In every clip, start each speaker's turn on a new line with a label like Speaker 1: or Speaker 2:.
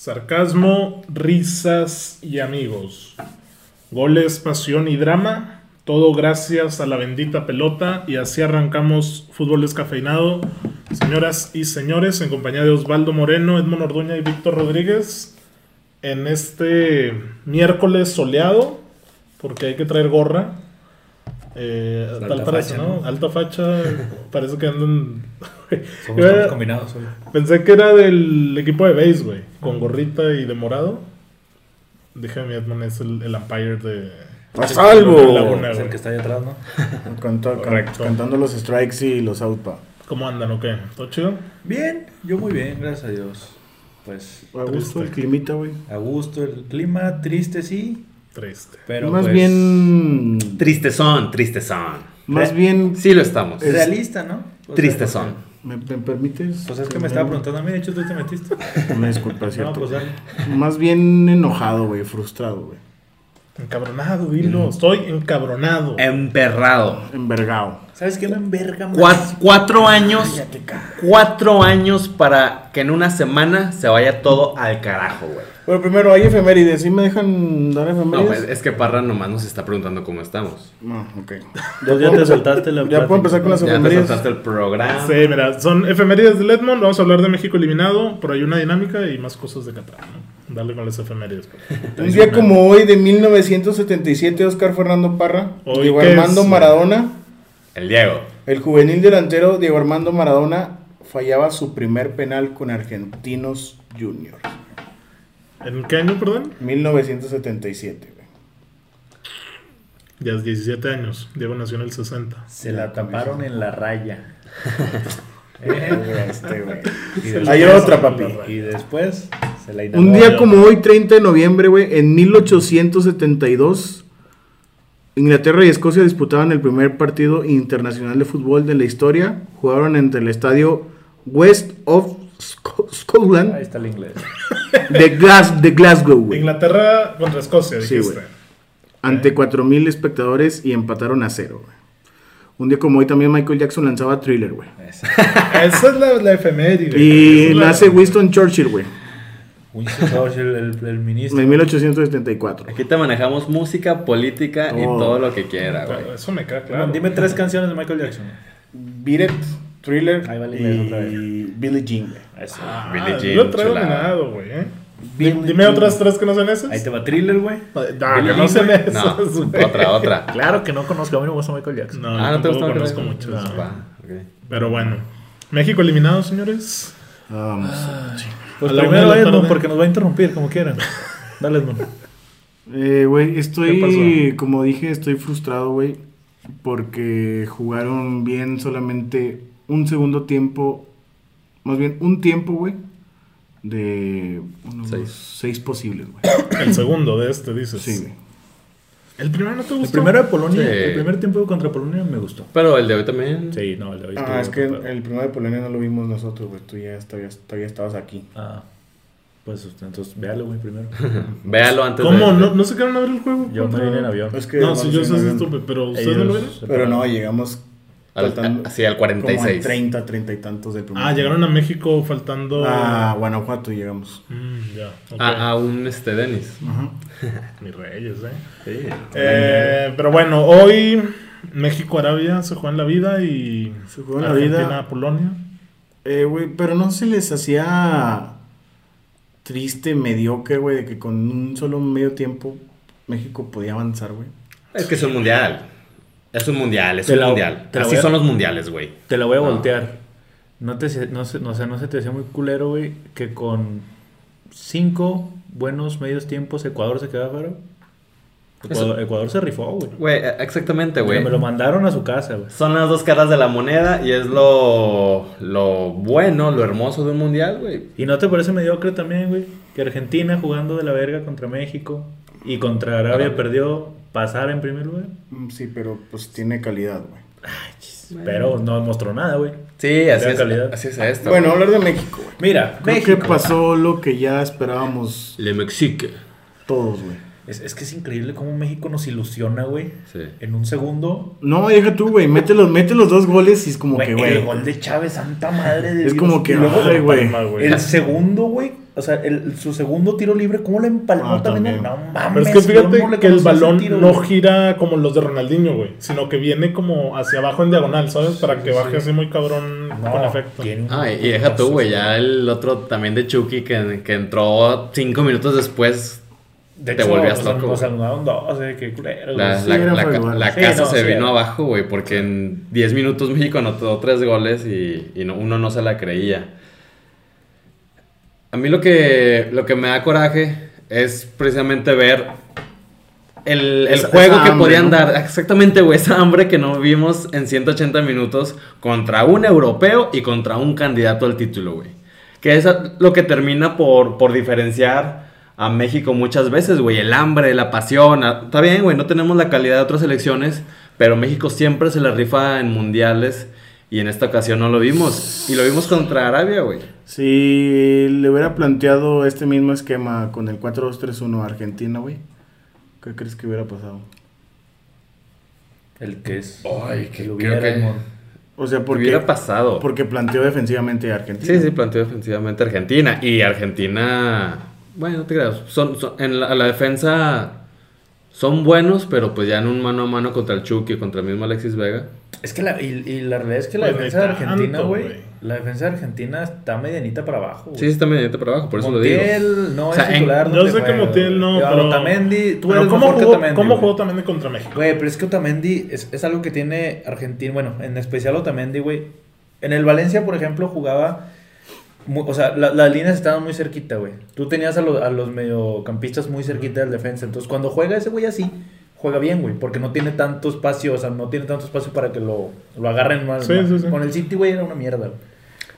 Speaker 1: Sarcasmo, risas y amigos. Goles, pasión y drama. Todo gracias a la bendita pelota. Y así arrancamos Fútbol Descafeinado. Señoras y señores, en compañía de Osvaldo Moreno, Edmond Orduña y Víctor Rodríguez. En este miércoles soleado, porque hay que traer gorra. Eh,
Speaker 2: Es
Speaker 1: tal
Speaker 2: alta
Speaker 1: parece,
Speaker 2: facha,
Speaker 1: ¿no?
Speaker 2: ¿no?
Speaker 1: Alta facha. parece que andan.
Speaker 2: Somos
Speaker 3: Eh,
Speaker 1: Yo-
Speaker 2: todos combinados. güey.
Speaker 1: Pensé que era del equipo de base, güey. Con gorrita y de morado. Dije, mi Edmond es el, el umpire de...
Speaker 3: ¡A
Speaker 1: de
Speaker 3: salvo!
Speaker 1: Laguna,
Speaker 2: Es el
Speaker 1: güey.
Speaker 2: que está ahí atrás, ¿no?
Speaker 3: Conta- con-
Speaker 1: Correcto.
Speaker 3: contando los strikes y los out, pa.
Speaker 1: ¿Cómo andan o qué? ¿Todo chido?
Speaker 2: Bien, yo muy bien, gracias a Dios. Pues
Speaker 3: A gusto,
Speaker 1: Triste.
Speaker 3: el climita, güey.
Speaker 2: a gusto el clima, triste sí,
Speaker 1: Triste.
Speaker 2: pero
Speaker 3: más
Speaker 2: pues, eh,
Speaker 3: bien.
Speaker 4: Tristezón, tristezón.
Speaker 3: Más bien.
Speaker 4: Sí lo estamos.
Speaker 3: Es-
Speaker 2: realista, ¿no? O sea,
Speaker 4: Tristezón.
Speaker 3: ¿me, me permites?
Speaker 2: Pues es que me estaba preguntando a mí, de hecho tú te metiste.
Speaker 3: Una disculpa, es
Speaker 2: No,
Speaker 3: cierto.
Speaker 2: pues dale.
Speaker 3: Más bien enojado, güey, frustrado, güey.
Speaker 1: Encabronado, dilo. Estoy encabronado.
Speaker 3: Eh,
Speaker 4: Emperrado.
Speaker 3: Envergado.
Speaker 2: ¿Sabes qué me enverga más?
Speaker 4: Cuat- cuatro años.
Speaker 2: Cállate, ca-
Speaker 4: Cuatro años para que en una semana se vaya todo al carajo, güey.
Speaker 3: Pero primero, hay efemérides. ¿Sí me dejan dar
Speaker 4: No, pues,
Speaker 3: efemérides?
Speaker 4: es que Parra nomás nos está preguntando cómo estamos.
Speaker 3: No, ok.
Speaker 2: eh. Ya, ya te saltaste la
Speaker 3: Ya puedo empezar con las
Speaker 4: Ya te
Speaker 3: efemérides.
Speaker 4: saltaste el programa.
Speaker 1: Sí, mira, son efemérides de Edmond. Vamos a hablar de México eliminado. Pero hay una dinámica y más cosas de Qatar. ¿no? Dale con las efemérides. pues.
Speaker 3: Un día como hoy de 1977, Oscar Fernando Parra,
Speaker 1: Hoy,
Speaker 3: Diego
Speaker 1: ¿qué es?
Speaker 3: Armando
Speaker 2: eh,
Speaker 3: Maradona,
Speaker 4: El Diego.
Speaker 3: El juvenil delantero Diego Armando Maradona fallaba su primer penal con Argentinos Juniors.
Speaker 1: ¿En qué año, perdón?
Speaker 3: 1977. güey.
Speaker 1: Ya es 17 años. Diego nació en el 60.
Speaker 2: Se la taparon en la raya. Eh,
Speaker 3: Este, güey.
Speaker 2: Y después-
Speaker 3: Ahí va otra, papi.
Speaker 2: Y después se la inauguró.
Speaker 3: Un día como hoy, 30 de noviembre, güey, en 1872, Inglaterra y Escocia disputaban el primer partido internacional de fútbol de la historia. Jugaron entre el estadio West of Sco-
Speaker 2: Ahí
Speaker 3: Scotland
Speaker 2: está el inglés.
Speaker 3: de, Glas- de Glasgow, güey,
Speaker 1: Inglaterra contra Escocia,
Speaker 3: Sí,
Speaker 1: dijiste.
Speaker 3: güey. ante 4.000 espectadores y empataron a cero, güey. Un día como hoy también Michael Jackson lanzaba Thriller, güey.
Speaker 2: Esa.
Speaker 1: Esa es la, la efeméride. Esa
Speaker 3: Y
Speaker 1: es la-
Speaker 3: nace Winston Churchill, güey,
Speaker 2: Winston Churchill, el, el ministro.
Speaker 3: en 1874.
Speaker 4: Aquí te manejamos música, política y
Speaker 3: Oh.
Speaker 4: todo lo que quiera, güey.
Speaker 1: Eso me queda claro.
Speaker 2: Dime tres canciones de Michael Jackson.
Speaker 3: Beat It, Thriller
Speaker 2: Ahí vale,
Speaker 3: y
Speaker 2: otra vez.
Speaker 3: Billie Jean, güey.
Speaker 2: Eso.
Speaker 1: Ah,
Speaker 4: Billie Jean,
Speaker 1: Yo traigo
Speaker 4: chulada.
Speaker 1: dominado, güey. ¿eh?
Speaker 2: Billie
Speaker 1: Dime
Speaker 2: Jean.
Speaker 1: otras tres que no sean esas.
Speaker 2: Ahí te va Thriller, güey.
Speaker 1: Ah, que
Speaker 2: Billie
Speaker 1: no
Speaker 2: Jean,
Speaker 1: sean
Speaker 2: güey.
Speaker 4: No,
Speaker 1: esas. güey.
Speaker 4: otra, otra.
Speaker 2: Claro que no conozco, a mí no me gusta Michael Jackson.
Speaker 1: No,
Speaker 4: Ah, no te gusta
Speaker 1: tampoco
Speaker 4: Michael
Speaker 1: conozco mucho.
Speaker 4: Jackson?
Speaker 1: eso, güey.
Speaker 4: Va, ok.
Speaker 1: Pero bueno. México eliminado, señores.
Speaker 3: Vamos.
Speaker 2: Pues
Speaker 1: A la
Speaker 2: primero
Speaker 1: una de la
Speaker 2: Edmond,
Speaker 1: tarde.
Speaker 2: porque nos va a interrumpir como quieran. Dale, Edmond.
Speaker 3: Eh, güey,
Speaker 1: ¿Qué
Speaker 3: estoy, como dije, estoy frustrado, güey, porque jugaron bien solamente un segundo tiempo, más bien un tiempo, güey, de unos
Speaker 4: Seis.
Speaker 3: seis posibles, güey.
Speaker 1: El segundo de este, dices.
Speaker 3: Sí, güey.
Speaker 1: El primero no te
Speaker 2: El
Speaker 1: gustó.
Speaker 2: primero de Polonia,
Speaker 4: Sí.
Speaker 2: el primer tiempo contra Polonia me gustó.
Speaker 4: Pero el de hoy también.
Speaker 2: Sí, no, el de hoy estuvo
Speaker 3: Ah, es que
Speaker 2: otro pedo.
Speaker 3: el primero de Polonia no lo vimos nosotros, güey, tú ya todavía, todavía estabas aquí.
Speaker 2: Ah, pues entonces, véalo, güey, primero.
Speaker 4: Véalo antes
Speaker 1: ¿Cómo?
Speaker 4: de-
Speaker 1: ¿No, ¿No se quedaron a ver el juego?
Speaker 2: Yo me
Speaker 1: contra-
Speaker 2: vine en avión.
Speaker 3: Es que
Speaker 1: No,
Speaker 3: vamos
Speaker 1: si yo
Speaker 3: en
Speaker 1: soy
Speaker 3: avión.
Speaker 1: estúpido, pero ¿ustedes no lo vieron?
Speaker 2: Ellos-
Speaker 3: Pero no, llegamos
Speaker 4: Al,
Speaker 3: faltando
Speaker 4: así, al
Speaker 3: como al
Speaker 4: 46.
Speaker 3: 30, 30 y tantos del primer
Speaker 1: Ah, llegaron a México faltando.
Speaker 2: Ah,
Speaker 3: A Guanajuato llegamos.
Speaker 1: Mm, ya. ok.
Speaker 4: A, a un este Denis.
Speaker 3: Ajá.
Speaker 1: Mis reyes, eh.
Speaker 2: Sí.
Speaker 1: Eh, pero bueno, hoy México-Arabia se juegan la vida y
Speaker 3: Se juegan la vida.
Speaker 1: Argentina-Polonia.
Speaker 3: Eh, güey, pero no se les hacía triste, mediocre, güey, de que con un solo medio tiempo México podía avanzar, güey.
Speaker 4: Es que es un mundial. Es un mundial, es
Speaker 2: Te
Speaker 4: un
Speaker 2: la-
Speaker 4: mundial.
Speaker 2: te la
Speaker 4: Así
Speaker 2: voy a-
Speaker 4: son los mundiales, güey.
Speaker 2: Te la voy a
Speaker 4: No.
Speaker 2: voltear. No, te, se- no, se- no, o sea, no se te decía muy culero, güey, que con cinco buenos medios tiempos Ecuador se queda fuera. Ecuador, Ecuador se rifó, güey.
Speaker 4: Güey, eh, exactamente,
Speaker 2: Pero
Speaker 4: güey.
Speaker 2: Me lo mandaron a su casa, güey.
Speaker 4: Son las dos caras de la moneda y es lo, lo bueno, lo hermoso de un mundial, güey.
Speaker 2: ¿Y no te parece mediocre también, güey? Que Argentina jugando de la verga contra México y contra Arabia
Speaker 4: Arabia.
Speaker 2: perdió pasar en primer lugar.
Speaker 3: Mm, Sí, pero pues tiene calidad, güey.
Speaker 2: Ay, chis, Pero no mostró nada, güey.
Speaker 4: Sí, así
Speaker 2: Gran
Speaker 4: es,
Speaker 2: calidad.
Speaker 4: así es esto.
Speaker 3: Bueno, hablar de México, güey.
Speaker 2: Mira,
Speaker 3: Creo
Speaker 2: México.
Speaker 3: que pasó lo que ya esperábamos
Speaker 4: Le Mexique.
Speaker 3: todos, güey.
Speaker 2: Es, es que es increíble cómo México nos ilusiona, güey.
Speaker 4: Sí.
Speaker 2: En un segundo.
Speaker 3: No, deja tú, güey. Mete los, mete los dos goles y es como
Speaker 2: Güey,
Speaker 3: que,
Speaker 2: el
Speaker 3: güey.
Speaker 2: gol de Chávez, santa madre de
Speaker 3: Es
Speaker 2: Dios.
Speaker 3: como que,
Speaker 2: Y luego,
Speaker 3: ay, güey.
Speaker 1: Ah, Palma, güey.
Speaker 2: el segundo, güey, o sea, el- su segundo tiro libre, ¿cómo le empalmó
Speaker 3: Ah,
Speaker 2: también? el- No
Speaker 3: también.
Speaker 1: Pero
Speaker 2: mames,
Speaker 1: es que
Speaker 2: yo
Speaker 1: fíjate
Speaker 2: no le
Speaker 1: que el
Speaker 2: conocía ese
Speaker 1: balón
Speaker 2: tiro,
Speaker 1: no
Speaker 2: güey.
Speaker 1: gira como los de Ronaldinho, güey. Sino que viene como hacia abajo en diagonal, ¿sabes? Para que baje así muy cabrón
Speaker 2: Ah, No,
Speaker 1: con efecto.
Speaker 2: tiene un-
Speaker 4: Ah, y y deja tú, güey. Ya el otro también de Chucky que, que entró cinco minutos después.
Speaker 2: De
Speaker 4: te
Speaker 2: hecho,
Speaker 4: volvías
Speaker 2: o sea,
Speaker 4: loco,
Speaker 2: Nos
Speaker 4: güey.
Speaker 2: saludaron dos, eh, qué culero.
Speaker 4: La,
Speaker 2: güey.
Speaker 4: la-
Speaker 3: era
Speaker 4: la ca-
Speaker 3: Fabián.
Speaker 4: la
Speaker 2: Sí,
Speaker 4: casa
Speaker 2: no,
Speaker 4: se
Speaker 2: sí,
Speaker 4: vino
Speaker 2: era.
Speaker 4: abajo, güey, porque en 10 minutos México anotó tres goles y, y no- uno no se la creía. A mí lo que, lo que me da coraje es precisamente ver el, el
Speaker 3: Esa-
Speaker 4: juego
Speaker 3: esa
Speaker 4: que
Speaker 3: hambre,
Speaker 4: podían
Speaker 3: ¿no?
Speaker 4: dar. Exactamente, güey, esa hambre que no vimos en 180 minutos contra un europeo y contra un candidato al título, güey. Que es lo que termina por, por diferenciar a México muchas veces, güey. El hambre, la pasión. a- Está bien, güey, no tenemos la calidad de otras elecciones, pero México siempre se la rifa en mundiales y en esta ocasión no lo vimos. Y lo vimos contra Arabia, güey.
Speaker 3: Si le hubiera planteado este mismo esquema con el 4-2-3-1 a Argentina, güey, ¿qué crees que hubiera pasado?
Speaker 2: El que es.
Speaker 4: Ay, que
Speaker 2: lo
Speaker 4: creo
Speaker 2: hubiera,
Speaker 4: que-
Speaker 2: mon.
Speaker 3: O sea,
Speaker 4: ¿Qué
Speaker 3: porque,
Speaker 4: hubiera pasado?
Speaker 3: porque planteó defensivamente a Argentina.
Speaker 4: Sí, sí, planteó defensivamente Argentina. Y Argentina, bueno, no te creas, son, son- en la, a la defensa son buenos, pero pues ya en un mano a mano contra el Chucky, contra el mismo Alexis Vega.
Speaker 2: Es que la, y, y la realidad es que la
Speaker 1: Pues,
Speaker 2: defensa
Speaker 1: ni
Speaker 2: de Argentina,
Speaker 1: tanto,
Speaker 2: güey.
Speaker 1: güey.
Speaker 2: La defensa de Argentina está medianita para abajo.
Speaker 4: Sí, sí está medio para abajo, por eso lo digo.
Speaker 2: Montiel no
Speaker 4: O sea,
Speaker 2: es
Speaker 4: en-
Speaker 2: titular.
Speaker 1: Yo
Speaker 2: te
Speaker 1: sé que
Speaker 2: juega,
Speaker 1: Montiel no,
Speaker 2: güey.
Speaker 1: pero-
Speaker 2: Otamendi, tú
Speaker 1: Pero
Speaker 2: eres
Speaker 1: ¿cómo
Speaker 2: mejor que
Speaker 1: jugó,
Speaker 2: Otamendi,
Speaker 1: cómo
Speaker 2: güey.
Speaker 1: jugó también contra México?
Speaker 2: Güey, pero es que Otamendi es, es algo que tiene Argentina, bueno, en especial Otamendi, güey. En el Valencia, por ejemplo, jugaba, mu- o sea, la- las líneas estaban muy cerquita, güey. Tú tenías a, los- a los mediocampistas muy cerquita del defensa. Entonces, cuando juega ese güey así, juega bien, güey, porque no tiene tanto espacio, o sea, no tiene tanto espacio para que lo, lo agarren mal.
Speaker 1: Sí,
Speaker 2: mal.
Speaker 1: sí, sí.
Speaker 2: Con el City, güey, era una mierda, güey.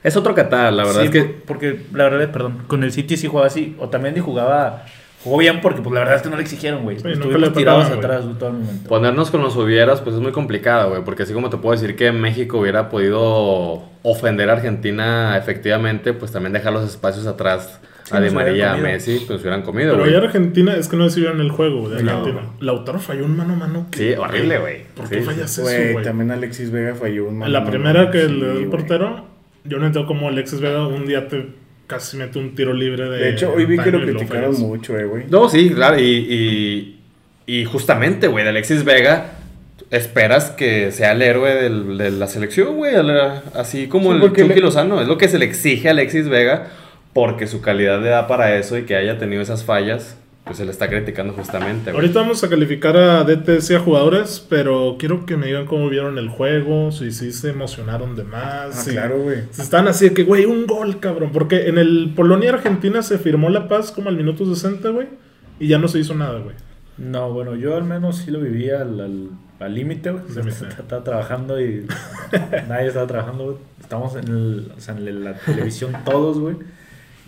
Speaker 4: Es otro Qatar, la verdad
Speaker 2: Sí,
Speaker 4: es que.
Speaker 2: por- porque la verdad, perdón, con el City sí jugaba así, o también jugaba, jugó bien porque pues la verdad es que no le exigieron, güey.
Speaker 1: Sí, nunca le
Speaker 2: Estuvimos
Speaker 1: atacaban,
Speaker 2: tirados
Speaker 1: güey.
Speaker 2: atrás todo el momento.
Speaker 4: Ponernos con los hubieras, pues es muy complicado, güey, porque así como te puedo decir que México hubiera podido ofender a Argentina efectivamente, pues también dejar los espacios atrás
Speaker 2: Sí,
Speaker 4: a Di
Speaker 2: nos hubieran
Speaker 4: María, a
Speaker 2: comido.
Speaker 4: Messi, pues hubieran comido,
Speaker 1: Pero ahí
Speaker 4: güey.
Speaker 1: Argentina, es que no decidieron el juego de
Speaker 4: No.
Speaker 1: Argentina. Lautaro falló un mano a mano. que-
Speaker 4: Sí, horrible, güey.
Speaker 1: ¿Por qué
Speaker 4: Sí, sí,
Speaker 1: fallas eso,
Speaker 3: Güey,
Speaker 1: güey?
Speaker 3: también Alexis Vega falló un
Speaker 1: la
Speaker 3: mano,
Speaker 1: primera
Speaker 3: güey.
Speaker 1: que le
Speaker 3: Sí,
Speaker 1: dio el
Speaker 3: güey.
Speaker 1: portero, yo no entiendo cómo Alexis Vega un día te casi mete un tiro libre de.
Speaker 3: De hecho, hoy vi que
Speaker 1: daño
Speaker 3: lo
Speaker 1: y luego
Speaker 3: criticaron
Speaker 1: fallas.
Speaker 3: mucho, eh, güey.
Speaker 4: No, sí, claro, y, y, y justamente, güey, de Alexis Vega, esperas que sea el héroe del- de la selección, güey, al- así como
Speaker 3: Sí,
Speaker 4: el
Speaker 3: porque
Speaker 4: Chucky
Speaker 3: le-
Speaker 4: Lozano, es lo que se le exige a Alexis Vega, porque su calidad le da para eso y que haya tenido esas fallas, pues se le está criticando justamente, güey.
Speaker 1: Ahorita vamos a calificar a DTS y a jugadores, pero quiero que me digan cómo vieron el juego, si sí se emocionaron de
Speaker 3: Ah,
Speaker 1: más. si-
Speaker 3: claro, güey.
Speaker 1: Si están así de que, güey, un gol, cabrón. Porque en el Polonia-Argentina se firmó la paz como al minuto 60, güey, y ya no se hizo nada, güey.
Speaker 2: No, bueno, yo al menos sí lo vivía al al- al límite, güey. O sea,
Speaker 1: Límite.
Speaker 2: está- Estaba trabajando y nadie estaba trabajando, güey. Estamos en, el- o sea, en la televisión todos, güey.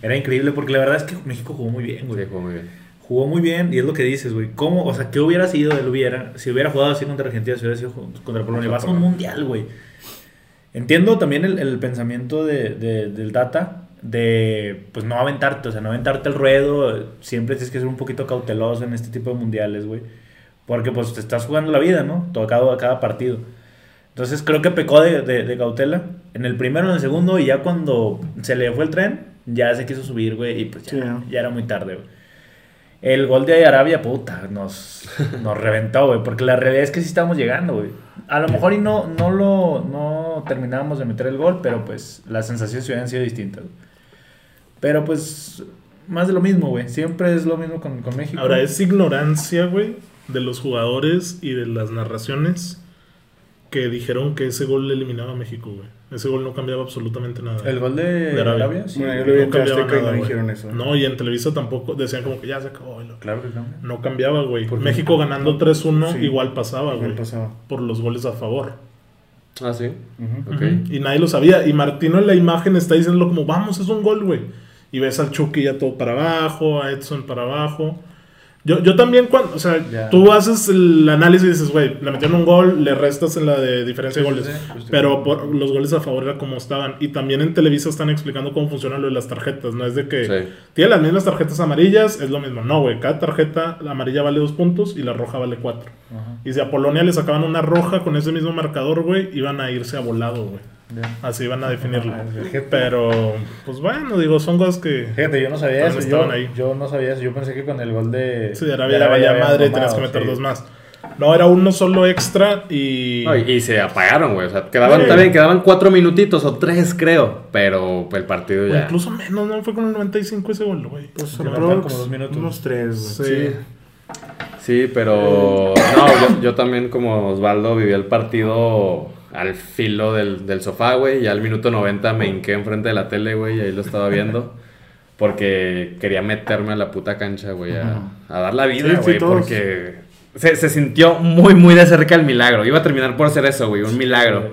Speaker 2: Era increíble porque la verdad es que México jugó muy bien,
Speaker 4: Sí,
Speaker 2: güey.
Speaker 4: jugó muy bien.
Speaker 2: Jugó muy bien y es lo que dices, güey. ¿Cómo? O sea, ¿qué hubiera sido él hubiera? Si hubiera jugado así contra Argentina, si hubiera sido contra Polonia. Vas a un mundial, güey. Entiendo también el, el pensamiento de- de- del Data de, pues, no aventarte, o sea, no aventarte el ruedo. Siempre tienes que ser un poquito cauteloso en este tipo de mundiales, güey. Porque, pues, te estás jugando la vida, ¿no? Todo cada, cada partido. Entonces, creo que pecó de, de- de cautela en el primero, en el segundo, y ya cuando se le fue el tren, ya se quiso subir, güey, y pues ya,
Speaker 3: Sí, ¿no?
Speaker 2: ya era muy tarde, güey. El gol de Arabia, puta, nos, nos reventó, güey, porque la realidad es que sí estábamos llegando, güey. A lo mejor y no, no lo no terminábamos de meter el gol, pero pues las sensaciones hubieran sido distintas. güey. Pero pues, más de lo mismo, güey. Siempre es lo mismo con, con México.
Speaker 1: Ahora, es ignorancia, güey, de los jugadores y de las narraciones que dijeron que ese gol eliminaba a México, güey. Ese gol no cambiaba absolutamente nada.
Speaker 2: El gol de,
Speaker 1: De Arabia.
Speaker 2: Arabia, sí.
Speaker 3: Bueno,
Speaker 1: No
Speaker 3: yo lo vi en
Speaker 1: cambiaba
Speaker 3: Azteca y no
Speaker 1: nada, güey.
Speaker 3: dijeron eso.
Speaker 1: No, y en Televisa tampoco. Decían como que ya se acabó. y lo-
Speaker 2: Claro que cambia.
Speaker 1: No cambiaba, güey.
Speaker 2: ¿Por qué?
Speaker 1: México ganando 3-1
Speaker 3: Sí.
Speaker 1: igual pasaba,
Speaker 3: Igual
Speaker 1: Ah, güey.
Speaker 3: pasaba.
Speaker 1: Por los goles a favor.
Speaker 4: Ah, sí,
Speaker 3: Ujú.
Speaker 4: ok.
Speaker 1: Ujú. Y nadie lo sabía. Y Martino en la imagen está diciendo como, vamos, es un gol, güey. Y ves al Chucky ya todo para abajo, a Edson para abajo. Yo, yo también cuando, o sea,
Speaker 2: Ya.
Speaker 1: tú haces el análisis y dices, güey, le metieron un gol, le restas en la de diferencia de
Speaker 2: Sí, sí,
Speaker 1: goles.
Speaker 2: sí, justo.
Speaker 1: Pero por, los goles a favor era como estaban. Y también en Televisa están explicando cómo funciona lo de las tarjetas, ¿no? Es de que
Speaker 4: Sí.
Speaker 1: tiene las mismas tarjetas amarillas, es lo mismo. No, güey, cada tarjeta la amarilla vale dos puntos y la roja vale cuatro.
Speaker 2: Ajá.
Speaker 1: Y si a Polonia le sacaban una roja con ese mismo marcador, güey, iban a irse a volado, güey. Así van a definirlo.
Speaker 2: Ah, fíjate.
Speaker 1: Pero, pues bueno, digo, son cosas que.
Speaker 2: Fíjate, yo no sabía
Speaker 1: Todavía
Speaker 2: eso.
Speaker 1: no
Speaker 2: Yo,
Speaker 1: estaban ahí.
Speaker 2: yo no sabía eso. Yo pensé que con el gol de.
Speaker 1: Si de Arabia
Speaker 2: de
Speaker 1: era vaya
Speaker 2: habían
Speaker 1: madre,
Speaker 2: mamado,
Speaker 1: tenías que meter
Speaker 2: sí.
Speaker 1: dos más. No, era uno solo extra y.
Speaker 4: No, y, y se apagaron, güey. O sea, quedaban,
Speaker 1: Sí.
Speaker 4: también quedaban cuatro minutitos o tres, creo. Pero el partido
Speaker 1: o
Speaker 4: ya.
Speaker 1: incluso menos, ¿no? Fue con el 95 ese gol, güey.
Speaker 3: Pues
Speaker 2: Creo que
Speaker 3: aprox,
Speaker 2: como dos minutos.
Speaker 3: unos tres,
Speaker 1: Sí.
Speaker 3: güey.
Speaker 4: Sí, pero. No, yo, yo también, como Osvaldo, viví el partido al filo del, del sofá, güey. Y al minuto 90 me hinqué enfrente de la tele, güey. Y ahí lo estaba viendo. Porque quería meterme a la puta cancha, güey. A, a dar la
Speaker 3: Sí,
Speaker 4: vida,
Speaker 3: sí,
Speaker 4: güey.
Speaker 3: todos.
Speaker 4: porque se, se sintió muy, muy de cerca el milagro. Iba a terminar por ser eso, güey. Un milagro.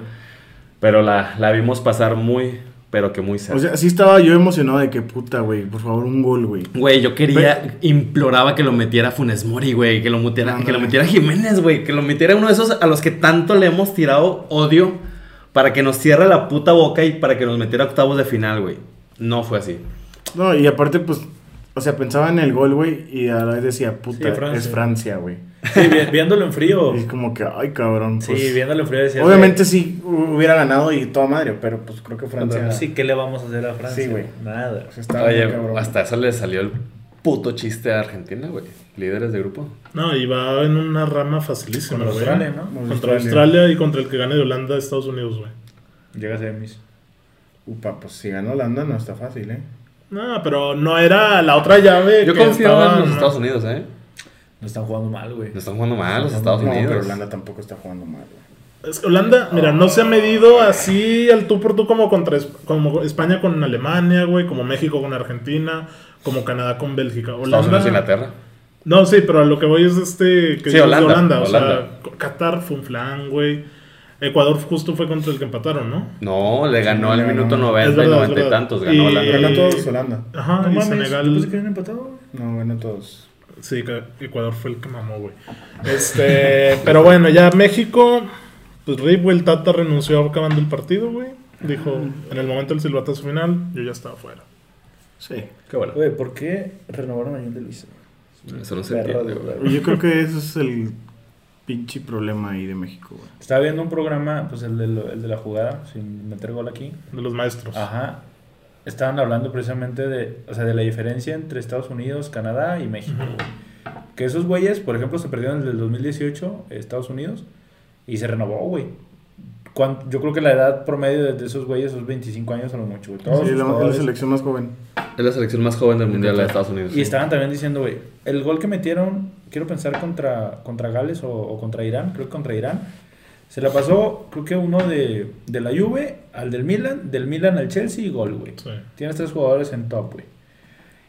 Speaker 4: Pero la, la vimos pasar muy, pero que muy cerca.
Speaker 3: O sea, sí estaba yo emocionado de que puta, güey, por favor, un gol, güey.
Speaker 4: Güey, yo quería, imploraba que lo metiera Funes Mori, güey, que lo, mutiera,
Speaker 3: Ándale.
Speaker 4: que lo metiera Jiménez, güey, que lo metiera uno de esos a los que tanto le hemos tirado odio para que nos cierre la puta boca y para que nos metiera a octavos de final, güey. No fue así.
Speaker 3: No, y aparte, pues, o sea, pensaba en el gol, güey, y a la vez decía, puta,
Speaker 2: Sí, Francia.
Speaker 3: es Francia, güey.
Speaker 2: Sí, vi- viéndolo en frío.
Speaker 3: Y como que, ay, cabrón.
Speaker 2: Sí,
Speaker 3: Pues,
Speaker 2: viéndolo en frío. decías,
Speaker 3: obviamente sí hubiera ganado y toda madre, pero pues creo que Francia.
Speaker 2: Sí, ¿qué le vamos a hacer a Francia?
Speaker 3: Sí, güey.
Speaker 2: Nada.
Speaker 3: pues, estaba
Speaker 4: Oye,
Speaker 3: muy cabrón.
Speaker 4: hasta eso le salió el puto chiste a Argentina, güey. Líderes de grupo.
Speaker 1: No, y va en una rama facilísima,
Speaker 2: Con
Speaker 1: güey.
Speaker 2: Australia, ¿no?
Speaker 1: Contra Australia y contra el que gane de Holanda, Estados Unidos, güey.
Speaker 2: Llega a semis.
Speaker 3: Upa, pues si ganó Holanda no está fácil, ¿eh?
Speaker 1: No, pero no era la otra llave.
Speaker 4: Yo
Speaker 1: que
Speaker 4: confío
Speaker 1: estaba,
Speaker 4: en los
Speaker 1: ¿no?
Speaker 4: Estados Unidos, ¿eh?
Speaker 2: No están jugando mal, güey.
Speaker 4: No están jugando mal Ah, los
Speaker 2: No,
Speaker 4: Estados
Speaker 3: no,
Speaker 4: Unidos.
Speaker 3: pero Holanda tampoco está jugando mal, güey.
Speaker 1: Es que Holanda, mira, no se ha medido así al tú por tú como contra Es- como España con Alemania, güey, como México con Argentina, como Canadá con Bélgica.
Speaker 4: Estados Unidos y
Speaker 1: Holanda.
Speaker 4: Inglaterra.
Speaker 1: No, sí, pero a lo que voy es este que
Speaker 4: Sí,
Speaker 1: dices de
Speaker 4: Holanda,
Speaker 1: Holanda, o
Speaker 4: Holanda.
Speaker 1: sea, Qatar fue un flan, güey. Ecuador justo fue contra el que empataron, ¿no?
Speaker 4: No, le ganó
Speaker 3: le
Speaker 4: al
Speaker 3: ganó.
Speaker 4: minuto
Speaker 3: Es
Speaker 4: 90 y
Speaker 1: verdad, es
Speaker 4: 90 y
Speaker 1: verdad.
Speaker 4: tantos. Ganó
Speaker 1: Y-
Speaker 4: Holanda.
Speaker 3: Ganó todos Holanda.
Speaker 1: Ajá, y Senegal.
Speaker 2: yo pensé que habían empatado, güey.
Speaker 3: No, ganó todos.
Speaker 1: Sí, que Ecuador fue el que mamó, güey. Este, pero bueno, ya México, pues Rip, güey, el Tata renunció acabando el partido, güey. Dijo, en el momento del silbatazo final, yo ya estaba fuera.
Speaker 3: Sí.
Speaker 4: Qué bueno.
Speaker 2: Güey, ¿por qué renovaron a John de Luisa?
Speaker 4: Eso no se
Speaker 2: Perro
Speaker 4: entiende,
Speaker 2: de-
Speaker 4: güey.
Speaker 3: Yo creo que ese es el pinche problema ahí de México, güey.
Speaker 2: Estaba viendo un programa, pues el de, lo- el de la jugada, sin meter gol aquí.
Speaker 1: De los maestros.
Speaker 2: Ajá. Estaban hablando precisamente de, o sea, de la diferencia entre Estados Unidos, Canadá y México. güey. Que esos güeyes, por ejemplo, se perdieron en el 2018 Estados Unidos y se renovó, güey. Cuan- Yo creo que la edad promedio de, de esos güeyes es 25 años a lo mucho, güey. Todos
Speaker 3: Sí,
Speaker 2: sus
Speaker 3: la- la,
Speaker 2: jugadores.
Speaker 3: selección más joven.
Speaker 4: Es la selección más joven del mundial la de Estados Unidos.
Speaker 2: Y estaban también diciendo, güey, el gol que metieron, quiero pensar contra, contra Gales o, o contra Irán, creo que contra Irán, se la pasó, creo que uno de, de la Juve al del Milan, del Milan al Chelsea y gol, güey.
Speaker 1: Sí.
Speaker 2: Tienes tres jugadores en top, güey.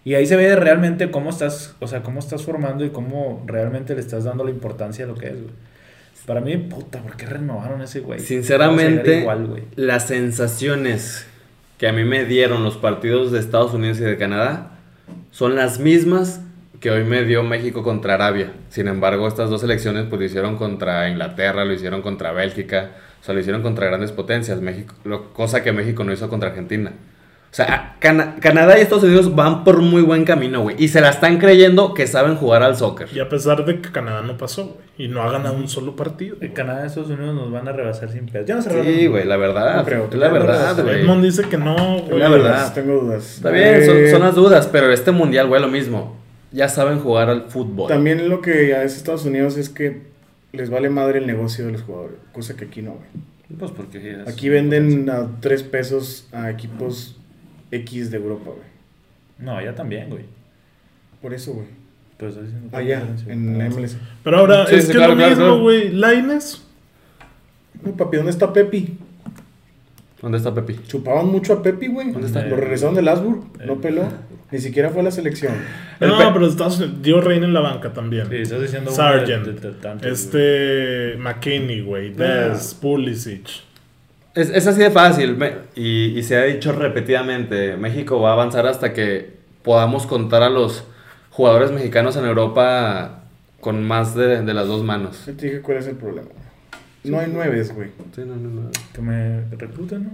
Speaker 2: Y ahí se ve realmente cómo estás, o sea, cómo estás formando y cómo realmente le estás dando la importancia a lo que es, güey. Para mí, puta, ¿por qué renovaron ese güey? Vamos a llegar
Speaker 4: Sinceramente,
Speaker 2: igual, güey.
Speaker 4: las sensaciones que a mí me dieron los partidos de Estados Unidos y de Canadá son las mismas que hoy me dio México contra Arabia. Sin embargo, estas dos selecciones pues lo hicieron contra Inglaterra, lo hicieron contra Bélgica, o sea, lo hicieron contra grandes potencias, México, lo- cosa que México no hizo contra Argentina. O sea, a- Cana- Canadá y Estados Unidos van por muy buen camino, güey. Y se la están creyendo que saben jugar al soccer.
Speaker 1: Y a pesar de que Canadá no pasó, güey. Y no ha ganado un solo partido. güey.
Speaker 2: El Canadá y Estados Unidos nos van a rebasar sin pedo. Ya nos
Speaker 4: Sí,
Speaker 2: rebasaron.
Speaker 4: güey, la verdad.
Speaker 3: No creo.
Speaker 4: es la verdad, güey.
Speaker 1: Edmond dice que no, güey.
Speaker 4: La verdad.
Speaker 3: pues, Tengo dudas.
Speaker 4: Está bien, son,
Speaker 3: Eh,
Speaker 4: son las dudas, pero este mundial, güey, lo mismo. Ya saben jugar al fútbol.
Speaker 3: También lo que ya es Estados Unidos es que les vale madre el negocio de los jugadores, cosa que aquí no, güey.
Speaker 4: Pues porque es-
Speaker 3: Aquí venden a 3 pesos a equipos X de Europa, güey.
Speaker 2: No, allá también, güey.
Speaker 3: Por eso, güey.
Speaker 2: Pero estoy diciendo que
Speaker 3: Allá,
Speaker 2: no
Speaker 4: Ah,
Speaker 2: es
Speaker 3: Ah, en
Speaker 2: diferencia.
Speaker 3: MLS.
Speaker 1: Pero ahora,
Speaker 4: Sí,
Speaker 1: es
Speaker 4: sí,
Speaker 1: que
Speaker 4: claro,
Speaker 1: es lo
Speaker 4: claro,
Speaker 1: mismo,
Speaker 4: claro.
Speaker 1: güey. Laines.
Speaker 3: No, papi, ¿dónde está Pepi?
Speaker 4: ¿Dónde está Pepi?
Speaker 3: Chupaban mucho a Pepi, güey.
Speaker 4: ¿Dónde está? Eh,
Speaker 3: Lo regresaron del Habsburg, no peló. Ni siquiera fue a la selección.
Speaker 4: El
Speaker 1: No,
Speaker 4: pe-
Speaker 1: pero Estados Unidos dio reina en la banca también.
Speaker 2: Sí, estás diciendo uno
Speaker 1: Sargent.
Speaker 2: de- de- de tantos, güey.
Speaker 1: este. McKinney, güey. Des, Pulisic.
Speaker 4: Es, es así de fácil. me- Y, y se ha dicho repetidamente, México va a avanzar hasta que podamos contar a los jugadores mexicanos en Europa con más de, de las dos manos.
Speaker 3: Yo te dije cuál es el problema. No hay nueves, güey.
Speaker 4: Sí, no, no, no.
Speaker 2: Que me recluten, ¿no?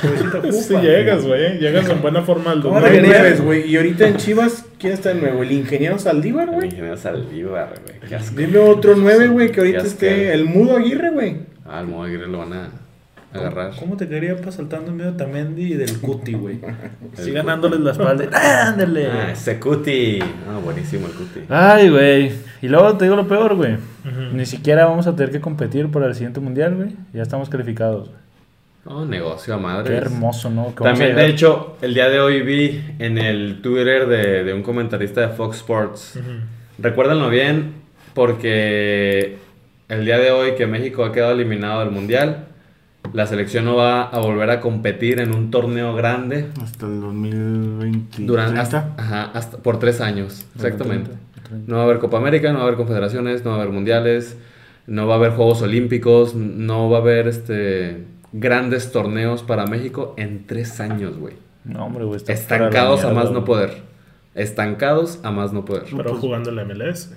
Speaker 2: Pobrecita Cuba.
Speaker 1: Si llegas, güey. eh. Llegas en buena forma al
Speaker 2: ¿Cómo
Speaker 3: No
Speaker 2: Ahora
Speaker 3: hay
Speaker 2: que digas-
Speaker 3: nueves, güey. Y ahorita en Chivas, ¿quién está de nuevo? ¿El ingeniero Saldívar,
Speaker 4: El
Speaker 3: güey?
Speaker 4: ingeniero Saldívar, güey. Qué asco.
Speaker 3: Dime otro nueve, güey, que
Speaker 4: Ya
Speaker 3: ahorita
Speaker 4: sé.
Speaker 3: esté el mudo Aguirre, güey.
Speaker 4: Ah, al Modo Aguirre lo van a... agarrar.
Speaker 2: ¿Cómo te quería pues, saltando en medio de Tamendi y del Cuti, güey? Así ganándoles la espalda. ¡Ah, ¡Ándale!
Speaker 4: Ah, ese cuti. Ah, buenísimo el cuti.
Speaker 2: Ay, güey. Y luego te digo lo peor, güey.
Speaker 1: Ujú.
Speaker 2: Ni siquiera vamos a tener que competir para el siguiente mundial, güey. Ya estamos calificados. güey.
Speaker 4: Oh, negocio a madre.
Speaker 2: Qué hermoso, ¿no? Que vamos a
Speaker 4: También,
Speaker 2: llegar-
Speaker 4: de hecho, el día de hoy vi en el Twitter de, de un comentarista de Fox Sports. Recuérdenlo bien, porque el día de hoy que México ha quedado eliminado del Mundial, la selección no va a volver a competir en un torneo grande
Speaker 3: Hasta el 2020.
Speaker 4: durante,
Speaker 1: pues
Speaker 4: hasta,
Speaker 3: ¿Treinta?
Speaker 4: ajá, hasta- por tres años, exactamente.
Speaker 2: 30.
Speaker 4: No va a haber Copa América, no va a haber confederaciones, no va a haber mundiales, no va a haber Juegos Olímpicos, no va a haber este grandes torneos para México en tres años, güey.
Speaker 2: No, hombre, güey. está para la
Speaker 4: Estancados a
Speaker 2: mierda,
Speaker 4: más no
Speaker 2: güey.
Speaker 4: poder. Estancados a más no poder.
Speaker 1: Pero jugando la MLS.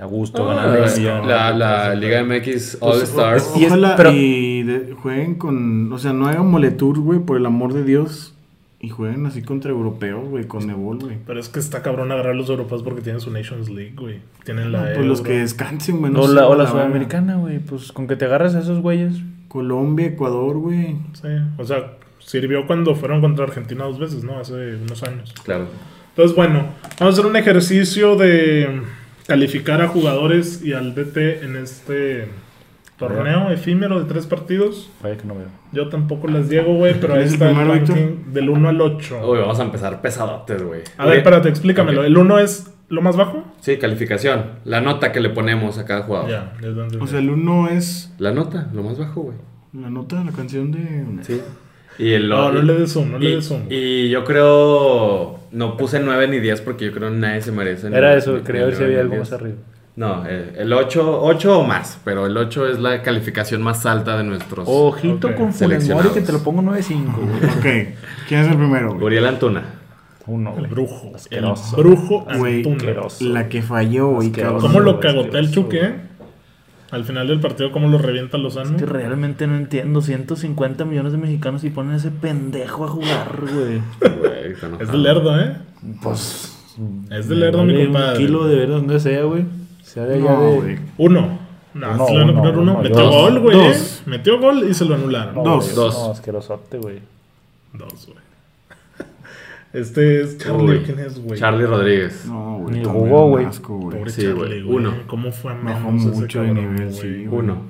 Speaker 2: A gusto,
Speaker 4: Ah,
Speaker 2: ganando.
Speaker 4: la- la, la
Speaker 1: Pues,
Speaker 4: Liga MX All Stars.
Speaker 2: Pues, Y es-
Speaker 3: Ojalá
Speaker 2: pero-
Speaker 3: y de- jueguen con. O sea, no hagan moletour, güey, por el amor de Dios. Y jueguen así contra europeos, güey, con Nebol, güey.
Speaker 1: Pero es que está cabrón agarrar los europeos porque tienen su Nations League, güey. Tienen la.
Speaker 3: No, pues los
Speaker 1: Euro.
Speaker 3: que descansen, güey. no
Speaker 2: O
Speaker 3: sé,
Speaker 2: la, o la
Speaker 3: verga.
Speaker 2: sudamericana, güey. Pues con que te agarras a esos güeyes.
Speaker 3: Colombia, Ecuador, güey.
Speaker 1: Sí, o sea, sirvió cuando fueron contra Argentina dos veces, ¿no? Hace unos años.
Speaker 4: Claro.
Speaker 1: Entonces, bueno, vamos a hacer un ejercicio de calificar a jugadores y al DT en este torneo efímero de tres partidos.
Speaker 2: Vaya que no veo.
Speaker 1: Yo tampoco las llego, güey, pero ahí
Speaker 3: ¿Eres el
Speaker 1: está el
Speaker 3: primero, Víctor?
Speaker 1: ranking del 1 al 8.
Speaker 4: Uy, vamos a empezar pesadotes, güey.
Speaker 1: A ver, espérate, explícamelo.
Speaker 4: Ok.
Speaker 1: ¿El 1 es lo más bajo?
Speaker 4: Sí, calificación. La nota que le ponemos a cada jugador.
Speaker 1: Ya, desde donde-
Speaker 3: O sea, el uno es
Speaker 4: La nota, lo más bajo, güey.
Speaker 3: la nota de la canción de.
Speaker 4: Sí. Y el
Speaker 1: No, no le des zoom, no
Speaker 4: y,
Speaker 1: le des zoom.
Speaker 4: y yo creo. No puse 9 ni 10 porque yo creo que nadie se merece. ni-
Speaker 2: Era eso,
Speaker 4: ni-
Speaker 2: quería ver
Speaker 4: ni
Speaker 2: si
Speaker 4: 9
Speaker 2: había
Speaker 4: ni
Speaker 2: algo
Speaker 4: 10.
Speaker 2: más arriba.
Speaker 4: No, eh, el 8, 8 o más. Pero el 8 es la calificación más alta de nuestros.
Speaker 2: Ojito
Speaker 1: ok.
Speaker 2: con Funes Mori
Speaker 4: Seleccionados.
Speaker 2: que te lo pongo 9-5, güey.
Speaker 3: Ok. ¿Quién es el primero, güey?
Speaker 4: Uriel Antuna.
Speaker 2: Uno,
Speaker 1: el
Speaker 2: güey.
Speaker 1: brujo. El
Speaker 2: Asqueroso.
Speaker 1: brujo
Speaker 3: Güey,
Speaker 1: Antuna.
Speaker 2: asqueroso.
Speaker 3: La que falló, güey,
Speaker 2: Asqueroso.
Speaker 3: cabrón.
Speaker 1: ¿Cómo lo
Speaker 2: Asqueroso,
Speaker 1: cagotea el
Speaker 2: asqueroso,
Speaker 1: Chuque?
Speaker 2: güey.
Speaker 1: eh? Al final del partido, ¿cómo lo revienta Lozano?
Speaker 2: Es que realmente no entiendo. 150 millones de mexicanos y ponen a ese pendejo a jugar, güey.
Speaker 4: Güey, está enojado.
Speaker 1: Es de lerdo, ¿eh?
Speaker 2: Pues.
Speaker 1: Es de lerdo, mi
Speaker 2: vale
Speaker 1: compadre.
Speaker 2: Un kilo de ver donde sea, güey. Sea de allá
Speaker 3: No,
Speaker 2: de.
Speaker 3: güey.
Speaker 1: Uno. No,
Speaker 2: Uno,
Speaker 1: se le van a
Speaker 2: uno,
Speaker 1: poner uno.
Speaker 2: uno,
Speaker 1: Metió
Speaker 2: dos.
Speaker 1: gol, güey. ¿eh?
Speaker 3: Dos.
Speaker 1: Metió gol y se lo anularon.
Speaker 2: No,
Speaker 3: Dos,
Speaker 2: güey,
Speaker 4: dos.
Speaker 2: No, asquerosote, güey.
Speaker 1: Dos, güey. Este es Charlie.
Speaker 4: Uy,
Speaker 1: ¿Quién es, güey?
Speaker 4: Charlie Rodríguez.
Speaker 3: No, güey.
Speaker 2: Ni
Speaker 3: también
Speaker 2: jugó,
Speaker 3: un
Speaker 2: güey.
Speaker 3: asco, güey.
Speaker 1: Pobre
Speaker 4: Sí,
Speaker 1: Charlie,
Speaker 4: güey,
Speaker 1: güey.
Speaker 4: uno.
Speaker 1: ¿Cómo fue a
Speaker 3: Bajó
Speaker 1: menos ese
Speaker 3: mucho de
Speaker 1: cabrón,
Speaker 3: nivel,
Speaker 1: güey?
Speaker 3: sí, güey.
Speaker 4: Uno.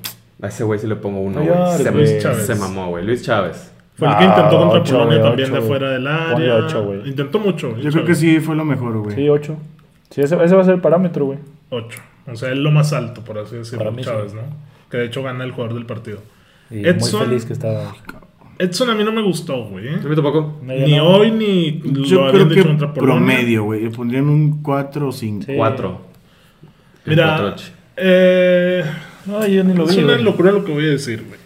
Speaker 4: A ese güey sí le pongo uno,
Speaker 2: No
Speaker 4: güey.
Speaker 2: llores,
Speaker 4: Se,
Speaker 1: Luis
Speaker 4: se
Speaker 1: Chávez.
Speaker 4: mamó, güey. Luis Chávez.
Speaker 1: Fue el que
Speaker 2: Ah,
Speaker 1: intentó contra
Speaker 2: ocho,
Speaker 1: Polonia
Speaker 2: güey,
Speaker 1: también
Speaker 2: ocho,
Speaker 1: de
Speaker 2: güey.
Speaker 1: fuera del
Speaker 2: Ponle
Speaker 1: área.
Speaker 2: ocho, güey.
Speaker 1: intentó mucho.
Speaker 3: Yo creo que sí fue lo mejor, güey.
Speaker 2: Sí, 8. Sí, ese, ese va a ser el parámetro, güey.
Speaker 1: 8. O sea, es lo más alto, por así
Speaker 2: Para
Speaker 1: decirlo,
Speaker 2: mí sí.
Speaker 1: Chávez, ¿no? Que de hecho gana el jugador del partido.
Speaker 2: Y
Speaker 1: Edson.
Speaker 2: muy feliz que estaba.
Speaker 1: Edson a mí no me gustó, güey. ¿eh?
Speaker 4: ¿Tú tampoco?
Speaker 2: No, ya
Speaker 1: Ni
Speaker 2: no.
Speaker 1: hoy ni lo
Speaker 3: Yo
Speaker 1: habían
Speaker 3: creo que
Speaker 1: dicho contra Polonia.
Speaker 3: promedio, güey. Le pondrían un 4 o 5.
Speaker 2: Sí.
Speaker 4: Cuatro. Cuatro,
Speaker 1: Mira,
Speaker 4: ocho.
Speaker 1: eh,
Speaker 2: No, yo ni lo
Speaker 1: es
Speaker 2: vi.
Speaker 1: una
Speaker 2: güey.
Speaker 1: locura lo que voy a decir, güey.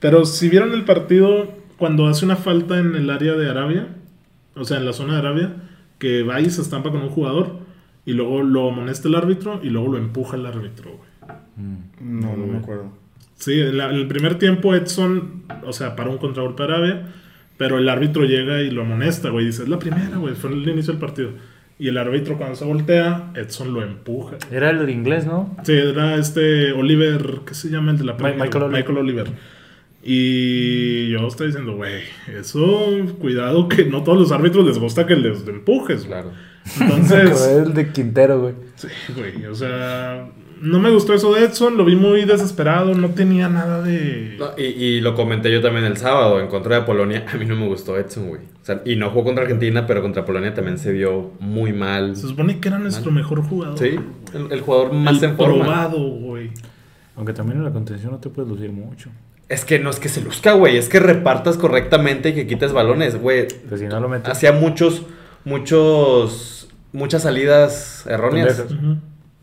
Speaker 1: Pero si vieron el partido cuando hace una falta en el área de Arabia, o sea, en la zona de Arabia, que va y se estampa con un jugador y luego lo amonesta el árbitro y luego lo empuja el árbitro, güey.
Speaker 3: No, no me acuerdo.
Speaker 1: Sí, en, la- en el primer tiempo Edson, o sea, paró un contragolpe a Arabia, pero el árbitro llega y lo amonesta, güey. Dice, es la primera, güey, fue el inicio del partido. Y el árbitro cuando se voltea, Edson lo empuja.
Speaker 2: Era el inglés, ¿no?
Speaker 1: Sí, era este Oliver, ¿qué se llama el de la
Speaker 2: Ma-
Speaker 1: Premier?
Speaker 2: Michael Oliver.
Speaker 1: Oliver. Y yo estoy diciendo, güey, eso, cuidado que no todos los árbitros les gusta que les empujes, güey.
Speaker 4: Claro.
Speaker 1: Entonces,
Speaker 2: el de Quintero, güey.
Speaker 1: sí, güey, o sea, no me gustó eso de Edson, lo vi muy desesperado, no tenía nada de...
Speaker 4: No, y, y lo comenté yo también el sábado en contra de Polonia. A mí no me gustó Edson, güey. O sea, y no jugó contra Argentina, pero contra Polonia también se vio muy mal.
Speaker 1: Se
Speaker 4: Sí,
Speaker 1: supone que era nuestro mejor jugador.
Speaker 4: el, el jugador más
Speaker 1: El
Speaker 4: en forma.
Speaker 1: probado, güey.
Speaker 2: Aunque también en la contención no te puedes lucir mucho.
Speaker 4: Es que no es que se luzca, güey. Es que repartas correctamente y que quites balones, güey.
Speaker 2: Pero Pues si no lo metes.
Speaker 4: Hacía muchos, muchos, muchas salidas erróneas.
Speaker 2: Pendejas.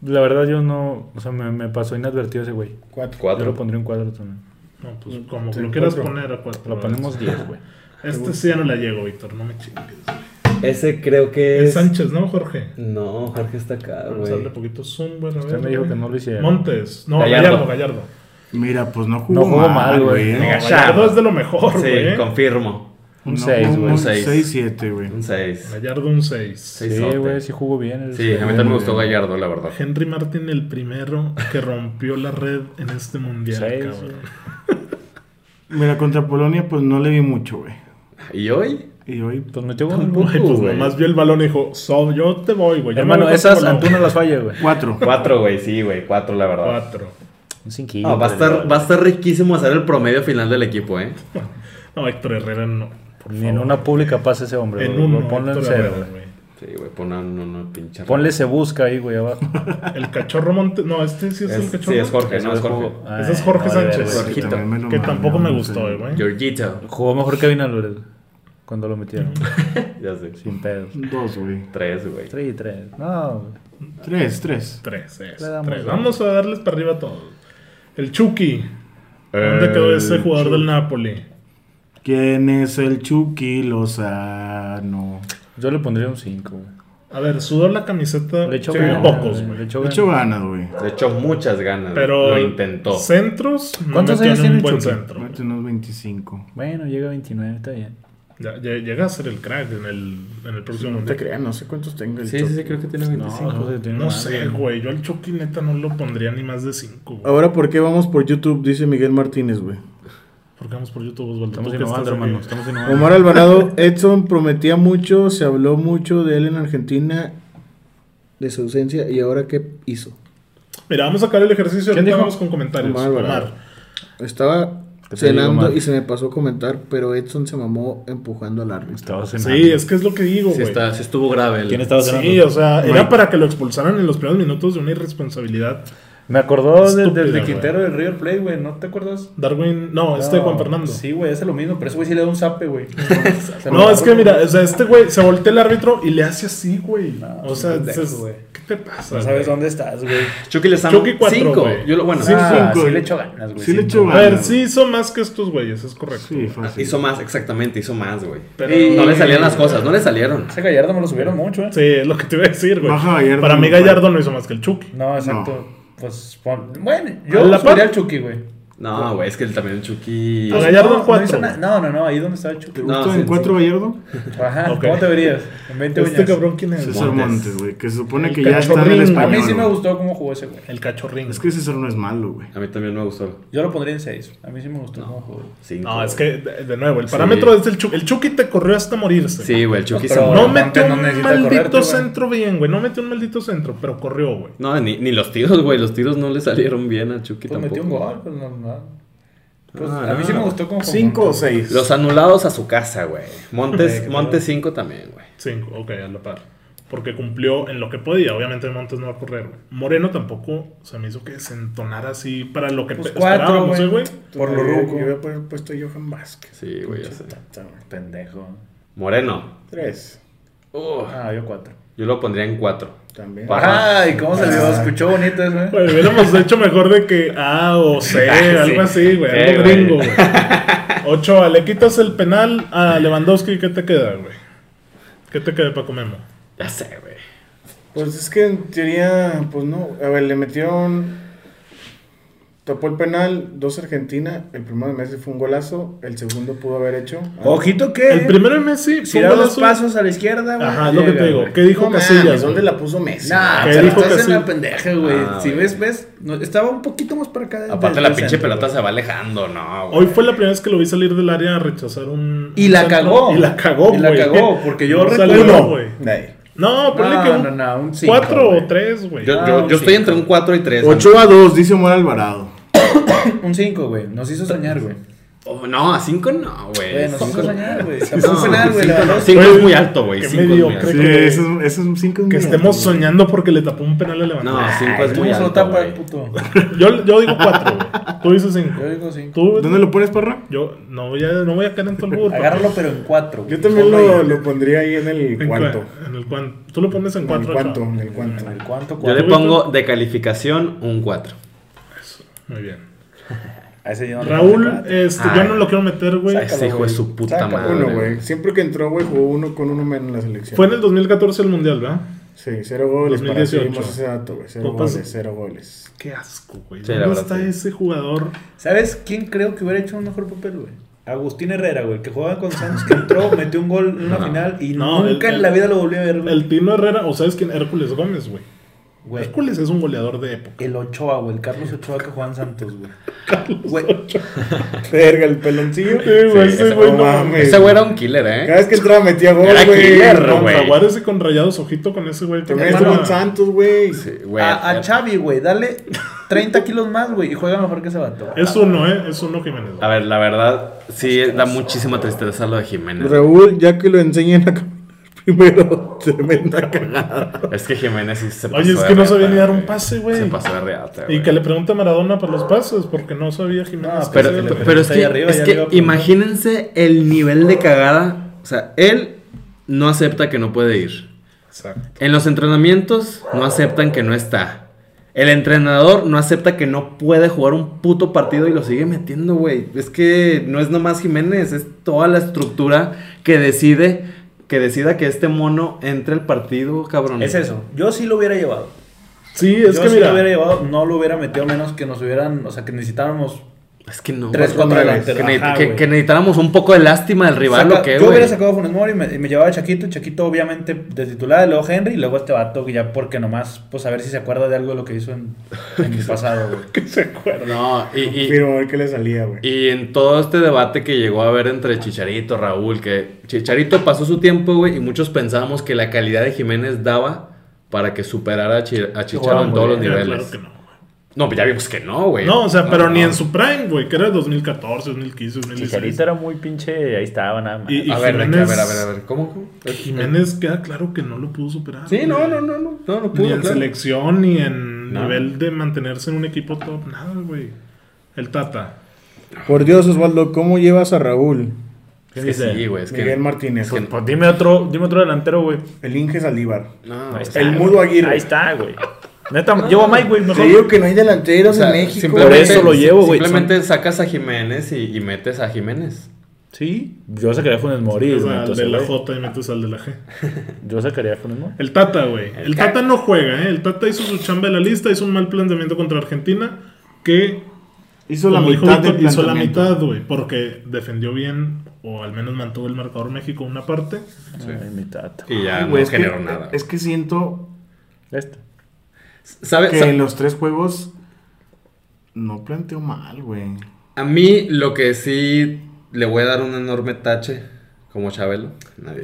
Speaker 2: La verdad, yo no. O sea, me, me pasó inadvertido ese güey. Yo lo
Speaker 4: Cuatro.
Speaker 2: pondría en cuadro también.
Speaker 1: No, pues como
Speaker 2: Mm, Sí,
Speaker 1: lo quieras
Speaker 2: cuatro.
Speaker 1: poner a cuatro.
Speaker 2: Lo ponemos 10, güey.
Speaker 1: Este sí ya no la llego, Víctor, no me chingues.
Speaker 4: Ese creo que
Speaker 1: Es,
Speaker 4: es.
Speaker 1: Sánchez, ¿no, Jorge?
Speaker 4: No, Jorge está acá,
Speaker 1: Vamos a darle
Speaker 4: güey.
Speaker 1: poquito zoom, bueno, a
Speaker 2: Usted
Speaker 1: ver,
Speaker 2: me dijo
Speaker 1: güey.
Speaker 2: que no lo hiciera.
Speaker 1: Montes. No, Gallardo,
Speaker 4: Gallardo.
Speaker 1: Gallardo.
Speaker 3: Mira, pues no jugó,
Speaker 2: No jugó mal,
Speaker 3: mal,
Speaker 2: güey.
Speaker 3: güey. ¿eh?
Speaker 1: No,
Speaker 3: No,
Speaker 4: Gallardo.
Speaker 1: Gallardo es de lo mejor,
Speaker 4: Sí,
Speaker 1: güey.
Speaker 4: confirmo.
Speaker 2: Un seis, güey.
Speaker 4: Un
Speaker 3: Un
Speaker 4: seis.
Speaker 3: 6-7, güey.
Speaker 4: Un 6.
Speaker 1: Gallardo un 6.
Speaker 4: Sí,
Speaker 2: Sí,
Speaker 4: sote.
Speaker 2: güey, sí jugó bien. el-
Speaker 4: Sí, a mí también me gustó Gallardo, la verdad.
Speaker 1: Henry Martin, el primero que rompió la red en este mundial,
Speaker 2: Seis,
Speaker 1: cabrón.
Speaker 3: Mira, contra Polonia, pues no le vi mucho, güey.
Speaker 4: ¿Y hoy?
Speaker 3: Y hoy,
Speaker 2: Pues metió
Speaker 4: Tampoco.
Speaker 2: gol.
Speaker 1: Güey, pues
Speaker 4: güey.
Speaker 1: nomás vio el balón y dijo, "So, yo te voy, güey. Yo me
Speaker 2: Hermano,
Speaker 1: voy
Speaker 2: esas
Speaker 1: con
Speaker 2: Antuna
Speaker 1: Polonia".
Speaker 2: las falla, güey.
Speaker 3: cuatro.
Speaker 4: Cuatro, güey, sí, güey, cuatro, la verdad.
Speaker 1: Cuatro.
Speaker 2: Un cinquillo.
Speaker 4: No, va a
Speaker 2: pero-
Speaker 4: estar, va a estar riquísimo hacer el promedio final del equipo, ¿eh?
Speaker 1: No, Héctor Herrera no. por
Speaker 2: Ni en
Speaker 1: favor.
Speaker 2: una pública pasa ese hombre.
Speaker 1: En
Speaker 2: güey.
Speaker 1: uno.
Speaker 2: Ponlo en
Speaker 1: Héctor
Speaker 2: cero,
Speaker 1: Herrera,
Speaker 2: güey.
Speaker 4: Sí, güey, pon una, una pinche.
Speaker 2: Ponle se busca ahí, güey, abajo.
Speaker 1: güey. El cachorro Monte. No, este sí es, el
Speaker 4: Es-
Speaker 1: cachorro.
Speaker 4: sí, es Jorge, no, es
Speaker 2: Ese Ah,
Speaker 4: Jorge.
Speaker 2: jugó-
Speaker 1: Ese es
Speaker 2: Ay,
Speaker 1: Jorge
Speaker 2: no, de
Speaker 1: Sánchez.
Speaker 2: veras, güey.
Speaker 4: Jorgito.
Speaker 3: También me lo
Speaker 1: Que
Speaker 3: maman,
Speaker 1: tampoco me
Speaker 3: no
Speaker 1: gustó,
Speaker 3: sé.
Speaker 1: güey.
Speaker 4: Georgito.
Speaker 2: Jugó mejor que Vina Lórez cuando lo metieron.
Speaker 4: Ya sé.
Speaker 2: Sin pedos.
Speaker 3: Dos, güey.
Speaker 4: Tres, güey.
Speaker 2: 3 y 3. No, güey.
Speaker 3: Tres, tres.
Speaker 1: Tres, es,
Speaker 2: Le damos
Speaker 1: tres.
Speaker 2: dos.
Speaker 1: Vamos a darles para arriba a todos. El Chucky. ¿Dónde quedó ese jugador del Napoli?
Speaker 3: ¿Quién es el Chucky Lozano?
Speaker 2: yo le pondría un 5, güey.
Speaker 1: A ver, sudó la camiseta.
Speaker 2: Le echó
Speaker 1: sí,
Speaker 2: ganas,
Speaker 1: pocos,
Speaker 2: Le
Speaker 1: güey.
Speaker 2: echó
Speaker 3: Le echó
Speaker 2: ganas.
Speaker 3: ganas, güey.
Speaker 4: Le echó muchas ganas.
Speaker 1: Pero.
Speaker 4: Lo intentó.
Speaker 1: Centros. no
Speaker 2: ¿Cuántos
Speaker 1: metió
Speaker 2: años
Speaker 1: ni un
Speaker 2: tiene el
Speaker 1: buen
Speaker 2: Chucky?
Speaker 1: centro, güey.
Speaker 3: Ahorita unos 25.
Speaker 2: Bueno, llega a 29, está bien.
Speaker 1: Ya- ya- Llega a ser el crack en el, en el próximo
Speaker 3: No te
Speaker 1: mundial.
Speaker 3: creas, no sé cuántos tenga el
Speaker 4: Sí, sí, sí, creo que tiene 25.
Speaker 2: José, tiene
Speaker 1: No
Speaker 2: más,
Speaker 1: sé, güey. Yo al Chucky neta no lo pondría ni más de 5, güey.
Speaker 3: Ahora, ¿por qué vamos por YouTube? Dice Miguel Martínez, güey.
Speaker 1: Porque vamos por YouTube, Osvaldo.
Speaker 2: Estamos
Speaker 1: ¿Tú qué
Speaker 2: innovando,
Speaker 1: estás aquí?
Speaker 2: hermano. Estamos innovando.
Speaker 3: Omar Alvarado, Edson prometía mucho, se habló mucho de él en Argentina, de su ausencia, y ahora qué hizo.
Speaker 1: Mira, vamos a sacar el ejercicio.
Speaker 2: ¿Quién
Speaker 1: ahorita
Speaker 2: dijo?
Speaker 1: vamos con comentarios.
Speaker 3: Omar
Speaker 1: Omar.
Speaker 3: Alvarado. Estaba
Speaker 2: ¿Qué te digo,
Speaker 3: cenando
Speaker 2: Omar?
Speaker 3: y se me pasó a comentar, pero Edson se mamó empujando al árbitro.
Speaker 2: Estaba cenando.
Speaker 1: Sí, es que es lo que digo,
Speaker 4: Sí,
Speaker 1: güey.
Speaker 4: está, sí estuvo grave. el-
Speaker 2: ¿Quién estaba cenando?
Speaker 1: Sí, o sea,
Speaker 3: Güey.
Speaker 1: era para que lo expulsaran en los primeros minutos de una irresponsabilidad.
Speaker 2: Me acordó del
Speaker 1: Estúpida,
Speaker 2: del de
Speaker 1: güey.
Speaker 2: Quintero del River Plate, güey. ¿No te acuerdas?
Speaker 1: Darwin, no, este
Speaker 2: No,
Speaker 1: Juan Fernando.
Speaker 2: Sí, güey, ese es lo mismo. Pero ese güey sí le da un zape, güey. Se
Speaker 1: No,
Speaker 2: lo
Speaker 1: es
Speaker 2: agarró,
Speaker 1: que mira,
Speaker 2: güey.
Speaker 1: o sea, este güey se voltea el árbitro y le hace así, güey.
Speaker 2: No,
Speaker 1: o sea,
Speaker 2: es un pendejo,
Speaker 1: dices,
Speaker 2: güey.
Speaker 1: ¿qué te pasa?
Speaker 2: No sabes
Speaker 1: güey?
Speaker 2: dónde estás, güey.
Speaker 4: Chucky Lozano.
Speaker 1: Chucky cuatro,
Speaker 4: Cinco.
Speaker 1: güey.
Speaker 4: Yo lo, bueno,
Speaker 1: Sí,
Speaker 4: ah,
Speaker 2: Ah,
Speaker 3: cinco.
Speaker 2: sí le echó ganas, güey.
Speaker 3: Sí le echó
Speaker 1: A
Speaker 3: ganas.
Speaker 1: ver, sí hizo más que estos güeyes, es correcto.
Speaker 3: Sí, fácil.
Speaker 4: hizo más, exactamente, hizo más, güey.
Speaker 1: Pero-
Speaker 4: Y no le salían las cosas, no le salieron.
Speaker 2: Ese Gallardo me lo subieron mucho, ¿eh?
Speaker 1: Sí, es lo que te iba a decir, güey.
Speaker 3: Baja Gallardo.
Speaker 1: Para mí Gallardo no hizo más que el Chucky.
Speaker 2: No, exacto. Pues, pon... bueno, yo
Speaker 1: ¿A la
Speaker 2: la subiría
Speaker 1: par?
Speaker 2: al Chucky, güey.
Speaker 4: No, güey, es que él también el Chucky.
Speaker 1: A Gallardo en
Speaker 2: no,
Speaker 1: cuatro,
Speaker 2: No, hizo
Speaker 1: güey.
Speaker 2: na- no, no, no, ahí donde estaba el
Speaker 3: ¿Te
Speaker 2: Chucky.
Speaker 4: No,
Speaker 3: gustó
Speaker 4: sí,
Speaker 3: en cuatro Gallardo?
Speaker 2: Ajá,
Speaker 1: Ok.
Speaker 2: ¿cómo te verías? En 20
Speaker 1: Este
Speaker 2: uñas.
Speaker 1: cabrón, ¿quién es?
Speaker 3: César
Speaker 4: Montes.
Speaker 3: Montes, güey, que se supone
Speaker 1: El
Speaker 3: que ya está en el
Speaker 1: cachorrín.
Speaker 2: A
Speaker 3: español.
Speaker 2: mí sí me
Speaker 3: güey.
Speaker 2: gustó cómo jugó ese güey.
Speaker 1: El cachorrín.
Speaker 3: Es que César no es malo, güey.
Speaker 4: A mí también me gustó.
Speaker 2: Yo lo pondría en 6. A mí sí me gustó cómo jugó.
Speaker 4: Cinco.
Speaker 1: No, es que, de, de nuevo, el parámetro es el Chucky. El Chucky te corrió hasta morirse.
Speaker 4: Sí, güey, el Chucky
Speaker 2: No,
Speaker 4: se
Speaker 2: pero-
Speaker 1: No
Speaker 4: murió.
Speaker 2: Montes
Speaker 1: metió
Speaker 2: no
Speaker 1: un
Speaker 2: necesita
Speaker 1: maldito
Speaker 2: correrte, güey.
Speaker 1: centro bien, güey. No metió un maldito centro, pero corrió, güey.
Speaker 4: No, ni, ni los tiros, güey. Los tiros no le salieron bien a Chucky
Speaker 2: Pues
Speaker 4: tampoco.
Speaker 2: metió un gol, pues no, no. Pues,
Speaker 4: Ah,
Speaker 2: a mí sí
Speaker 4: no.
Speaker 2: me gustó cómo jugó.
Speaker 3: seis?
Speaker 4: Los anulados a su casa, güey.
Speaker 2: Güey,
Speaker 4: Montes,
Speaker 2: qué
Speaker 4: Montes 5 también, güey.
Speaker 1: Cinco, ok, a la par. Porque cumplió en lo que podía. Obviamente Montes no va a correr, güey. Moreno tampoco se me hizo que se entonara así para lo que
Speaker 2: Pues
Speaker 1: pe-
Speaker 2: cuatro,
Speaker 1: esperábamos, ¿eh,
Speaker 2: güey.
Speaker 1: güey.
Speaker 2: Por lo ruco.
Speaker 3: Yo había puesto a Johan Vázquez.
Speaker 4: Sí, güey, ya sé.
Speaker 2: Pendejo.
Speaker 4: Moreno.
Speaker 3: Tres.
Speaker 4: Uf,
Speaker 2: Ah, yo Ah. 4.
Speaker 4: yo lo pondría en 4.
Speaker 3: También.
Speaker 4: Pa-
Speaker 2: Ay, ¿cómo salió? Escuchó bonito eso, eh.
Speaker 1: Güey,
Speaker 2: güey.
Speaker 1: Pues, hubiéramos hecho mejor de que A o C,
Speaker 4: Ah, sí.
Speaker 1: algo así, güey.
Speaker 4: Eh,
Speaker 1: Algo
Speaker 4: güey.
Speaker 1: gringo, güey. Ochoa, le quitas el penal a Lewandowski. ¿Qué te queda, güey? ¿Qué te queda para Memo?
Speaker 4: Ya sé, güey.
Speaker 3: Pues es que en teoría, pues no. A ver, le metieron. Topó el penal, dos Argentina. El primero de Messi fue un golazo. El segundo pudo haber hecho.
Speaker 2: Ojito que.
Speaker 1: El primero de Messi.
Speaker 2: Si
Speaker 1: fue
Speaker 2: da
Speaker 1: un
Speaker 2: dos
Speaker 1: golazo.
Speaker 2: pasos a la izquierda, güey.
Speaker 1: Ajá, es lo que
Speaker 2: llega,
Speaker 1: te digo.
Speaker 2: güey.
Speaker 1: ¿Qué dijo
Speaker 3: No
Speaker 1: Casillas?
Speaker 3: mames,
Speaker 1: güey?
Speaker 3: ¿Dónde la puso Messi?
Speaker 2: Nah,
Speaker 1: ¿Qué
Speaker 2: pero
Speaker 1: dijo
Speaker 2: estás
Speaker 1: Casillas?
Speaker 2: en la pendeja, güey.
Speaker 4: Ah,
Speaker 2: si
Speaker 4: güey.
Speaker 2: ves, ves, no, estaba un poquito más para acá. de-
Speaker 4: Aparte,
Speaker 2: del
Speaker 4: la pinche
Speaker 2: centro,
Speaker 4: pelota
Speaker 2: güey.
Speaker 4: se va alejando, no, güey.
Speaker 1: Hoy fue la primera vez que lo vi salir del área a rechazar un.
Speaker 2: Y la
Speaker 1: un centro.
Speaker 2: cagó.
Speaker 1: Y la cagó,
Speaker 2: Y
Speaker 1: güey.
Speaker 2: la cagó, porque yo
Speaker 1: salió,
Speaker 2: recuerdo-
Speaker 1: güey.
Speaker 3: Nadie.
Speaker 1: No, ponle
Speaker 2: No,
Speaker 1: que un
Speaker 2: no, no, un cinco,
Speaker 1: 4
Speaker 2: güey.
Speaker 1: o 3, güey.
Speaker 4: Yo,
Speaker 2: Ah,
Speaker 4: yo,
Speaker 2: un
Speaker 4: yo estoy
Speaker 2: cinco.
Speaker 4: entre un 4 y 3.
Speaker 3: 8 a 2, dice Omar Alvarado.
Speaker 2: Un 5, güey. Nos hizo soñar, güey.
Speaker 4: Oh, no, a 5 no,
Speaker 2: Güey,
Speaker 4: güey.
Speaker 2: nos
Speaker 4: Cinco
Speaker 2: hizo
Speaker 4: no.
Speaker 2: soñar, güey.
Speaker 4: No,
Speaker 2: Tampoco penal, güey.
Speaker 4: cinco
Speaker 2: la
Speaker 4: no.
Speaker 2: verdad.
Speaker 4: Cinco
Speaker 1: Güey,
Speaker 4: es muy alto, güey.
Speaker 1: qué
Speaker 4: Cinco es muy
Speaker 1: mediocre,
Speaker 4: alto.
Speaker 1: Sí,
Speaker 3: Sí,
Speaker 1: eso
Speaker 3: eso es un 5
Speaker 1: Que estemos soñando porque le tapó un penal a
Speaker 4: No,
Speaker 1: Lewandowski.
Speaker 4: 5 es
Speaker 2: Tú
Speaker 4: muy
Speaker 2: solo
Speaker 4: alto,
Speaker 2: tapa el
Speaker 4: güey.
Speaker 2: puto.
Speaker 1: Yo, yo digo 4, güey. Tú dices 5.
Speaker 2: Yo digo 5.
Speaker 1: ¿Tú?
Speaker 3: ¿Dónde lo pones, parra?
Speaker 1: Yo no voy, a, no voy a caer en tu albur.
Speaker 2: Agárralo, pero en 4.
Speaker 3: pondría ahí en el
Speaker 1: En cuanto. En el cuanto. Tú lo pones en 4.
Speaker 3: cuanto, en el cuanto.
Speaker 2: ¿En el cuánto?
Speaker 4: Yo le
Speaker 1: güey,
Speaker 2: cuatro?
Speaker 4: pongo de calificación un 4.
Speaker 1: Muy bien.
Speaker 2: A ese yo no le pongo
Speaker 1: Raúl,
Speaker 2: cuatro.
Speaker 1: este,
Speaker 4: Ay.
Speaker 1: yo no lo quiero meter, güey.
Speaker 2: Sácalo,
Speaker 4: Ese hijo
Speaker 2: güey.
Speaker 4: es su puta
Speaker 2: Sácalo,
Speaker 4: madre.
Speaker 3: Uno, Ah, güey. Siempre que entró, güey, jugó uno con uno menos en la selección.
Speaker 1: Fue en el 2014 el mundial, ¿verdad?
Speaker 3: Sí, cero goles.
Speaker 1: 2018.
Speaker 3: Para sí, ese dato, güey. Cero
Speaker 1: Copas-
Speaker 3: goles, cero goles.
Speaker 1: Qué asco, güey.
Speaker 4: Sí, la
Speaker 1: ¿Dónde
Speaker 4: verdad,
Speaker 1: está
Speaker 4: sí.
Speaker 1: ese jugador?
Speaker 2: ¿Sabes quién creo que hubiera hecho un mejor papel, güey? Agustín Herrera, güey, que jugaba con Santos, que entró, metió un gol en una
Speaker 4: No.
Speaker 2: final y
Speaker 1: No,
Speaker 2: nunca
Speaker 1: el-
Speaker 2: en la vida lo volvió a ver, güey.
Speaker 1: El Tino Herrera, o sabes quién, Hércules Gómez, güey.
Speaker 5: Güey.
Speaker 1: Hércules es un goleador de época.
Speaker 5: El Ochoa, güey. El Carlos Ochoa que Juan Santos, güey. Güey,
Speaker 6: Verga, el peloncillo.
Speaker 1: Eh, güey,
Speaker 4: Sí,
Speaker 1: ese
Speaker 4: ese-
Speaker 1: güey
Speaker 6: no
Speaker 1: no-
Speaker 6: mames.
Speaker 4: Ese güey era un killer, ¿eh?
Speaker 6: Cada vez que entraba metía gol,
Speaker 4: Era
Speaker 6: güey.
Speaker 4: killer,
Speaker 1: Con
Speaker 4: güey.
Speaker 1: Jaguares y con Rayados, ojito con ese güey.
Speaker 6: También
Speaker 1: Era-
Speaker 6: estuvo en Santos, güey.
Speaker 4: Sí, güey.
Speaker 5: a,
Speaker 1: eh.
Speaker 5: a Xavi, güey. Dale 30 kilos más, güey. Y juega mejor que ese vato.
Speaker 1: Es uno, ¿eh? Es uno Jiménez.
Speaker 4: A ver, la verdad, sí da muchísima tristeza lo de Jiménez.
Speaker 3: Raúl, ya que lo enseñen a caminar primero, tremenda cagada.
Speaker 4: Es que Jiménez sí se pasó
Speaker 1: Oye, es
Speaker 4: de
Speaker 1: que no
Speaker 4: reata,
Speaker 1: sabía ni dar un
Speaker 4: güey.
Speaker 1: pase, güey.
Speaker 4: Se pasó de reata,
Speaker 1: Y
Speaker 4: güey.
Speaker 1: que le pregunte a Maradona por los pases, porque no sabía Jiménez.
Speaker 5: No,
Speaker 1: que
Speaker 4: Pero,
Speaker 1: se-
Speaker 5: Pero-
Speaker 4: pero es
Speaker 5: ahí
Speaker 4: que,
Speaker 5: arriba,
Speaker 4: es
Speaker 5: ahí
Speaker 4: que
Speaker 5: arriba, por
Speaker 4: imagínense el nivel de cagada. O sea, él no acepta que no puede ir.
Speaker 1: Exacto.
Speaker 4: En los entrenamientos no aceptan que no está. El entrenador no acepta que no puede jugar un puto partido y lo sigue metiendo, güey. Es que no es nomás Jiménez, es toda la estructura que decide que decida que este mono entre al partido, cabrón.
Speaker 5: Es eso. Yo sí lo hubiera llevado.
Speaker 1: Sí, es
Speaker 5: Yo
Speaker 1: que
Speaker 5: sí
Speaker 1: mira.
Speaker 5: lo hubiera llevado. No lo hubiera metido a menos que nos hubieran. O sea, que necesitáramos
Speaker 4: Es que no.
Speaker 5: tres,
Speaker 4: güey.
Speaker 5: cuatro
Speaker 6: nueve.
Speaker 4: que,
Speaker 5: delanteros.
Speaker 4: ne-
Speaker 5: Ajá,
Speaker 4: que-
Speaker 5: güey.
Speaker 4: que necesitáramos un poco de lástima del rival,
Speaker 5: Saca-
Speaker 4: ¿o qué,
Speaker 5: Yo
Speaker 4: güey?
Speaker 5: hubiera sacado a Funes Mori y me, y me llevaba a Chaquito. Chaquito, obviamente, de titular, y luego Henry, y luego este vato, que ya porque nomás, pues a ver si se acuerda de algo de lo que hizo en, en el pasado, güey.
Speaker 4: No, y- y,
Speaker 6: Pero a ver qué le salía, güey.
Speaker 4: Y en todo este debate que llegó a haber entre Chicharito, Raúl, que Chicharito pasó su tiempo, güey, y muchos pensábamos que la calidad de Jiménez daba para que superara a, Chi- a Chicharito
Speaker 5: jugaba
Speaker 4: en
Speaker 5: muy
Speaker 4: todos los
Speaker 1: Mira,
Speaker 4: niveles.
Speaker 1: claro que no. güey.
Speaker 4: No, pues ya vimos que no, güey.
Speaker 1: No, o sea, pero ni
Speaker 4: no.
Speaker 1: en su prime, güey, que era 2014, 2015, 2016.
Speaker 2: Chicharito era muy pinche. Ahí estaba, nada más.
Speaker 1: Y, y
Speaker 4: A ver,
Speaker 1: Jiménez,
Speaker 4: a ver, a ver, a ver, ¿cómo? cómo?
Speaker 1: Jiménez queda claro que no lo pudo superar.
Speaker 4: Sí,
Speaker 1: güey.
Speaker 4: no, no, no, no, no, no
Speaker 1: Ni
Speaker 4: pudo,
Speaker 1: en
Speaker 4: claro.
Speaker 1: selección, ni en
Speaker 4: No.
Speaker 1: nivel de mantenerse en un equipo top, nada, güey. El Tata.
Speaker 3: Por Dios, Osvaldo, ¿cómo llevas a Raúl?
Speaker 4: Es que sí, güey, es
Speaker 6: Miguel
Speaker 4: que...
Speaker 6: Martínez.
Speaker 4: es que-
Speaker 2: Pues dime otro, dime otro delantero, güey.
Speaker 6: El Inge Saldívar.
Speaker 4: No,
Speaker 2: Ahí
Speaker 4: o
Speaker 2: está,
Speaker 4: sea,
Speaker 6: El
Speaker 2: güey.
Speaker 6: Mudo Aguirre.
Speaker 2: Ahí está, güey. Neta, llevo a Mike, güey,
Speaker 3: Te
Speaker 2: mejor.
Speaker 3: digo que no hay delanteros
Speaker 4: o sea,
Speaker 3: en México.
Speaker 4: simplemente-
Speaker 2: Por eso lo llevo, güey.
Speaker 4: Simplemente sacas a Jiménez y, y metes a Jiménez.
Speaker 2: Sí, yo sacaría a Funes Mori.
Speaker 1: Metes al
Speaker 2: entonces,
Speaker 1: de la
Speaker 2: güey.
Speaker 1: J y metes al de la G.
Speaker 2: Yo sacaría a Funes Mori.
Speaker 1: El Tata, güey. El Tata no juega, ¿eh? El Tata hizo su chamba de la lista, hizo un mal planteamiento contra Argentina que
Speaker 6: Hizo la
Speaker 1: como dijo
Speaker 6: mitad
Speaker 1: Víctor,
Speaker 6: del
Speaker 1: hizo la
Speaker 6: planteamiento.
Speaker 1: mitad, güey, porque defendió bien o al menos mantuvo el marcador México una parte.
Speaker 2: Ay, mi tata.
Speaker 4: Y ya
Speaker 6: Ay, güey,
Speaker 4: no
Speaker 6: es,
Speaker 4: generó
Speaker 6: que,
Speaker 4: nada.
Speaker 6: es que siento
Speaker 2: Este.
Speaker 4: ¿Sabes?
Speaker 6: que en los tres juegos no planteó mal, güey.
Speaker 4: A mí lo que sí le voy a dar un enorme tache, como Chabelo, nadie.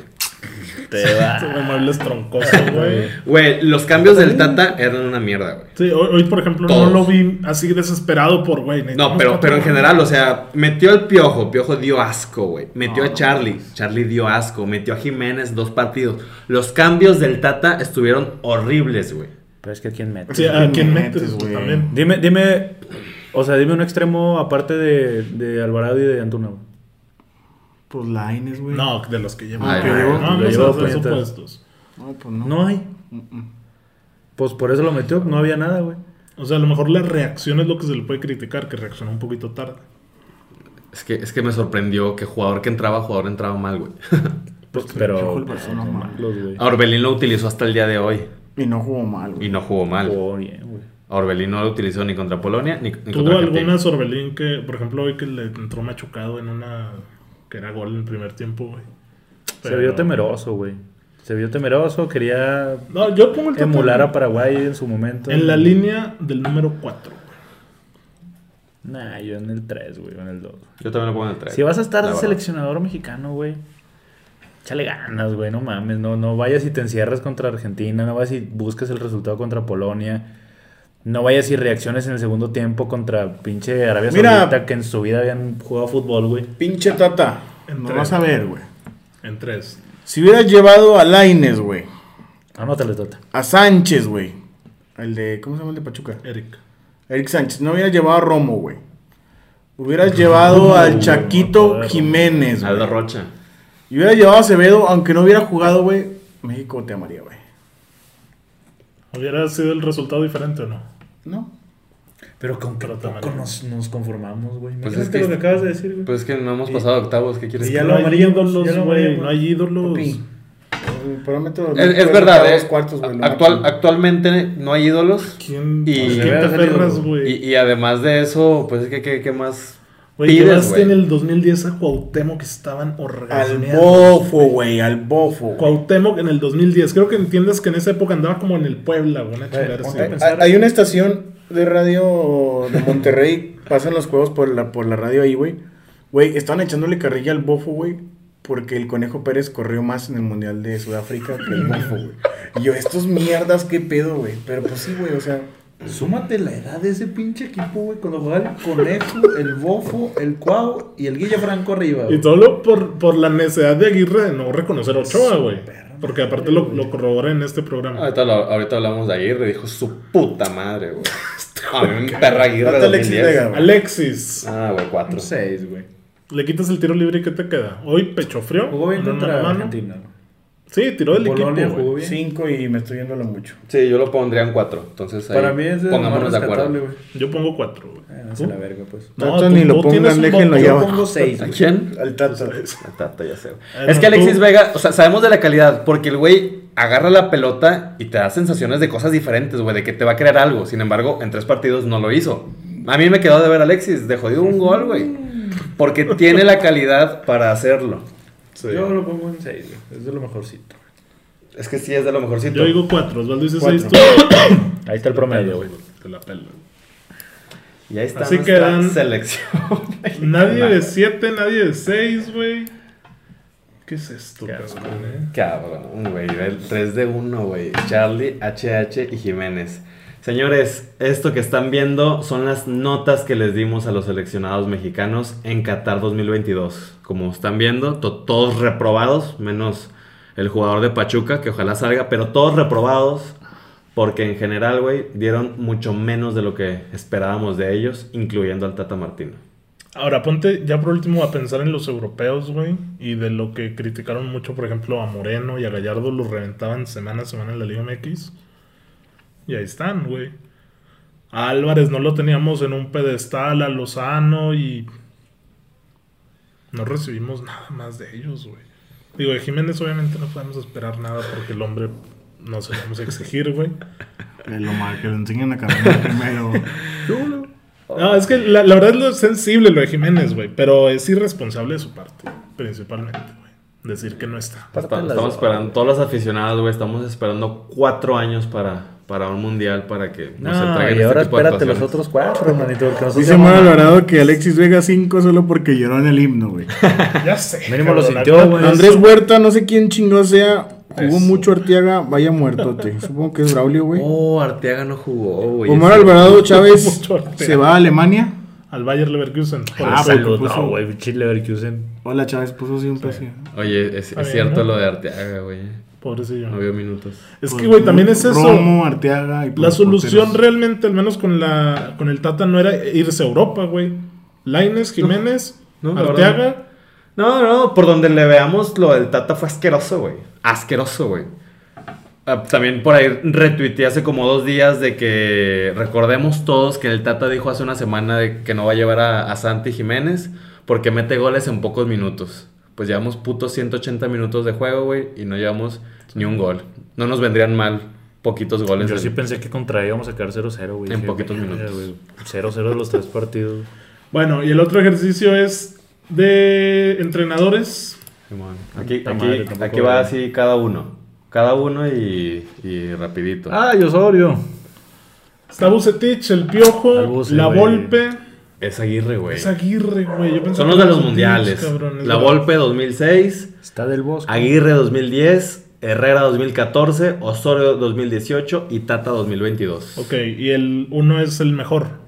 Speaker 2: Te va.
Speaker 1: Ese güey, muebles troncosos, güey.
Speaker 4: Güey, los cambios del Tata eran una mierda, güey.
Speaker 1: Sí, hoy, hoy, por ejemplo,
Speaker 4: Todos.
Speaker 1: no lo vi así desesperado por, güey.
Speaker 4: No,
Speaker 1: necesitamos
Speaker 4: pero,
Speaker 1: cuatro
Speaker 4: pero en
Speaker 1: goles.
Speaker 4: general, o sea, metió al Piojo, Piojo dio asco, güey. Metió a Charlie, Charlie dio asco, metió a Jiménez dos partidos. Los cambios del Tata estuvieron horribles, güey.
Speaker 2: Pero es que quién mete.
Speaker 1: Sí, a quién
Speaker 6: metes,
Speaker 4: Pues
Speaker 1: metes,
Speaker 6: güey?
Speaker 1: también.
Speaker 2: Dime, dime. O sea, dime un extremo aparte de, de Alvarado y de Antuna, güey.
Speaker 6: Pues Laines, güey.
Speaker 1: No, de los que llevan.
Speaker 4: Ay,
Speaker 1: que
Speaker 4: güey,
Speaker 1: no,
Speaker 2: lo
Speaker 1: no
Speaker 2: llevo
Speaker 1: seas de esos
Speaker 2: puñetas.
Speaker 1: puestos.
Speaker 6: No, pues no.
Speaker 2: No hay. Pues por eso lo metió, no había nada, güey.
Speaker 1: O sea, a lo mejor la reacción es lo que se le puede criticar, que reaccionó un poquito tarde.
Speaker 4: Es que, es que me sorprendió que jugador que entraba, jugador entraba mal, güey.
Speaker 2: Pues,
Speaker 6: Piojo
Speaker 2: pero.
Speaker 6: el Barcelona,
Speaker 2: Son
Speaker 6: mal.
Speaker 2: malos, güey.
Speaker 4: A Orbelín lo utilizó hasta el día de hoy
Speaker 6: Y no jugó mal,
Speaker 4: y
Speaker 6: güey.
Speaker 4: no jugó mal.
Speaker 2: Jugó Oh, bien, güey.
Speaker 4: A Orbelín no lo utilizó ni contra Polonia ni, ni
Speaker 1: Tuvo
Speaker 4: contra Argentina.
Speaker 1: algunas Orbelín que, por ejemplo, hoy que le entró machucado en una. que era gol en el primer tiempo, güey.
Speaker 2: Se vio temeroso, güey. Se vio temeroso, quería
Speaker 1: No, yo pongo el Tata
Speaker 2: emular a Paraguay en su momento.
Speaker 1: En la línea del número 4.
Speaker 2: Nah, yo en el 3, güey, o en el 2.
Speaker 4: Yo también lo pongo en el 3.
Speaker 2: Si vas a estar
Speaker 4: La verdad.
Speaker 2: seleccionador mexicano, güey, échale ganas, güey, no mames. No, no vayas y te encierras contra Argentina, no vayas y busques el resultado contra Polonia. No vayas y reacciones en el segundo tiempo contra pinche Arabia
Speaker 6: Mira.
Speaker 2: Saudita que en su vida habían jugado fútbol, güey.
Speaker 6: Pinche tata. No
Speaker 1: Entre-
Speaker 6: vas a ver, güey.
Speaker 1: En 3.
Speaker 6: Si hubieras llevado a Laines, güey.
Speaker 2: Anótale, Tata.
Speaker 6: A Sánchez, güey. El de. ¿Cómo se llama el de Pachuca?
Speaker 1: Eric.
Speaker 6: Eric Sánchez. No hubieras llevado a Romo, güey. Hubieras llevado al
Speaker 2: no,
Speaker 6: Chaquito
Speaker 2: claro.
Speaker 6: Jiménez,
Speaker 4: Aldo
Speaker 6: güey.
Speaker 4: Rocha.
Speaker 6: Y hubieras llevado a Acevedo, aunque no hubiera jugado, güey. México te amaría, güey.
Speaker 1: ¿Hubiera sido el resultado diferente o no?
Speaker 6: ¿No?
Speaker 2: Pero con
Speaker 1: Pero también.
Speaker 2: poco nos, nos conformamos, güey.
Speaker 4: Pues
Speaker 2: Imagínate
Speaker 4: es que-
Speaker 2: lo que acabas de decir, güey.
Speaker 4: Pues es que no hemos pasado a octavos, ¿qué quieres
Speaker 2: Y
Speaker 4: que
Speaker 2: ya
Speaker 1: No
Speaker 2: lo
Speaker 1: hay
Speaker 2: amarillo,
Speaker 1: ídolos,
Speaker 2: ya lo
Speaker 1: güey,
Speaker 2: amarillo,
Speaker 1: No hay ídolos.
Speaker 6: Papi. El parámetro
Speaker 4: Es, es
Speaker 6: de-
Speaker 4: verdad,
Speaker 6: de
Speaker 4: eh.
Speaker 6: los cuartos, güey, lo
Speaker 4: Actual,
Speaker 6: máximo.
Speaker 4: actualmente no hay ídolos.
Speaker 1: ¿Quién,
Speaker 4: Y-
Speaker 1: ¿quién
Speaker 4: Y-
Speaker 1: te aferras, güey?
Speaker 4: Y, y además de eso, pues es que qué, qué más.
Speaker 1: Güey,
Speaker 4: pides,
Speaker 1: llevaste
Speaker 4: güey.
Speaker 1: en el 2010 a Cuauhtémoc que estaban
Speaker 6: Al
Speaker 1: orgasmeados.
Speaker 6: bofo, güey, al bofo. güey.
Speaker 1: Cuauhtémoc en el 2010. Creo que entiendes que en esa época andaba como en el Puebla, güey,
Speaker 2: Eh,
Speaker 1: una chulada
Speaker 5: ponte
Speaker 1: así,
Speaker 5: a
Speaker 1: güey.
Speaker 5: pensar.
Speaker 6: Ha- Ah, Hay una estación de radio de Monterrey, pasan los juegos por la, por la radio ahí, güey. Güey, estaban echándole carrilla al bofo, güey, porque el Conejo Pérez corrió más en el Mundial de Sudáfrica que el bofo, güey. Y yo, estos mierdas, qué pedo, güey. Pero pues sí, güey, o sea,
Speaker 7: Súmate la edad de ese pinche equipo, güey. Cuando jugaba el conejo, el bofo, el cuau y el Guille Franco arriba.
Speaker 1: Y
Speaker 7: güey.
Speaker 1: todo lo por, por la necesidad de Aguirre de no reconocer a Ochoa, güey. Porque aparte lo, lo corrobora en este programa.
Speaker 4: Ahorita, lo- ahorita hablamos de Aguirre, dijo su puta madre, güey.
Speaker 2: Este
Speaker 4: A mí me perra Aguirre
Speaker 6: Falta Alexis
Speaker 4: 2010.
Speaker 6: Vega.
Speaker 1: Alexis,
Speaker 4: Ah, güey, cuatro.
Speaker 7: Seis, güey.
Speaker 1: le quitas el tiro libre y ¿qué te queda? Hoy pecho frío.
Speaker 2: Jugó bien
Speaker 1: con una
Speaker 2: contra
Speaker 1: mano.
Speaker 2: Argentina. güey.
Speaker 1: Sí, tiró del
Speaker 2: Polonia
Speaker 1: equipo. güey.
Speaker 2: jugó bien.
Speaker 6: cinco y me estoy yéndolo mucho.
Speaker 4: Sí, yo lo pondría en cuatro. Entonces ahí
Speaker 2: Para mí es de lo más
Speaker 4: pongámonos de acuerdo.
Speaker 2: rescatable, güey.
Speaker 1: Yo pongo cuatro, güey.
Speaker 2: Eh, no se
Speaker 1: ¿Tú?
Speaker 2: la verga, pues.
Speaker 1: No,
Speaker 6: Tanto
Speaker 1: tú-
Speaker 6: ni lo
Speaker 1: tú tienes
Speaker 6: pongan,
Speaker 1: un
Speaker 6: déjenlo
Speaker 1: voto.
Speaker 6: ya
Speaker 7: Yo
Speaker 6: abajo.
Speaker 7: pongo seis,
Speaker 4: ¿A
Speaker 7: güey.
Speaker 4: quién?
Speaker 6: Al Tata.
Speaker 4: La Tata, ya sé, güey.
Speaker 1: Ay,
Speaker 4: Es que
Speaker 1: Ah, no,
Speaker 4: Alexis
Speaker 1: tú-
Speaker 4: Vega, o sea, sabemos de la calidad, porque el güey agarra la pelota y te da sensaciones de cosas diferentes, güey, de que te va a crear algo. Sin embargo, en tres partidos no lo hizo. A mí me quedó de ver a Alexis, de jodido un gol, güey. Porque tiene la calidad para hacerlo.
Speaker 2: Yo lo pongo en seis, güey. Es de lo mejorcito.
Speaker 4: Es que sí, es de lo mejorcito.
Speaker 1: Yo digo cuatro. Osvaldo dice
Speaker 6: Cuatro.
Speaker 1: seis. tú-
Speaker 2: Ahí está el promedio, güey.
Speaker 1: Te la pelo.
Speaker 4: Y ahí está
Speaker 1: Así
Speaker 4: nuestra
Speaker 1: quedan-
Speaker 4: selección.
Speaker 1: Nadie de siete, nadie de seis, güey. ¿Qué es esto, cabrón, eh?
Speaker 4: Cabrón, güey. Del 3 de 1, güey. Charlie, HH y Jiménez. Señores, esto que están viendo son las notas que les dimos a los seleccionados mexicanos en Qatar 2022. Como están viendo, to- todos reprobados, menos el jugador de Pachuca, que ojalá salga, pero todos reprobados. Porque en general, güey, dieron mucho menos de lo que esperábamos de ellos, incluyendo al Tata Martino.
Speaker 1: Ahora, ponte ya por último a pensar en los europeos, güey. Y de lo que criticaron mucho, por ejemplo, a Moreno y a Gallardo, los reventaban semana a semana en la Liga MX. Y ahí están, güey. A Álvarez no lo teníamos en un pedestal, a Lozano y. No recibimos nada más de ellos, güey. Digo, de Jiménez obviamente no podemos esperar nada porque el hombre no se lo vamos a exigir, güey.
Speaker 3: Que lo, mar- que lo enseñen a caminar primero.
Speaker 1: No, es que la, la verdad es lo sensible lo de Jiménez, güey. Pero es irresponsable de su parte, principalmente, güey. Decir que no está.
Speaker 4: Está- estamos esperando, todos los aficionados, güey, estamos esperando cuatro años para, para un mundial para que
Speaker 2: No,
Speaker 4: se traigan
Speaker 2: Ah,
Speaker 4: este
Speaker 2: y ahora
Speaker 4: tipo de
Speaker 2: espérate los
Speaker 4: actuaciones.
Speaker 2: otros cuatro, hermanito, porque nosotros
Speaker 3: Dice Manuel Alvarado que Alexis Vega 5 solo porque lloró en el himno, güey.
Speaker 1: Ya sé.
Speaker 2: Mínimo lo
Speaker 1: cabrón,
Speaker 2: sintió,
Speaker 1: la-
Speaker 2: güey.
Speaker 3: Andrés Huerta, no sé quién chingó sea.
Speaker 1: Pues
Speaker 3: Jugó mucho Arteaga, vaya muertote. Supongo que es Braulio, güey.
Speaker 4: Oh, Arteaga no jugó, güey.
Speaker 3: Omar
Speaker 4: Ese-
Speaker 3: Alvarado Chávez
Speaker 1: Mucho Arteaga.
Speaker 3: se va a Alemania.
Speaker 1: Al Bayer Leverkusen. Por
Speaker 3: Ah,
Speaker 1: eso.
Speaker 3: pues,
Speaker 2: Salud,
Speaker 3: puso-
Speaker 2: no, güey. Chile Leverkusen.
Speaker 3: Hola Chávez, puso siempre así.
Speaker 4: Oye, es, es
Speaker 1: bien,
Speaker 4: cierto
Speaker 1: ¿no?
Speaker 4: lo de Arteaga, güey.
Speaker 1: Pobrecillo.
Speaker 4: No vio minutos.
Speaker 1: Es
Speaker 3: Pues,
Speaker 1: que, güey, también es eso.
Speaker 3: Romo, Arteaga y
Speaker 1: La
Speaker 3: puros
Speaker 1: solución
Speaker 3: porteros.
Speaker 1: realmente, al menos con la con el Tata, no era irse a Europa, güey. Laines, Jiménez,
Speaker 4: No, la
Speaker 1: Arteaga.
Speaker 4: No, no, por donde le veamos lo del Tata fue asqueroso, güey. Asqueroso, güey. Ah, También por ahí retuiteé hace como dos días de que recordemos todos que el Tata dijo hace una semana de que no va a llevar a, a Santi Jiménez porque mete goles en pocos minutos. Pues llevamos putos 180 minutos de juego, güey, y no llevamos ni un gol. No nos vendrían mal poquitos goles.
Speaker 2: Yo sí
Speaker 4: en-
Speaker 2: pensé que contra ahí íbamos a quedar 0-0, güey.
Speaker 4: En
Speaker 2: Dije,
Speaker 4: poquitos
Speaker 2: "Verga,
Speaker 4: minutos".
Speaker 2: güey, 0-0 de los tres partidos.
Speaker 1: Bueno, y el otro ejercicio es de entrenadores.
Speaker 4: Simón. Aquí,
Speaker 2: Puta
Speaker 4: aquí-
Speaker 2: madre, tampoco
Speaker 4: aquí va
Speaker 2: veo.
Speaker 4: así cada uno. Cada uno y, y rapidito.
Speaker 2: ¡Ay, Ah, Osorio!
Speaker 1: Está Bucetich, El Piojo,
Speaker 2: Al Buce,
Speaker 1: La
Speaker 2: güey.
Speaker 1: Volpe.
Speaker 4: es Aguirre, güey.
Speaker 1: Es Pues Aguirre, güey. Yo pensaba
Speaker 4: Son
Speaker 1: que
Speaker 4: los de
Speaker 1: era
Speaker 4: los
Speaker 1: Ortiz,
Speaker 4: mundiales.
Speaker 1: cabrón, es
Speaker 4: La
Speaker 1: verdad.
Speaker 4: Volpe 2006,
Speaker 2: Está del bosque.
Speaker 4: Aguirre 2010, Herrera 2014, Osorio 2018 y Tata 2022.
Speaker 1: Ok, y el uno es el mejor.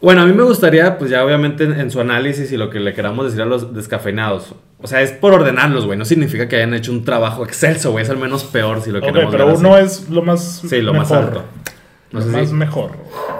Speaker 4: Bueno, a mí me gustaría, pues ya obviamente en, en su análisis y lo que le queramos decir a los descafeinados. O sea, es por ordenarlos, güey. No significa que hayan hecho un trabajo excelso, güey. Es al menos peor si lo
Speaker 1: Ok,
Speaker 4: queremos
Speaker 1: pero
Speaker 4: ver así.
Speaker 1: uno es lo más
Speaker 4: Sí, lo más
Speaker 1: mejor.
Speaker 4: alto. No
Speaker 1: lo
Speaker 4: sé
Speaker 1: más
Speaker 4: si-
Speaker 1: mejor.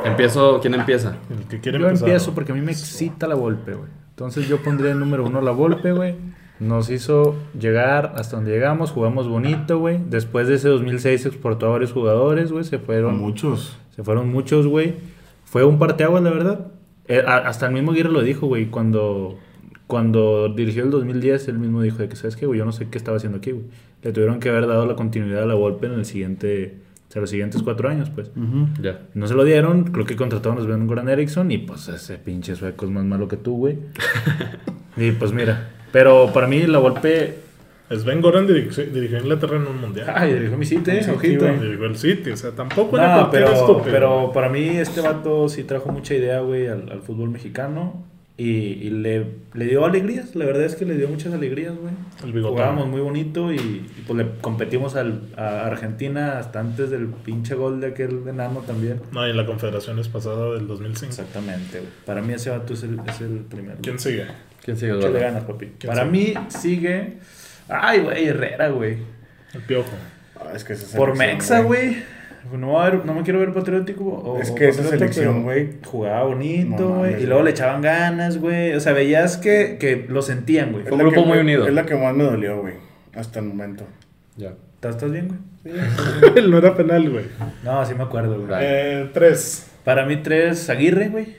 Speaker 4: Empiezo, ¿quién empieza?
Speaker 1: El que
Speaker 2: Yo
Speaker 1: quiere empezar.
Speaker 2: empiezo porque a mí me excita la Volpe, güey. Entonces yo pondría el número uno la Volpe, güey. Nos hizo llegar hasta donde llegamos, jugamos bonito, güey. Después de ese 2006 se exportó a varios jugadores, güey. Se fueron,
Speaker 3: Muchos.
Speaker 2: se fueron muchos, güey. Fue un parteaguas, la verdad. Eh, a- hasta el mismo Aguirre lo dijo, güey. Cuando, cuando dirigió el 2010, él mismo dijo de que, ¿sabes qué, güey? Yo no sé qué estaba haciendo aquí, güey. Le tuvieron que haber dado la continuidad a la Volpe en el siguiente O sea, los siguientes cuatro años, pues.
Speaker 4: Ya.
Speaker 2: No se lo dieron, creo que contrataron a Sven Goran Eriksson y pues ese pinche sueco es más malo que tú, güey. y pues mira, pero para mí la golpe.
Speaker 1: Sven Goran dirigió, dirigió a Inglaterra en un mundial.
Speaker 2: Ay, dirigió mi cita, eh,
Speaker 1: Sí,
Speaker 2: Ah, ojito.
Speaker 1: güey, dirigió el City, o sea, tampoco era
Speaker 2: No,
Speaker 1: cualquier
Speaker 2: pero,
Speaker 1: estúpido.
Speaker 2: pero para mí este vato sí trajo mucha idea, güey, al, al fútbol mexicano. Y, y le, le dio alegrías, la verdad es que le dio muchas alegrías, güey.
Speaker 1: El bigotón.
Speaker 2: Jugábamos muy bonito y, y, pues le competimos al, a Argentina hasta antes del pinche gol de aquel enano también.
Speaker 1: No, y en la Confederación es pasada del 2005.
Speaker 2: Exactamente, güey. Para mí ese vato es el, es el primero.
Speaker 1: ¿Quién sigue?
Speaker 4: ¿Quién sigue?
Speaker 2: Échale
Speaker 4: Eduardo?
Speaker 2: ganas, papi. Para mí sigue. Ay, güey, Herrera, güey.
Speaker 1: El Piojo.
Speaker 3: Ah, es que esa
Speaker 2: Por
Speaker 3: selección,
Speaker 2: Mexa, güey. No, me voy a ver- no me quiero ver patriótico. o-
Speaker 3: Es
Speaker 2: o
Speaker 3: que esa
Speaker 2: patriota,
Speaker 3: selección,
Speaker 2: pero
Speaker 3: güey.
Speaker 2: Jugaba bonito,
Speaker 3: No mames,
Speaker 2: güey. y
Speaker 3: güey.
Speaker 2: luego le echaban ganas, güey. O sea, veías que, que lo sentían, güey.
Speaker 3: Es
Speaker 4: Fue un
Speaker 3: la
Speaker 4: grupo
Speaker 3: que-
Speaker 4: muy unido.
Speaker 3: Es la que más me dolió, güey. Hasta el momento.
Speaker 4: Ya.
Speaker 2: ¿Estás, estás bien, güey?
Speaker 1: no era penal, güey.
Speaker 2: No, sí me acuerdo, güey.
Speaker 4: Right.
Speaker 1: Eh, tres.
Speaker 2: Para mí, tres, Aguirre, güey.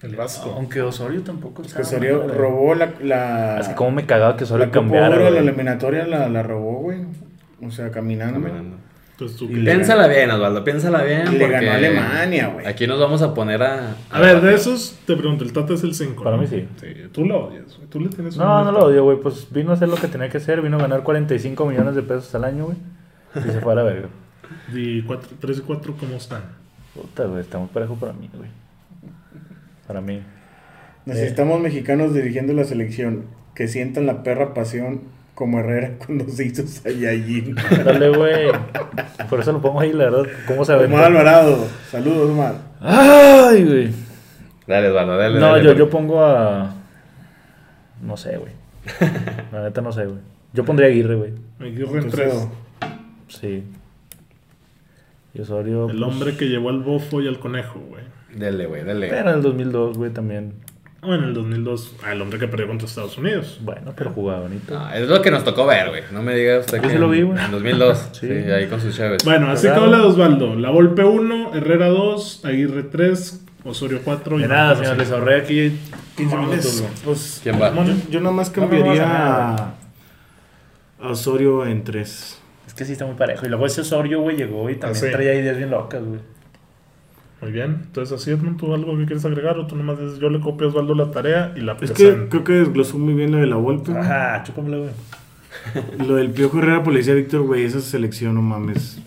Speaker 1: El Vasco.
Speaker 2: Aunque Osorio tampoco.
Speaker 1: Ah,
Speaker 3: Es que
Speaker 2: estaba
Speaker 3: Osorio
Speaker 2: mal, güey.
Speaker 3: robó la. la
Speaker 2: Es que cómo me cagaba que
Speaker 3: la
Speaker 2: Osorio
Speaker 3: Copa
Speaker 2: cambiara.
Speaker 3: Oro, la
Speaker 2: güey.
Speaker 3: eliminatoria la, la robó, güey. O sea, caminando.
Speaker 1: Entonces, tú-
Speaker 3: Y le-
Speaker 4: Piénsala bien, Osvaldo, piénsala bien.
Speaker 3: Y le
Speaker 4: porque
Speaker 3: ganó a Alemania, güey.
Speaker 4: Aquí nos vamos a poner a.
Speaker 1: A ver, de esos, te pregunto, el Tata es el 5.
Speaker 2: Para mí sí.
Speaker 1: Tú lo odias, güey. Tú le tienes
Speaker 2: No,
Speaker 1: un-
Speaker 2: no lo odio, güey. Pues vino a hacer lo que tenía que hacer. Vino a ganar 45 millones de pesos al año, güey. Y se fue a la verga.
Speaker 1: Y 3 y 4, ¿cómo están?
Speaker 2: Puta, güey. Está muy parejo para mí, güey. Para mí. Eh.
Speaker 3: Necesitamos mexicanos dirigiendo la selección que sientan la perra pasión como Herrera cuando se hizo Saiyajin.
Speaker 2: Dale, güey. Por eso lo pongo ahí, la verdad. ¿Cómo se
Speaker 3: Omar
Speaker 2: ve?
Speaker 3: Alvarado. Saludos, Omar.
Speaker 2: Ay, güey.
Speaker 4: Dale, Eduardo, dale.
Speaker 2: No,
Speaker 4: dale,
Speaker 2: yo,
Speaker 4: dale.
Speaker 2: yo pongo a. No sé, güey. La neta no sé, güey. Yo pondría a Aguirre, güey.
Speaker 1: Aguirre en
Speaker 3: Entonces,
Speaker 1: 3.
Speaker 2: Sí. Y Osorio.
Speaker 1: El
Speaker 2: pues,
Speaker 1: hombre que llevó al bofo y al conejo, güey.
Speaker 4: Dele, güey, dale.
Speaker 2: Pero en el 2002, güey, también.
Speaker 1: Bueno, en el 2002, ah, el hombre que perdió contra Estados Unidos.
Speaker 2: Bueno, pero jugaba bonito.
Speaker 4: No, es lo que nos tocó ver, güey. No me digas usted
Speaker 2: Yo
Speaker 4: que.
Speaker 2: sí lo vi, güey.
Speaker 4: En 2002. sí.
Speaker 2: Sí.
Speaker 4: ahí con sus chaves.
Speaker 1: Bueno, así que
Speaker 2: Claro.
Speaker 1: habla de Osvaldo. La Volpe 1, Herrera 2, Aguirre 3, Osorio 4.
Speaker 2: De nada, señor, les ahorré aquí 15 minutos, güey.
Speaker 3: Pues,
Speaker 4: ¿Quién va?
Speaker 3: yo, yo nada más
Speaker 2: No, no, no,
Speaker 3: cambiaría
Speaker 2: nada.
Speaker 3: a Osorio en 3.
Speaker 2: Es que sí está muy parejo. Y luego ese Osorio, güey, llegó y también
Speaker 1: Ah, sí.
Speaker 2: traía ideas bien locas, güey.
Speaker 1: Muy bien. Entonces, así Edmund, ¿tú algo que quieres agregar? O tú nomás dices, yo le copio a Osvaldo la tarea y la
Speaker 3: Es que
Speaker 1: presento.
Speaker 3: creo que desglosó muy bien lo de la Volpe. güey.
Speaker 2: Ajá, chúpamelo, güey.
Speaker 3: Lo del Piojo Herrera, pues policía Víctor, güey, esa selección, no mames.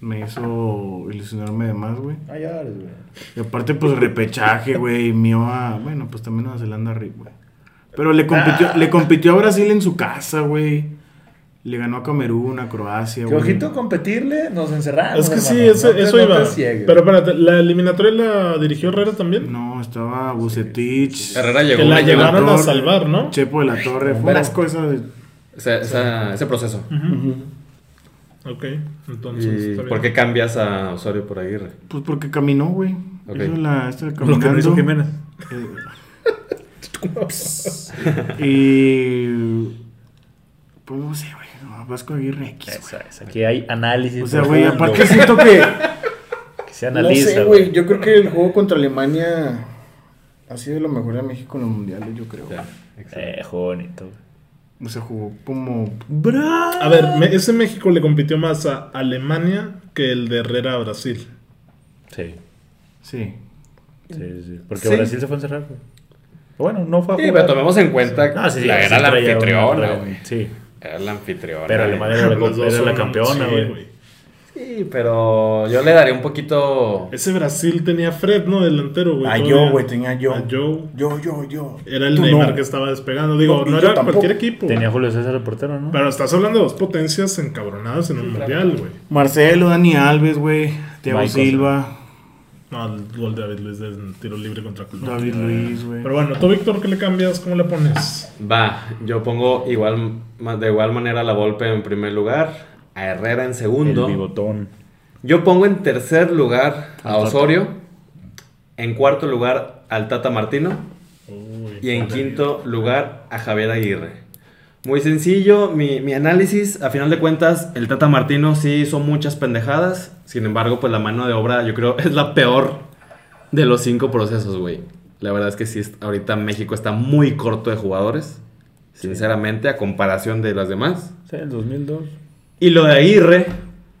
Speaker 3: Me hizo ilusionarme de más, güey.
Speaker 2: Ah, ya eres, güey.
Speaker 3: Y aparte, pues repechaje, güey. Mío a. Bueno, pues también a Nueva Zelanda RIP, güey. Pero le compitió, le compitió a Brasil en su casa, güey. Le ganó a Camerún, a Croacia,
Speaker 8: Que
Speaker 3: güey.
Speaker 8: ojito competirle, nos encerramos.
Speaker 1: Es que sí,
Speaker 8: hermano.
Speaker 1: ese-
Speaker 8: Ah, No te-
Speaker 1: eso
Speaker 8: no
Speaker 1: iba.
Speaker 8: te ciegues.
Speaker 1: Pero espérate, ¿la eliminatoria la dirigió Herrera también?
Speaker 3: No, estaba Bucetich.
Speaker 4: Herrera llegó.
Speaker 1: que la
Speaker 4: güey, llegó.
Speaker 1: llegaron a
Speaker 3: Torre.
Speaker 1: salvar, ¿no?
Speaker 3: Chepo de la Torre. Fue
Speaker 8: Pero-
Speaker 3: unas cosas. de-
Speaker 4: Esa- esa- ese proceso.
Speaker 1: Ok,
Speaker 4: ¿Y
Speaker 1: entonces. está bien.
Speaker 4: ¿Por qué cambias a Osorio por Aguirre?
Speaker 3: Pues porque caminó, güey.
Speaker 4: Ok.
Speaker 3: Hizo la. Esta de
Speaker 2: Lo que no hizo
Speaker 3: caminando.
Speaker 2: Jiménez.
Speaker 3: Eh, Y. Pues no sé, güey. no, Vasco Aguirre X. güey.
Speaker 2: Eso es, aquí hay análisis.
Speaker 3: O sea, güey,
Speaker 2: profundo,
Speaker 3: aparte siento que.
Speaker 2: güey, que se
Speaker 3: No sé,
Speaker 2: analiza,
Speaker 3: güey.
Speaker 2: güey.
Speaker 3: Yo creo que el juego contra Alemania ha sido lo mejor de México en los mundiales, yo creo.
Speaker 4: Ya.
Speaker 2: Eh, juego bonito, güey.
Speaker 3: O sea, jugó como.
Speaker 1: A ver, me- ese México le compitió más a Alemania que el de Herrera a Brasil.
Speaker 2: Sí,
Speaker 3: Sí.
Speaker 2: sí, sí. Porque
Speaker 4: Sí.
Speaker 2: Brasil se fue a encerrar, güey. Pero Bueno, no fue a
Speaker 4: Sí,
Speaker 2: jugar.
Speaker 4: pero tomemos en cuenta
Speaker 2: No, sí, sí,
Speaker 4: la
Speaker 2: sí
Speaker 4: era la
Speaker 2: traía una-
Speaker 4: anfitriona, güey.
Speaker 2: Sí,
Speaker 4: Era la anfitriona.
Speaker 2: pero
Speaker 4: güey.
Speaker 2: Alemania era la,
Speaker 1: Las dos
Speaker 2: era la
Speaker 1: son-
Speaker 2: campeona,
Speaker 1: sí,
Speaker 2: güey.
Speaker 4: Sí, pero yo le daría un poquito.
Speaker 1: Ese Brasil tenía Fred, ¿no? Delantero, güey.
Speaker 3: A
Speaker 1: todavía.
Speaker 3: Ah, yo, güey, tenía yo.
Speaker 1: A Joe.
Speaker 3: Yo, yo, yo.
Speaker 1: Era el
Speaker 3: Tú
Speaker 1: Neymar
Speaker 3: no.
Speaker 1: que estaba despegando. Digo,
Speaker 3: No,
Speaker 1: no,
Speaker 3: y yo
Speaker 1: era
Speaker 3: tampoco.
Speaker 1: cualquier equipo.
Speaker 2: Tenía Julio César el portero, ¿no?
Speaker 1: Pero estás hablando de dos potencias encabronadas en un mundial, güey.
Speaker 3: Marcelo, Dani Alves, güey. Thiago
Speaker 2: Michael.
Speaker 3: Silva.
Speaker 1: No, el gol de David Luis de tiro libre contra Colombia.
Speaker 3: David Luis, güey.
Speaker 1: Pero bueno, tú, Víctor, ¿qué le cambias? ¿Cómo le pones?
Speaker 4: Va, yo pongo igual, ma- de igual manera a la Volpe en primer lugar, a Herrera en
Speaker 2: el
Speaker 4: segundo.
Speaker 2: bigotón.
Speaker 4: Yo pongo en tercer lugar a Osorio, en cuarto lugar al Tata Martino
Speaker 1: Uy,
Speaker 4: y en quinto lugar a Javier Aguirre. Muy sencillo, mi, mi análisis, a final de cuentas, el Tata Martino sí hizo muchas pendejadas, sin embargo, pues la mano de obra yo creo es la peor de los cinco procesos, güey. La verdad es que sí, es- ahorita México está muy corto de jugadores, sinceramente, a comparación de las demás.
Speaker 2: Sí, el 2002.
Speaker 4: Y lo de Aguirre,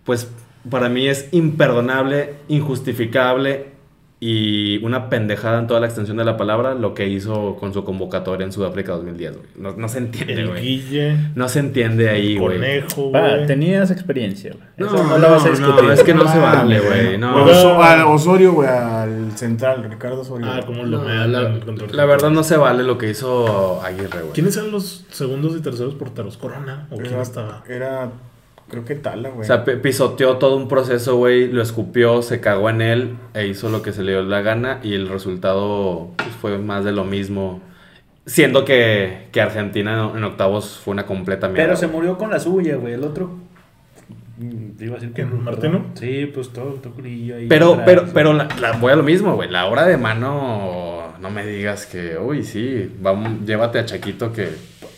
Speaker 4: pues para mí es imperdonable, injustificable y una pendejada en toda la extensión de la palabra lo que hizo con su convocatoria en Sudáfrica 2010, güey. No, no se entiende,
Speaker 1: El
Speaker 4: güey.
Speaker 1: Guille,
Speaker 4: No se entiende ahí, güey.
Speaker 1: Conejo,
Speaker 2: Va,
Speaker 1: güey.
Speaker 2: tenías experiencia, güey.
Speaker 4: No,
Speaker 2: Eso no, la vas a
Speaker 4: no,
Speaker 2: discutir.
Speaker 4: no, es que no se vale, güey.
Speaker 6: O
Speaker 4: No,
Speaker 6: a Oso- a Osorio, güey, al central, Ricardo Osorio.
Speaker 1: Ah, como lo
Speaker 4: No,
Speaker 1: me dan
Speaker 4: la,
Speaker 1: el control.
Speaker 4: la verdad no se vale lo que hizo Aguirre, güey.
Speaker 1: ¿Quiénes eran los segundos y terceros porteros? ¿Corona? ¿O quién
Speaker 4: Ah.
Speaker 6: Era-
Speaker 1: estaba?
Speaker 6: Era, creo que Tala, güey.
Speaker 4: O sea, pi- pisoteó todo un proceso, güey, lo escupió, se cagó en él e hizo lo que se le dio la gana y el resultado pues, fue más de lo mismo. Siendo que, que Argentina en- en octavos fue una completa mierda.
Speaker 2: Pero se murió con la suya, güey. El otro. mm, Iba a decir que.
Speaker 1: ¿Quién, Martino?
Speaker 2: Sí, pues todo, todo curillo ahí.
Speaker 4: Pero,
Speaker 2: atrás,
Speaker 4: pero,
Speaker 2: güey.
Speaker 4: pero la, la- voy a lo mismo, güey. La hora de mano, no me digas que, uy, sí, vamos, llévate a Chaquito que...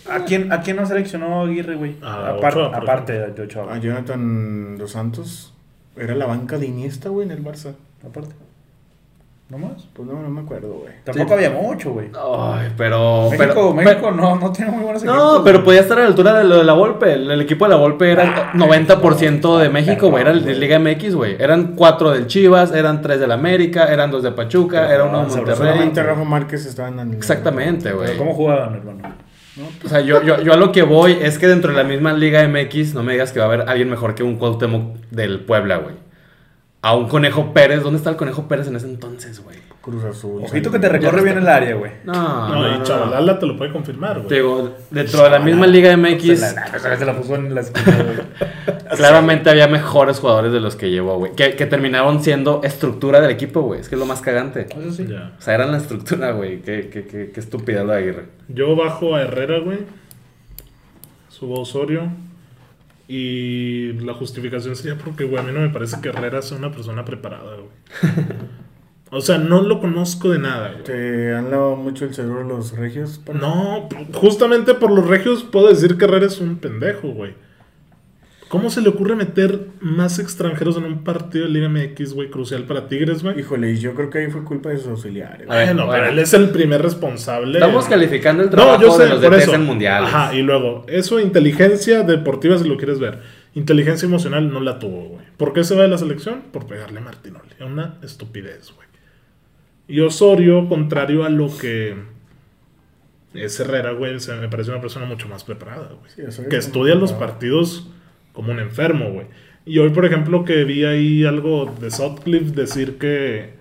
Speaker 2: ¿A quién, ¿A quién no seleccionó Aguirre, güey?
Speaker 1: A
Speaker 2: Apar-
Speaker 1: Ochoa, por
Speaker 2: aparte de Ochoa.
Speaker 6: A Jonathan Dos Santos. Era la banca de Iniesta, güey, en el Barça.
Speaker 2: Aparte. ¿No más?
Speaker 6: Pues no, no me acuerdo, güey.
Speaker 2: Tampoco
Speaker 4: Sí.
Speaker 2: había mucho, güey.
Speaker 4: Ay, pero...
Speaker 2: México,
Speaker 4: pero-
Speaker 2: México no, no tiene muy buenas
Speaker 4: No, pero podía estar a la altura de lo de la Volpe. El, el equipo de la Volpe era el 90% de México, güey. Era el de Liga MX, güey. Eran cuatro del Chivas, eran tres del América, eran dos de Pachuca, era uno de Monterrey.
Speaker 6: Solamente Rafa Márquez estaba en
Speaker 4: Exactamente, güey.
Speaker 2: Pero ¿Cómo jugaban, hermano?
Speaker 4: O sea, yo, yo, yo a lo que voy es que dentro de la misma Liga MX no me digas que va a haber alguien mejor que un Cuauhtémoc del Puebla, güey. A un Conejo Pérez. ¿Dónde está el Conejo Pérez en ese entonces, güey?
Speaker 6: Cruz Azul.
Speaker 2: Ojito que te recorre bien el área, güey.
Speaker 4: No, no,
Speaker 1: No,
Speaker 4: no,
Speaker 1: y
Speaker 4: no.
Speaker 1: Chavalala te lo puede confirmar,
Speaker 4: Te
Speaker 1: güey.
Speaker 4: digo, dentro de la misma Liga
Speaker 2: Se
Speaker 4: MX...
Speaker 2: la, ah, se la puso en la esquina, güey.
Speaker 4: Claramente había mejores jugadores de los que llevó, güey. Que, que terminaron siendo estructura del equipo, güey. Es que es lo más cagante.
Speaker 2: Eso sí.
Speaker 1: Ya.
Speaker 4: O sea, eran la estructura, güey. Qué, qué, qué, qué estupidez lo de Aguirre.
Speaker 1: Yo bajo a Herrera, güey. Subo a Osorio. Y la justificación sería porque, güey, a mí no me parece que Herrera sea una persona preparada, güey. O sea, no lo conozco de nada, güey.
Speaker 6: ¿Te han lavado mucho el cerebro los regios? Paco?
Speaker 1: No, p- justamente por los regios puedo decir que Herrera es un pendejo, güey. ¿Cómo se le ocurre meter más extranjeros en un partido de Liga MX, güey, crucial para Tigres, güey?
Speaker 6: Híjole, yo creo que ahí fue culpa de sus auxiliares.
Speaker 4: A ver,
Speaker 1: Bueno,
Speaker 4: bueno.
Speaker 1: pero él es el primer responsable.
Speaker 4: Estamos calificando el trabajo
Speaker 1: No, yo sé,
Speaker 4: de los
Speaker 1: por
Speaker 4: DTs
Speaker 1: eso.
Speaker 4: en mundiales.
Speaker 1: Ajá, y luego, eso, inteligencia deportiva, si lo quieres ver. Inteligencia emocional no la tuvo, güey. ¿Por qué se va de la selección? Por pegarle a Martinoli. Es una estupidez, güey. Y Osorio, contrario a lo que es Herrera, güey, se me parece una persona mucho más preparada, güey.
Speaker 6: Sí, Osorio
Speaker 1: que
Speaker 6: es un
Speaker 1: estudia los
Speaker 6: preparado.
Speaker 1: partidos como un enfermo, güey. Y hoy, por ejemplo, que vi ahí algo de Sutcliffe decir que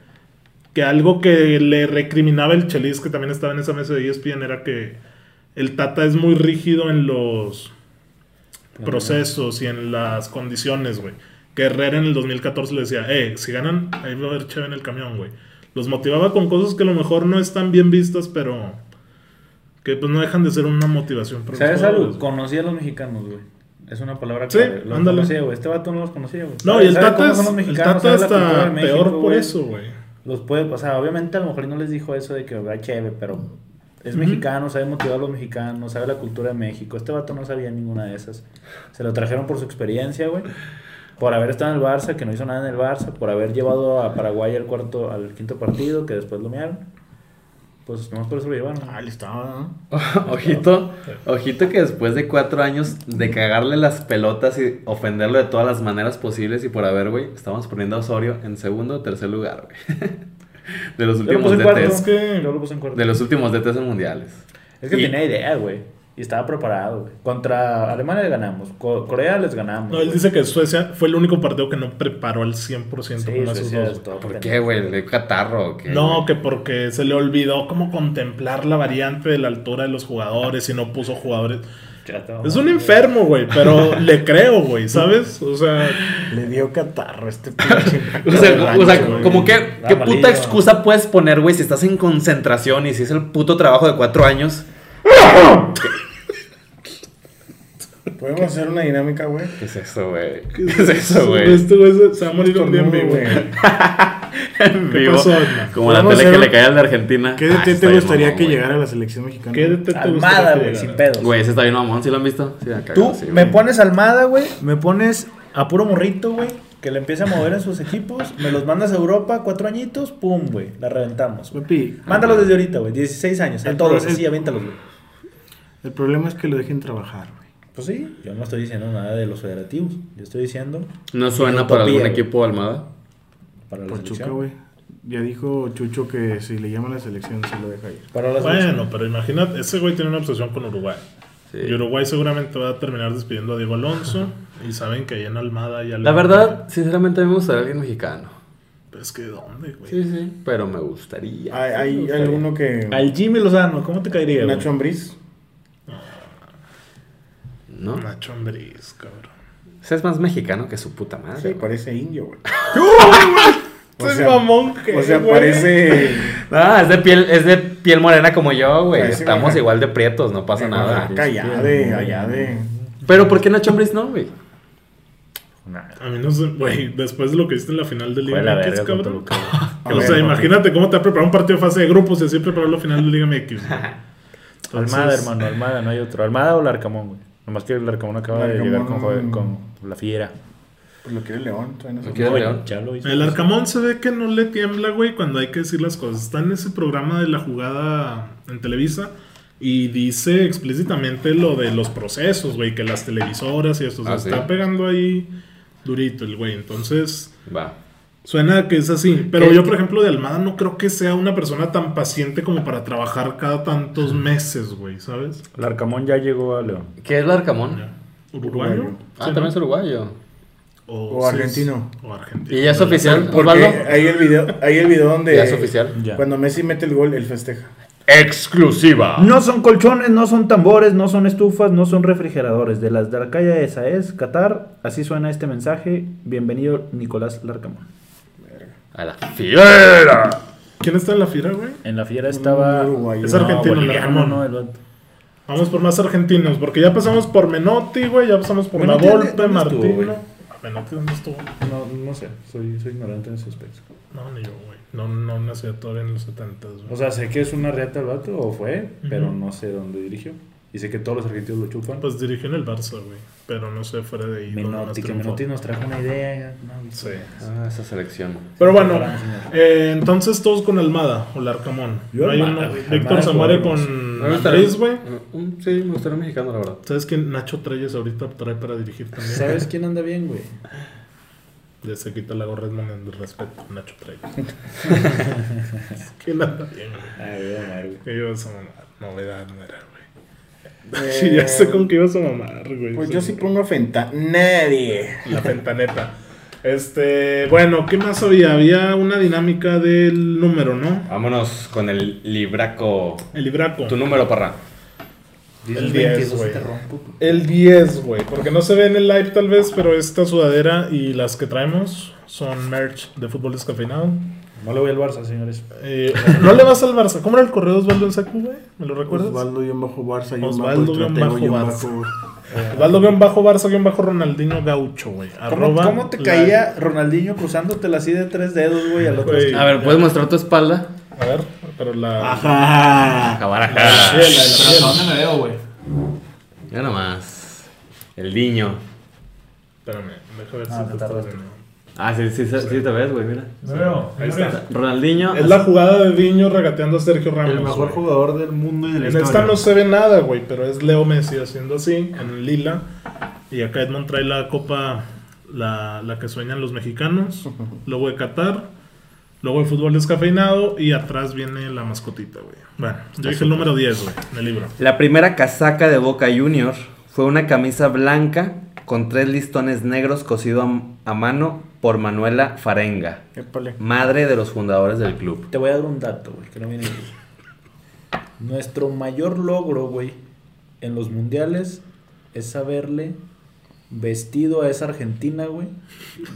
Speaker 1: que algo que le recriminaba el Chelis, que también estaba en esa mesa de E ESPN, era que el Tata es muy rígido en los procesos y en las condiciones, güey. Que Herrera en el 2014 le decía, eh, si ganan, ahí va a haber cheve en el camión, güey. Los motivaba con cosas que a lo mejor no están bien vistas, pero que pues no dejan de ser una motivación. para los
Speaker 2: ¿Sabes
Speaker 1: jugadores,
Speaker 2: algo?
Speaker 1: güey.
Speaker 2: Conocí a los mexicanos, güey. Es una palabra
Speaker 1: Sí,
Speaker 2: clave. Los
Speaker 1: ándale.
Speaker 2: conocía, güey. Este vato no los conocía, güey.
Speaker 1: No,
Speaker 2: ¿Sabe-
Speaker 1: y el
Speaker 2: sabe
Speaker 1: Tata,
Speaker 2: cómo
Speaker 1: es-
Speaker 2: son los
Speaker 1: el
Speaker 2: mexicanos?
Speaker 1: Tata
Speaker 2: Sabe la cultura
Speaker 1: está
Speaker 2: de México,
Speaker 1: peor por
Speaker 2: güey.
Speaker 1: eso, güey.
Speaker 2: Los puede pasar. Obviamente, a lo mejor y no les dijo eso de que va chévere, pero es
Speaker 1: Ujú.
Speaker 2: mexicano, sabe motivar a los mexicanos, sabe la cultura de México. Este vato no sabía ninguna de esas. Se lo trajeron por su experiencia, güey. Por haber estado en el Barça, que no hizo nada en el Barça, por haber llevado a Paraguay al cuarto, al quinto partido, que después lo mearon. Pues nomás por eso lo llevaron.
Speaker 6: Ah, le estaba.
Speaker 4: ojito, ojito que después de cuatro años de cagarle las pelotas y ofenderlo de todas las maneras posibles y por haber, güey, estamos poniendo a Osorio en segundo o tercer lugar, güey. De los
Speaker 2: Yo lo
Speaker 4: últimos
Speaker 2: puse en cuarto.
Speaker 4: DTs.
Speaker 1: que-
Speaker 2: Yo lo puse en cuarto.
Speaker 4: De los últimos DTs en mundiales.
Speaker 2: Es que
Speaker 4: Y-
Speaker 2: tenía idea, güey. Y estaba preparado, güey. Contra Alemania le ganamos. Co- Corea les ganamos.
Speaker 1: No, él
Speaker 2: güey.
Speaker 1: dice que Suecia fue el único partido que no preparó al 100%
Speaker 2: Sí,
Speaker 1: con esos
Speaker 2: sí, sí,
Speaker 1: dos,
Speaker 2: es
Speaker 1: güey.
Speaker 2: todo
Speaker 4: ¿Por
Speaker 2: pendejo.
Speaker 4: qué, güey? ¿Le dio catarro o qué?
Speaker 1: No, que porque se le olvidó cómo contemplar la variante de la altura de los jugadores y no puso jugadores.
Speaker 2: Chato,
Speaker 1: Es un
Speaker 2: güey.
Speaker 1: enfermo, güey, pero le creo, güey, ¿sabes? O sea,
Speaker 6: Le dio catarro este pinche.
Speaker 4: O sea, o sea,
Speaker 6: Güey.
Speaker 4: como que,
Speaker 2: Ah,
Speaker 4: ¿qué
Speaker 2: malillo.
Speaker 4: puta excusa puedes poner, güey, si estás en concentración y si es el puto trabajo de cuatro años? ¿Qué,
Speaker 6: Podemos hacer una dinámica, güey.
Speaker 4: qué es eso, güey? ¿Qué es eso, güey?
Speaker 1: este güey se, se va a morir un día en
Speaker 6: Estornudo,
Speaker 1: vivo, güey.
Speaker 4: En
Speaker 1: ¿Qué
Speaker 4: vivo,
Speaker 1: pasó, Edna?
Speaker 4: como la
Speaker 6: Vamos
Speaker 4: tele
Speaker 6: a
Speaker 4: que
Speaker 6: hacer
Speaker 4: le
Speaker 6: un-
Speaker 4: cae al de Argentina.
Speaker 6: ¿Qué DT
Speaker 4: Ah, está
Speaker 6: te
Speaker 4: bien
Speaker 6: gustaría
Speaker 4: mamón,
Speaker 6: que
Speaker 4: güey.
Speaker 6: llegara a la selección mexicana?
Speaker 1: ¿Qué DT te
Speaker 2: Almada,
Speaker 1: gustaría que
Speaker 2: güey,
Speaker 1: llegara?
Speaker 2: sin pedos.
Speaker 4: Güey, ese está bien mamón, ¿sí lo han visto? Sí, acá,
Speaker 2: Tú
Speaker 4: sí,
Speaker 2: me
Speaker 4: güey.
Speaker 2: pones Almada, güey. Me pones a puro morrito, güey. Que le empiece a mover en sus equipos. Me los mandas a Europa, cuatro añitos. Pum, güey. La reventamos. güey.
Speaker 6: Papi,
Speaker 2: Mándalos desde ahorita, güey. 16 años. A
Speaker 6: El
Speaker 2: todos,
Speaker 6: pro- el-
Speaker 2: así, aviéntalos, güey.
Speaker 6: el problema es que lo dejen trabajar, güey.
Speaker 5: Pues sí, yo no estoy diciendo nada de los federativos. Yo estoy diciendo
Speaker 4: ¿No suena
Speaker 5: Utopía,
Speaker 4: para algún
Speaker 5: güey.
Speaker 4: equipo de Almada?
Speaker 5: para la
Speaker 3: Pachuca,
Speaker 5: selección.
Speaker 3: güey. Ya dijo Chucho que si le llaman a la selección se lo deja ir.
Speaker 5: Para la selección.
Speaker 1: Bueno, pero imagínate, ese güey tiene una obsesión con Uruguay.
Speaker 4: Sí.
Speaker 1: Y Uruguay seguramente va a terminar despidiendo a Diego Alonso. y saben que ahí en Almada ya le-
Speaker 4: La verdad, sinceramente, a mí me gustaría alguien mexicano.
Speaker 1: Es que ¿dónde, güey?
Speaker 4: Sí, sí. Pero me gustaría.
Speaker 6: Hay, hay alguno que.
Speaker 5: Al Jimmy Lozano, ¿cómo te caería? güey?
Speaker 6: Nacho Ambriz.
Speaker 4: ¿No?
Speaker 1: Nacho Ambriz, cabrón.
Speaker 4: O sea, es más mexicano que su puta madre.
Speaker 6: Sí,
Speaker 4: güey.
Speaker 6: parece indio, güey. O
Speaker 5: Ese
Speaker 6: sea,
Speaker 5: mamón que,
Speaker 6: O sea,
Speaker 5: güey.
Speaker 6: parece.
Speaker 4: No, es de piel, es de piel morena como yo, güey.
Speaker 6: Parece
Speaker 4: Estamos
Speaker 6: Oaxaca.
Speaker 4: igual de prietos, no pasa
Speaker 6: de
Speaker 4: nada.
Speaker 6: Oaxaca, allá de. Allá de.
Speaker 4: Pero ¿por qué Nacho Ambriz no, güey?
Speaker 1: A mí no sé, güey, después de lo que hiciste en la final del Liga
Speaker 5: Fue la
Speaker 1: MX,
Speaker 5: verga con
Speaker 1: cabrón.
Speaker 5: Toluca.
Speaker 1: o sea, imagínate cómo te ha preparado un partido de fase de grupos y así preparó la final de Liga MX. güey. Entonces,
Speaker 2: Almada, hermano, Almada, no hay otro. Almada o Larcamón, güey. Nomás que el Larcamón acaba de llegar con,
Speaker 6: Larcamón.
Speaker 2: jue- con la fiera.
Speaker 6: Pues lo quiere León. todavía no
Speaker 4: Lo
Speaker 6: se-
Speaker 4: quiere-
Speaker 2: Oye,
Speaker 4: León.
Speaker 2: ya lo hizo.
Speaker 1: El Arcamón se ve que no le tiembla, güey, cuando hay que decir las cosas. Está en ese programa de la jugada en Televisa y dice explícitamente lo de los procesos, güey, que las televisoras y esto. o sea,
Speaker 4: Ah, sí.
Speaker 1: está pegando ahí durito el güey. Entonces,
Speaker 4: Va.
Speaker 1: suena que es así. Pero
Speaker 4: ¿Qué?
Speaker 1: yo, por ejemplo, de Almada no creo que sea una persona tan paciente como para trabajar cada tantos meses, güey, ¿sabes?
Speaker 2: Larcamón ya llegó a León.
Speaker 4: ¿Qué es Larcamón?
Speaker 1: Uruguayo.
Speaker 4: Ah,
Speaker 1: Sí, ¿no?
Speaker 4: también es uruguayo.
Speaker 6: O
Speaker 1: sí,
Speaker 6: argentino.
Speaker 1: O argentino.
Speaker 4: ¿Y ya es oficial?
Speaker 6: Porque
Speaker 4: Osvaldo?
Speaker 6: hay el video, hay el video donde.
Speaker 4: Ya es oficial.
Speaker 2: Ya.
Speaker 6: Cuando Messi mete el gol, él festeja.
Speaker 4: Exclusiva.
Speaker 2: No son colchones, no son tambores, no son estufas, no son refrigeradores. De las de la calle esa es Qatar. Así suena este mensaje. Bienvenido Nicolás Larcamón.
Speaker 4: A la fiera.
Speaker 1: ¿Quién está en la fila, güey?
Speaker 2: En la fiera estaba.
Speaker 6: uruguayo.
Speaker 1: Es argentino,
Speaker 2: No, boliviano,
Speaker 1: Larcamón.
Speaker 2: no, el vato.
Speaker 1: Vamos por más argentinos, porque ya pasamos por Menotti, güey, ya pasamos por La
Speaker 2: Menotti, ¿dónde-
Speaker 1: Volpe,
Speaker 2: dónde estuvo,
Speaker 1: Martino. Ah,
Speaker 2: güey?
Speaker 1: Menotti, ¿dónde estuvo?
Speaker 2: No, no sé, soy, soy ignorante en ese aspecto.
Speaker 1: No, ni yo, güey. No, no nací todavía en los 70,
Speaker 2: O
Speaker 1: güey.
Speaker 2: sea, sé que es una reata el vato, o fue, pero no sé dónde dirigió. Y sé que todos los argentinos lo chupan.
Speaker 1: Pues dirigió en el Barça, güey. Pero no sé fuera de ahí. dónde más
Speaker 2: Menotti, que
Speaker 1: triunfó.
Speaker 2: Menotti nos trajo una idea. no,
Speaker 1: Sí.
Speaker 4: Ah, esa selección.
Speaker 1: Pero bueno, eh, entonces todos con Almada o Larcamón.
Speaker 2: Yo
Speaker 1: No hay
Speaker 2: Almada,
Speaker 1: uno.
Speaker 2: güey.
Speaker 1: Víctor
Speaker 2: Almada
Speaker 1: Zamare
Speaker 2: jugaba
Speaker 1: con Andrés, güey.
Speaker 4: Mm, Sí, me gustaría un mexicano, la verdad.
Speaker 1: ¿Sabes quién? Nacho Treyes ahorita trae para dirigir también.
Speaker 2: ¿Sabes quién anda bien, güey?
Speaker 1: Ya se quita la gorra en el respeto, Nacho Treyes. ¿Quién anda bien, güey? Que ibas a mamar. Novedad no era, güey. Sí, ya sé con qué ibas a mamar, güey.
Speaker 6: Eh, Pues
Speaker 1: Sí.
Speaker 6: yo sí pongo Fenta. Nadie.
Speaker 1: La fentaneta. Este, bueno, ¿qué más había? Había una dinámica del número, ¿no?
Speaker 4: Vámonos con el libraco.
Speaker 1: El libraco.
Speaker 4: Tu número, parra.
Speaker 1: El 10, güey. El 10, güey. Porque no se ve en el live tal vez, pero esta sudadera y las que traemos son merch de fútbol descafeinado.
Speaker 2: No le voy al Barça, señores.
Speaker 1: Eh, no le vas al Barça. ¿Cómo era el correo de Osvaldo en Sacu, güey? ¿Me lo recuerdas?
Speaker 3: Osvaldo y bajo Barça y
Speaker 1: Osvaldo
Speaker 3: bajo
Speaker 1: guión
Speaker 3: Stratego, guión
Speaker 1: bajo
Speaker 3: bajo-
Speaker 1: Osvaldo guión bajo Barça guión bajo Ronaldinho Gaucho, güey.
Speaker 5: ¿Cómo,
Speaker 1: Arroba
Speaker 5: cómo te
Speaker 1: la-
Speaker 5: caía Ronaldinho cruzándotela así de tres dedos, güey, al otro?
Speaker 1: Güey,
Speaker 4: A ver, ¿puedes mostrar tu espalda?
Speaker 1: A ver, pero la...
Speaker 3: Ajá.
Speaker 4: Cabaraja.
Speaker 1: la- la- la-
Speaker 2: dónde me veo, güey?
Speaker 4: Ah, Ya nomás. El niño.
Speaker 1: Espérame, deja ver
Speaker 2: Ah,
Speaker 1: si te
Speaker 2: te
Speaker 1: está
Speaker 2: tardaste.
Speaker 1: viendo.
Speaker 4: Ah, sí, sí, sí, sí te ves, güey, mira.
Speaker 2: Me veo.
Speaker 1: Ahí está.
Speaker 4: Ronaldinho.
Speaker 1: Es la jugada de Viño regateando a Sergio Ramos.
Speaker 7: El mejor
Speaker 1: güey.
Speaker 7: jugador del mundo y de la
Speaker 1: En esta
Speaker 7: historia.
Speaker 1: no se ve nada, güey, pero es Leo Messi haciendo así, en lila. Y acá Edmond trae la copa, la, la que sueñan los mexicanos. Luego de Qatar. Luego el fútbol descafeinado. Y atrás viene la mascotita, güey. Bueno, yo dije el número 10, güey, en el libro.
Speaker 4: La primera casaca de Boca Juniors fue una camisa blanca con tres listones negros cosido a, a mano por Manuela Farenga,
Speaker 6: Épale.
Speaker 4: madre de los fundadores del club.
Speaker 2: Te voy a dar un dato, güey, que no viene. aquí. Nuestro mayor logro, güey, en los mundiales es haberle vestido a esa Argentina, güey,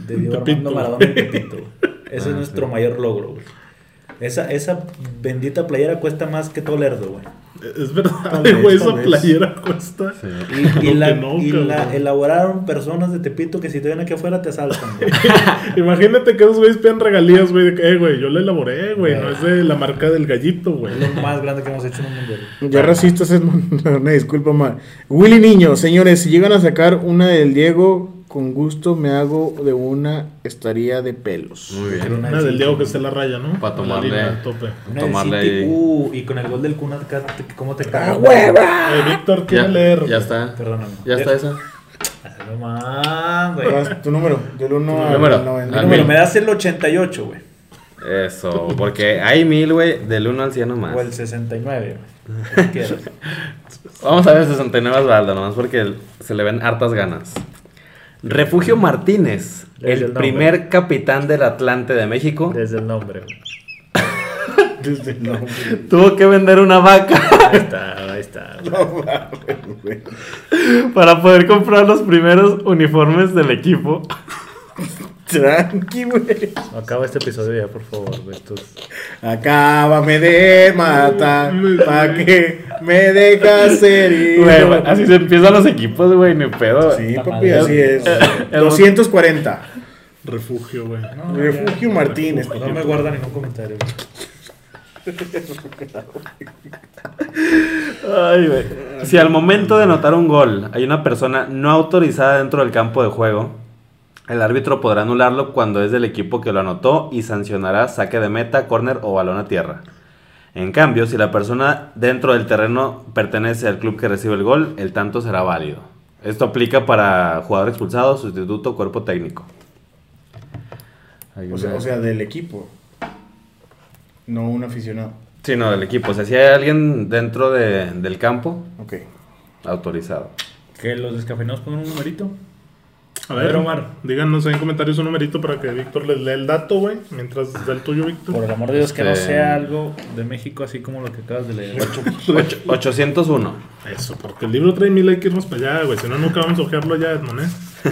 Speaker 2: de Diego
Speaker 1: Pepito.
Speaker 2: Armando Maradona y Pepito. güey. Ese
Speaker 4: Ah,
Speaker 2: es nuestro mayor logro, güey. Esa, esa bendita playera cuesta más que todo lerdo, güey.
Speaker 1: Es verdad,
Speaker 6: Tal vez,
Speaker 1: güey,
Speaker 6: tal
Speaker 1: esa
Speaker 6: vez.
Speaker 1: playera cuesta.
Speaker 2: Y, y
Speaker 1: Lo
Speaker 2: la,
Speaker 1: que no,
Speaker 2: y
Speaker 1: cabrón.
Speaker 2: la elaboraron personas de Tepito que si te ven aquí afuera te asaltan, güey.
Speaker 1: Imagínate que esos güeyes piden regalías, güey, de que, eh, güey, yo la elaboré, güey, no es de la marca del gallito, güey.
Speaker 2: Es lo más grande que hemos hecho en un mundial.
Speaker 6: Ya racistas, Edmond. Una disculpa, mal. Willy Niño, señores, si llegan a sacar una del Diego
Speaker 3: con gusto me hago de una estaría de pelos.
Speaker 4: Muy bien.
Speaker 1: Una del Diego que esté en la raya, ¿no?
Speaker 4: Pa' tomarle.
Speaker 1: La línea, a tope.
Speaker 2: Una del
Speaker 4: Tomarle
Speaker 2: City,
Speaker 4: ahí.
Speaker 2: uh, y con el gol del Kun Atká, te- ¿cómo te
Speaker 6: Ah,
Speaker 2: cago?
Speaker 1: Eh, Víctor,
Speaker 4: Ya,
Speaker 1: quiere leer.
Speaker 4: ya está.
Speaker 2: Perdóname.
Speaker 4: Ya está esa.
Speaker 2: No mames, güey.
Speaker 6: Vas, Tu número, del 1 al
Speaker 4: Número.
Speaker 6: 90.
Speaker 4: Al
Speaker 2: Número, Ah,
Speaker 4: mil.
Speaker 2: me das el 88, güey.
Speaker 4: Eso, porque hay mil, güey, del 1 al 100 nomás.
Speaker 2: O el 69, güey. Como quieras.
Speaker 4: Vamos a ver 69 Osvaldo, nomás porque se le ven hartas ganas. Refugio Martínez,
Speaker 2: Desde
Speaker 4: el
Speaker 2: el nombre.
Speaker 4: primer capitán del Atlante de México,
Speaker 2: Desde el nombre, güey.
Speaker 6: Desde el nombre.
Speaker 4: tuvo que vender una vaca
Speaker 2: Ahí está, ahí está. güey.
Speaker 4: para poder comprar los primeros uniformes del equipo.
Speaker 6: Tranqui, güey.
Speaker 2: Acaba este episodio ya, por favor, güey. Estos-
Speaker 6: Acábame de matar. ¿Para que me dejas herido?
Speaker 4: Güey, así se empiezan los equipos, güey, ni pedo.
Speaker 6: Sí,
Speaker 4: güey.
Speaker 6: papi, así es. 240.
Speaker 1: Refugio, güey.
Speaker 2: Ah,
Speaker 6: Refugio Martínez.
Speaker 2: No me guarda ningún comentario, güey.
Speaker 4: Ay, güey. Si al momento de anotar un gol hay una persona no autorizada dentro del campo de juego, el árbitro podrá anularlo cuando es del equipo que lo anotó y sancionará saque de meta, córner o balón a tierra. En cambio, si la persona dentro del terreno pertenece al club que recibe el gol, el tanto será válido. Esto aplica para jugador expulsado, sustituto, cuerpo técnico. Hay
Speaker 6: O sea,
Speaker 4: una-
Speaker 6: o sea, del equipo. No un aficionado.
Speaker 4: sí, no, del equipo. O sea, si hay alguien dentro de- del campo,
Speaker 6: Ok.
Speaker 4: autorizado.
Speaker 2: Que los descafeinados pongan un numerito.
Speaker 1: A ver,
Speaker 2: A ver, Omar.
Speaker 1: Díganos ahí en comentarios un numerito para que Víctor les lea el dato, güey. Mientras da el tuyo,
Speaker 2: Por
Speaker 1: Víctor.
Speaker 2: el amor de Dios, que no
Speaker 4: Este-
Speaker 2: sea algo de México, así como lo que acabas de leer.
Speaker 4: Ocho- 801.
Speaker 1: Eso, porque el libro trae mil, hay que irnos para allá, güey. Si no, nunca vamos a ojearlo allá, Edmond, ¿eh?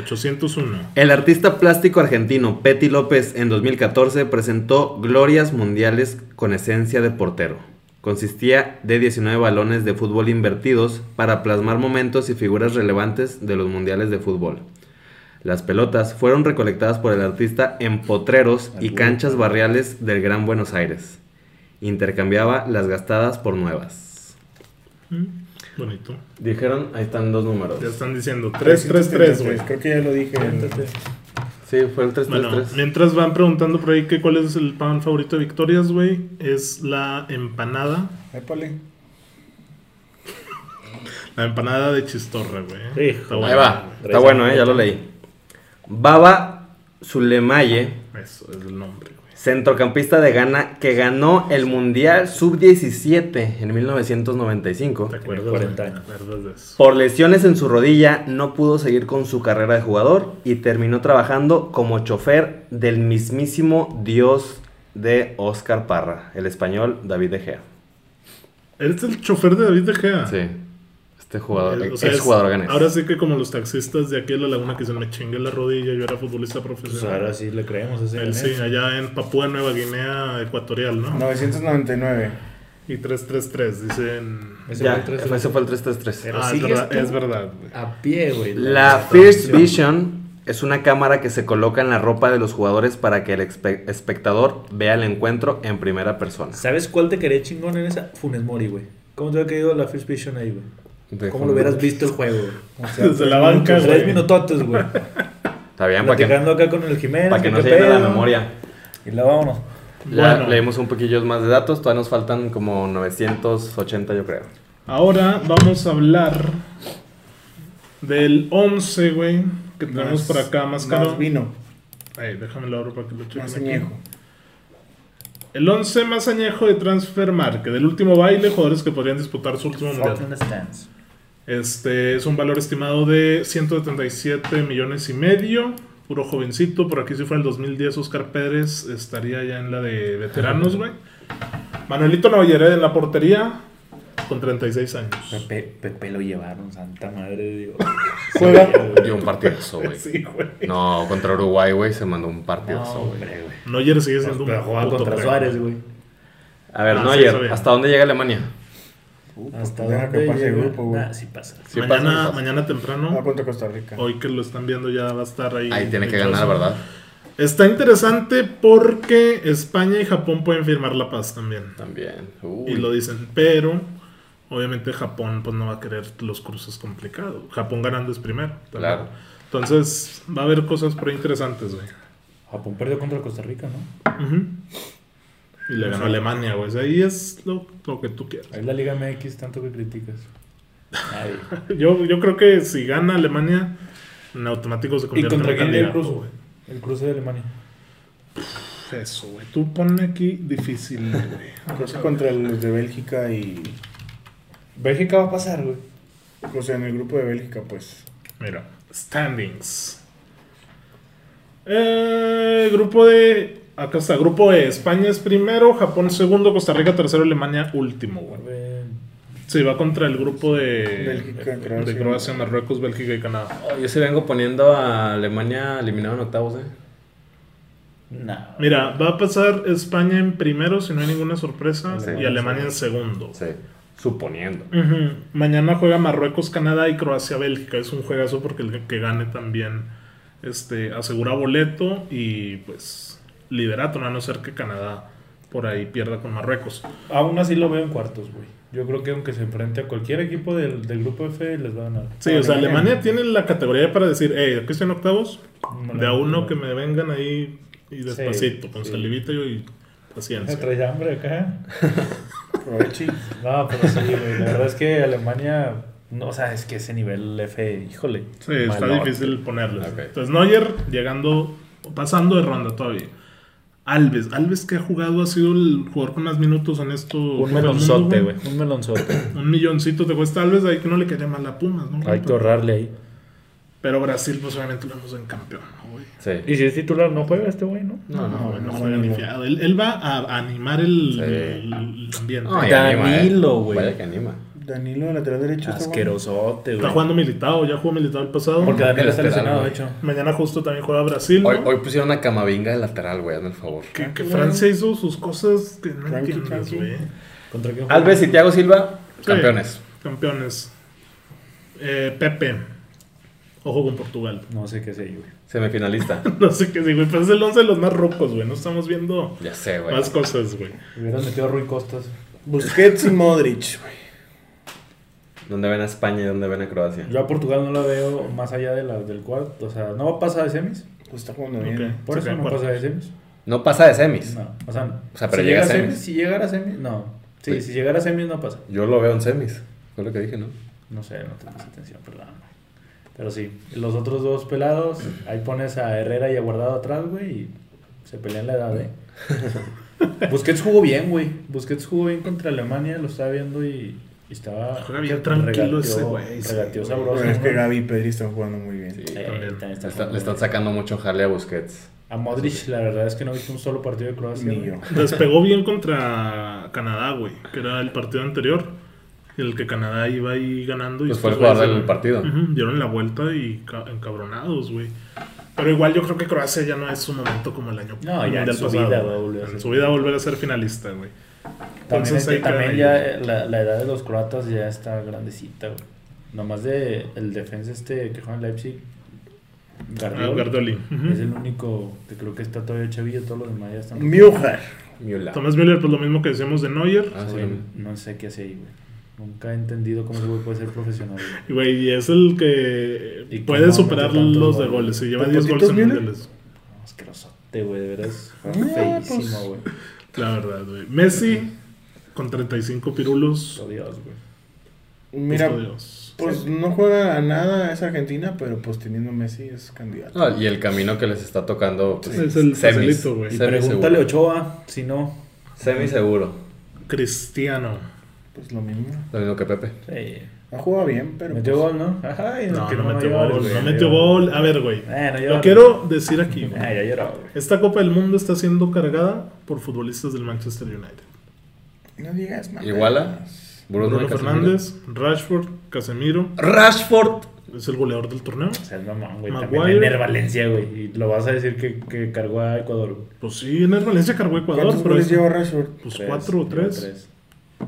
Speaker 1: 801.
Speaker 4: El artista plástico argentino Petty López en 2014 presentó Glorias Mundiales con esencia de portero. Consistía de 19 balones de fútbol invertidos para plasmar momentos y figuras relevantes de los mundiales de fútbol. Las pelotas fueron recolectadas por el artista en potreros y canchas barriales del Gran Buenos Aires. Intercambiaba las gastadas por nuevas.
Speaker 1: Mm, Bonito.
Speaker 4: Dijeron, ahí están dos números.
Speaker 1: Ya están diciendo 333, güey.
Speaker 6: Creo que ya lo dije. en-
Speaker 4: Sí, fue el 333.
Speaker 1: Bueno, mientras van preguntando por ahí que cuál es el pan favorito de Victorias, güey, es la empanada.
Speaker 6: Épale.
Speaker 1: La empanada de chistorra, güey.
Speaker 2: Hijo,
Speaker 1: Está
Speaker 4: Ahí
Speaker 1: buena,
Speaker 4: va.
Speaker 1: güey.
Speaker 4: Está bueno, ¿eh? ya lo leí. Baba Zulemaye,
Speaker 1: Eso es el nombre, güey.
Speaker 4: centrocampista de Ghana, que ganó el Mundial Sub-17 en 1995.
Speaker 1: ¿Te acuerdas?
Speaker 2: Tiene 40
Speaker 1: güey?
Speaker 2: años.
Speaker 1: ¿Te acuerdas de eso?
Speaker 4: Por lesiones en su rodilla, no pudo seguir con su carrera de jugador y terminó trabajando como chofer del mismísimo dios de Oscar Parra, el español David De Gea.
Speaker 1: Eres el chofer de David De Gea.
Speaker 4: Sí, este jugador,
Speaker 1: Eh, o sea,
Speaker 4: ex
Speaker 1: es-
Speaker 4: jugador ganés.
Speaker 1: Ahora sí que como los taxistas de aquí de la laguna que se me chingue la rodilla, yo era futbolista
Speaker 2: Pues
Speaker 1: profesional.
Speaker 2: ahora sí le creemos a ese
Speaker 1: Él
Speaker 2: ganés.
Speaker 1: sí, allá en Papúa Nueva Guinea Ecuatorial, ¿no?
Speaker 6: 999.
Speaker 1: Y 333, dicen...
Speaker 2: Ese
Speaker 4: Ya,
Speaker 2: fue el tres-
Speaker 4: ese fue el 333.
Speaker 2: Pero
Speaker 1: ah, es
Speaker 2: sigues
Speaker 1: verdad,
Speaker 2: tú
Speaker 1: es verdad, güey.
Speaker 2: A pie, güey.
Speaker 4: La First Vision es una cámara que se coloca en la ropa de los jugadores para que el espe- espectador vea el encuentro en primera persona.
Speaker 2: ¿Sabes cuál te quería chingón en esa? Funes Mori, güey. ¿Cómo te hubiera caído la First Vision ahí, güey? ¿Cómo lo hubieras visto el juego, güey? O sea,
Speaker 1: Desde la banca,
Speaker 2: tres
Speaker 1: güey.
Speaker 2: minutotes, güey.
Speaker 4: Está bien, para que,
Speaker 2: Platicando acá con el Jiménez.
Speaker 4: para que no
Speaker 2: qué
Speaker 4: se llene la
Speaker 2: pedo.
Speaker 4: memoria.
Speaker 2: Y la vámonos.
Speaker 4: Ya
Speaker 1: Bueno.
Speaker 4: leímos un poquillo más de datos, todavía nos faltan como 980 yo creo.
Speaker 1: Ahora vamos a hablar del 11, güey, que tenemos por acá más caro.
Speaker 6: vino.
Speaker 1: Ay, déjame lo abro para que lo chequen
Speaker 6: Más
Speaker 1: aquí.
Speaker 6: añejo.
Speaker 1: El 11 más añejo de Transfer Market, del último baile, jugadores que podrían disputar su último mundial.
Speaker 2: Falcon Stance.
Speaker 1: Este es un valor estimado de 177 millones y medio. Puro jovencito, por aquí si fuera el 2010 Oscar Pérez estaría ya en la de veteranos, güey. Manuelito Navallered en la portería con 36 años.
Speaker 2: Pepe, Pepe lo llevaron, santa madre de Dios.
Speaker 6: Juega.
Speaker 4: Dio un partidazo, güey.
Speaker 1: Sí, güey.
Speaker 4: No, contra Uruguay, güey, se mandó un
Speaker 2: No,
Speaker 4: partidazo, güey.
Speaker 2: hombre, güey.
Speaker 1: Neuer sigue siendo
Speaker 2: Pero jugaba
Speaker 1: puto
Speaker 2: contra
Speaker 1: perro.
Speaker 2: Suárez, güey.
Speaker 4: A ver,
Speaker 1: Ah,
Speaker 4: no
Speaker 1: sí,
Speaker 4: ayer,
Speaker 1: está bien.
Speaker 4: ¿hasta dónde llega Alemania?
Speaker 2: Hasta
Speaker 6: deja
Speaker 2: dónde
Speaker 6: que pase el
Speaker 2: llega?
Speaker 6: grupo, güey.
Speaker 2: Nah, sí pasa.
Speaker 4: Sí pasa,
Speaker 1: mañana,
Speaker 4: pasa.
Speaker 1: mañana
Speaker 6: Va
Speaker 1: temprano,
Speaker 6: contra Costa Rica.
Speaker 1: hoy que lo están viendo ya va a estar ahí.
Speaker 4: Ahí tiene que
Speaker 1: el
Speaker 4: ganar,
Speaker 1: trozo.
Speaker 4: ¿verdad?
Speaker 1: Está interesante porque España y Japón pueden firmar la paz también.
Speaker 4: También.
Speaker 1: Y lo dicen, pero obviamente Japón pues no va a querer los cruces complicados. Japón ganando es primero. también.
Speaker 4: Claro.
Speaker 1: Entonces, va a haber cosas por ahí interesantes, güey.
Speaker 2: Japón perdió contra Costa Rica, ¿no?
Speaker 1: Ujú. Y le ganó a Alemania, güey. O sea, Ahí es lo, lo que tú quieras.
Speaker 2: Ahí la Liga MX, tanto que criticas. Ay.
Speaker 1: Yo, yo creo que si gana Alemania, en automático se
Speaker 2: ¿Y
Speaker 1: convierte
Speaker 2: contra pues.
Speaker 1: en
Speaker 2: quién le el
Speaker 1: candidato,
Speaker 2: cruce? El cruce de Alemania.
Speaker 1: güey. Eso, güey. Tú ponme aquí difícil, güey.
Speaker 6: Creo que contra los de Bélgica y.
Speaker 2: Bélgica va a pasar, güey.
Speaker 6: O sea, en el grupo de Bélgica, pues.
Speaker 1: Mira, standings. Eh, grupo de. Acá está, grupo E. España es primero, Japón segundo, Costa Rica tercero, Alemania último, güey.
Speaker 2: Eh,
Speaker 1: Sí, va contra el grupo de.
Speaker 6: Bélgica,
Speaker 1: De
Speaker 6: Croacia.
Speaker 1: Croacia, Marruecos, Bélgica y Canadá.
Speaker 4: Oh, yo sí vengo poniendo a Alemania eliminado en octavos, ¿eh?
Speaker 2: No.
Speaker 1: Mira, va a pasar España en primero, si no hay ninguna sorpresa,
Speaker 4: Sí.
Speaker 1: y Alemania en segundo.
Speaker 4: Sí. Suponiendo.
Speaker 1: Ujú. Mañana juega Marruecos, Canadá y Croacia, Bélgica. Es un juegazo porque el que gane también este, asegura boleto y pues liderato, a no ser que Canadá por ahí pierda con Marruecos.
Speaker 2: Aún así lo veo en cuartos, güey. Yo creo que aunque se enfrente a cualquier equipo del, del grupo F, les va a ganar.
Speaker 1: Sí, o sea, Alemania tiene la categoría para decir, hey, aquí estoy en octavos, de a uno que me vengan ahí y despacito, con
Speaker 2: sí.
Speaker 1: salivita y paciencia.
Speaker 2: Trae hambre acá.
Speaker 6: Aproveche.
Speaker 2: No, pero sí, güey. La verdad es que Alemania. No, o sea, es que ese nivel F, híjole.
Speaker 1: Sí, está
Speaker 4: Malote.
Speaker 1: difícil ponerles.
Speaker 4: Ok.
Speaker 1: Entonces, Neuer llegando, pasando de ronda todavía. Alves, Alves que ha jugado ha sido el jugador con más minutos en esto.
Speaker 2: Un
Speaker 1: Copa del
Speaker 2: melonzote,
Speaker 1: Mundo,
Speaker 2: güey. Un melonzote.
Speaker 1: Un milloncito te cuesta Alves, ahí que no le quería mal a Pumas, ¿no?
Speaker 2: Hay que ahorrarle ahí.
Speaker 1: Pero Brasil, pues obviamente lo vemos en campeón, ¿no, güey.
Speaker 4: Sí.
Speaker 2: Y si es titular, no juega este güey, ¿no?
Speaker 1: No,
Speaker 4: No, no.
Speaker 1: güey, no juega ni fiado. Él, él va a animar el, el ambiente.
Speaker 4: Ay, anima, eh.
Speaker 2: Danilo, güey.
Speaker 4: Vaya que anima.
Speaker 6: Danilo, lateral derecho. está bueno.
Speaker 2: Asquerosote,
Speaker 1: Está
Speaker 2: güey.
Speaker 1: jugando militado, ya jugó militado el pasado.
Speaker 2: Porque Daniel
Speaker 4: El
Speaker 2: está lesionado, de
Speaker 4: lateral,
Speaker 2: hecho.
Speaker 1: Mañana justo también juega Brasil. ¿no?
Speaker 4: Hoy, hoy pusieron a Camavinga de lateral, güey, hazme el favor.
Speaker 1: Que, que Francia hizo sus cosas que no
Speaker 6: Tranqui,
Speaker 1: entiendes,
Speaker 6: tranqui.
Speaker 1: güey.
Speaker 2: ¿Contra quién juega?
Speaker 4: Alves y Thiago Silva, campeones.
Speaker 1: Campeones. Eh, Pepe. Ojo con Portugal.
Speaker 2: No sé qué sé, güey.
Speaker 4: Semifinalista.
Speaker 1: No sé qué sí, güey. Pero es el 11 de los más rucos, güey. No estamos viendo
Speaker 4: ya sé, güey.
Speaker 1: más cosas, güey.
Speaker 2: Hubieran metido a Rui Costas.
Speaker 6: Busquets y Modric, güey.
Speaker 4: ¿Dónde ven a España y dónde ven a Croacia?
Speaker 2: Yo a Portugal no la veo más allá de la, del cuarto. O sea, no pasa de semis.
Speaker 6: Pues está jugando bien.
Speaker 1: Ok,
Speaker 2: Por
Speaker 1: sí, de
Speaker 2: eso no
Speaker 1: acuerdo.
Speaker 2: pasa de semis.
Speaker 4: No pasa de semis.
Speaker 2: No. O sea,
Speaker 4: O sea, pero
Speaker 2: si
Speaker 4: llega
Speaker 2: llega
Speaker 4: a
Speaker 2: a semis.
Speaker 4: semis.
Speaker 2: si llegara a semis, no. Sí,
Speaker 4: Sí.
Speaker 2: si llegara a semis no pasa.
Speaker 4: Yo lo veo en semis. Fue lo que dije, ¿no?
Speaker 2: No sé, no te puse atención, perdón. Pero sí, los otros dos pelados, ahí pones a Herrera y a Guardado atrás, güey, y se pelean la edad, ¿eh? Busquets jugó bien, güey. Busquets jugó bien contra Alemania, lo estaba viendo y, y estaba.
Speaker 1: Juega bien tranquilo ese güey, sí,
Speaker 2: Regateó
Speaker 1: güey.
Speaker 2: sabroso.
Speaker 6: Pero es
Speaker 2: ¿no?
Speaker 6: que Gaby y Pedri están jugando muy bien.
Speaker 2: Sí,
Speaker 1: también.
Speaker 2: también eh, está
Speaker 4: Le, está-
Speaker 2: jugando
Speaker 4: le están
Speaker 2: bien.
Speaker 4: sacando mucho jale a Busquets.
Speaker 2: A Modric, la verdad es que no he visto un solo partido de Croacia.
Speaker 6: Ni
Speaker 2: güey.
Speaker 6: yo.
Speaker 1: Despegó bien contra Canadá, güey. Que era el partido anterior. En el que Canadá iba ahí ganando. Y
Speaker 4: Pues fue el
Speaker 1: estos
Speaker 4: jugador
Speaker 1: güeyes
Speaker 4: del partido.
Speaker 1: Ujú, dieron la vuelta y ca- encabronados, güey. Pero igual yo creo que Croacia ya no es su momento como el año
Speaker 2: No, ya
Speaker 1: mundial
Speaker 2: en su vida va a
Speaker 1: güey.
Speaker 2: volver a ser-
Speaker 1: En su vida va a volver a ser finalista, güey.
Speaker 2: También, este
Speaker 1: Entonces, ahí
Speaker 2: también
Speaker 1: quedan
Speaker 2: ya eh, la, la edad de los croatas ya está grandecita, güey. Nomás de el defensa este que juega en Leipzig,
Speaker 1: Ah,
Speaker 2: Guardiola,
Speaker 1: Gardoli. Ah, Ujú.
Speaker 2: es el único que creo que está todavía chavillo, todos los demás ya están...
Speaker 6: Miujar.
Speaker 4: Miula.
Speaker 1: Tomás Müller, pues lo mismo que decíamos de Neuer.
Speaker 4: Ah, sí,
Speaker 2: Güey,
Speaker 4: lo mismo.
Speaker 2: no sé qué hace ahí, güey. Nunca he entendido cómo ese güey puede ser profesional, güey.
Speaker 1: Güey, y es el que
Speaker 2: Y
Speaker 1: puede
Speaker 2: cómo
Speaker 1: superar
Speaker 2: mete tantos
Speaker 1: los de
Speaker 2: goles. Pues
Speaker 1: goles. Y lleva
Speaker 6: ¿Tantos
Speaker 1: 10 goles en
Speaker 6: Müller?
Speaker 1: mundiales.
Speaker 2: Asquerosote, güey, de veras.
Speaker 6: Ah,
Speaker 2: Feísimo, güey.
Speaker 1: La verdad, güey. Messi con 35 pirulos.
Speaker 2: Oh, Dios, güey.
Speaker 6: Mira,
Speaker 1: Justo Dios.
Speaker 6: pues no juega a nada es Argentina, pero pues teniendo Messi es candidato.
Speaker 4: No, y el camino que les está tocando pues,
Speaker 1: Es el
Speaker 4: semis.
Speaker 1: facilito, güey.
Speaker 2: Y
Speaker 4: Semi
Speaker 2: pregúntale a
Speaker 4: seguro.
Speaker 2: Ochoa, si no...
Speaker 4: Semi seguro.
Speaker 1: Cristiano.
Speaker 6: Pues lo mismo.
Speaker 4: Lo mismo que Pepe.
Speaker 2: Sí.
Speaker 6: Ha jugado bien, pero.
Speaker 2: eh, Metió
Speaker 6: pues,
Speaker 2: gol, ¿no? Ay,
Speaker 1: No,
Speaker 2: que
Speaker 1: no metió
Speaker 2: llores,
Speaker 1: gol.
Speaker 2: güey,
Speaker 1: No metió gol. A ver, güey.
Speaker 2: Eh, no
Speaker 1: Lo
Speaker 2: llores.
Speaker 1: quiero decir aquí, güey.
Speaker 2: Ah, ya lloró, güey.
Speaker 1: Esta Copa del Mundo está siendo cargada por futbolistas del Manchester United.
Speaker 6: No digas, man.
Speaker 4: Iguala. Bruno,
Speaker 1: Bruno
Speaker 4: Casemiro.
Speaker 1: Fernández, Rashford, Casemiro.
Speaker 4: Rashford.
Speaker 1: Es el goleador del torneo.
Speaker 2: O sea, es mamón, güey.
Speaker 1: Maguire.
Speaker 2: También Ener Valencia, güey. Y lo vas a decir que, que cargó a Ecuador, güey.
Speaker 1: Pues sí, en el Valencia cargó Ecuador.
Speaker 6: ¿Cuántos
Speaker 1: Pero
Speaker 6: goles
Speaker 1: es-
Speaker 6: lleva Rashford?
Speaker 1: pues cuatro o
Speaker 2: lleva
Speaker 1: tres.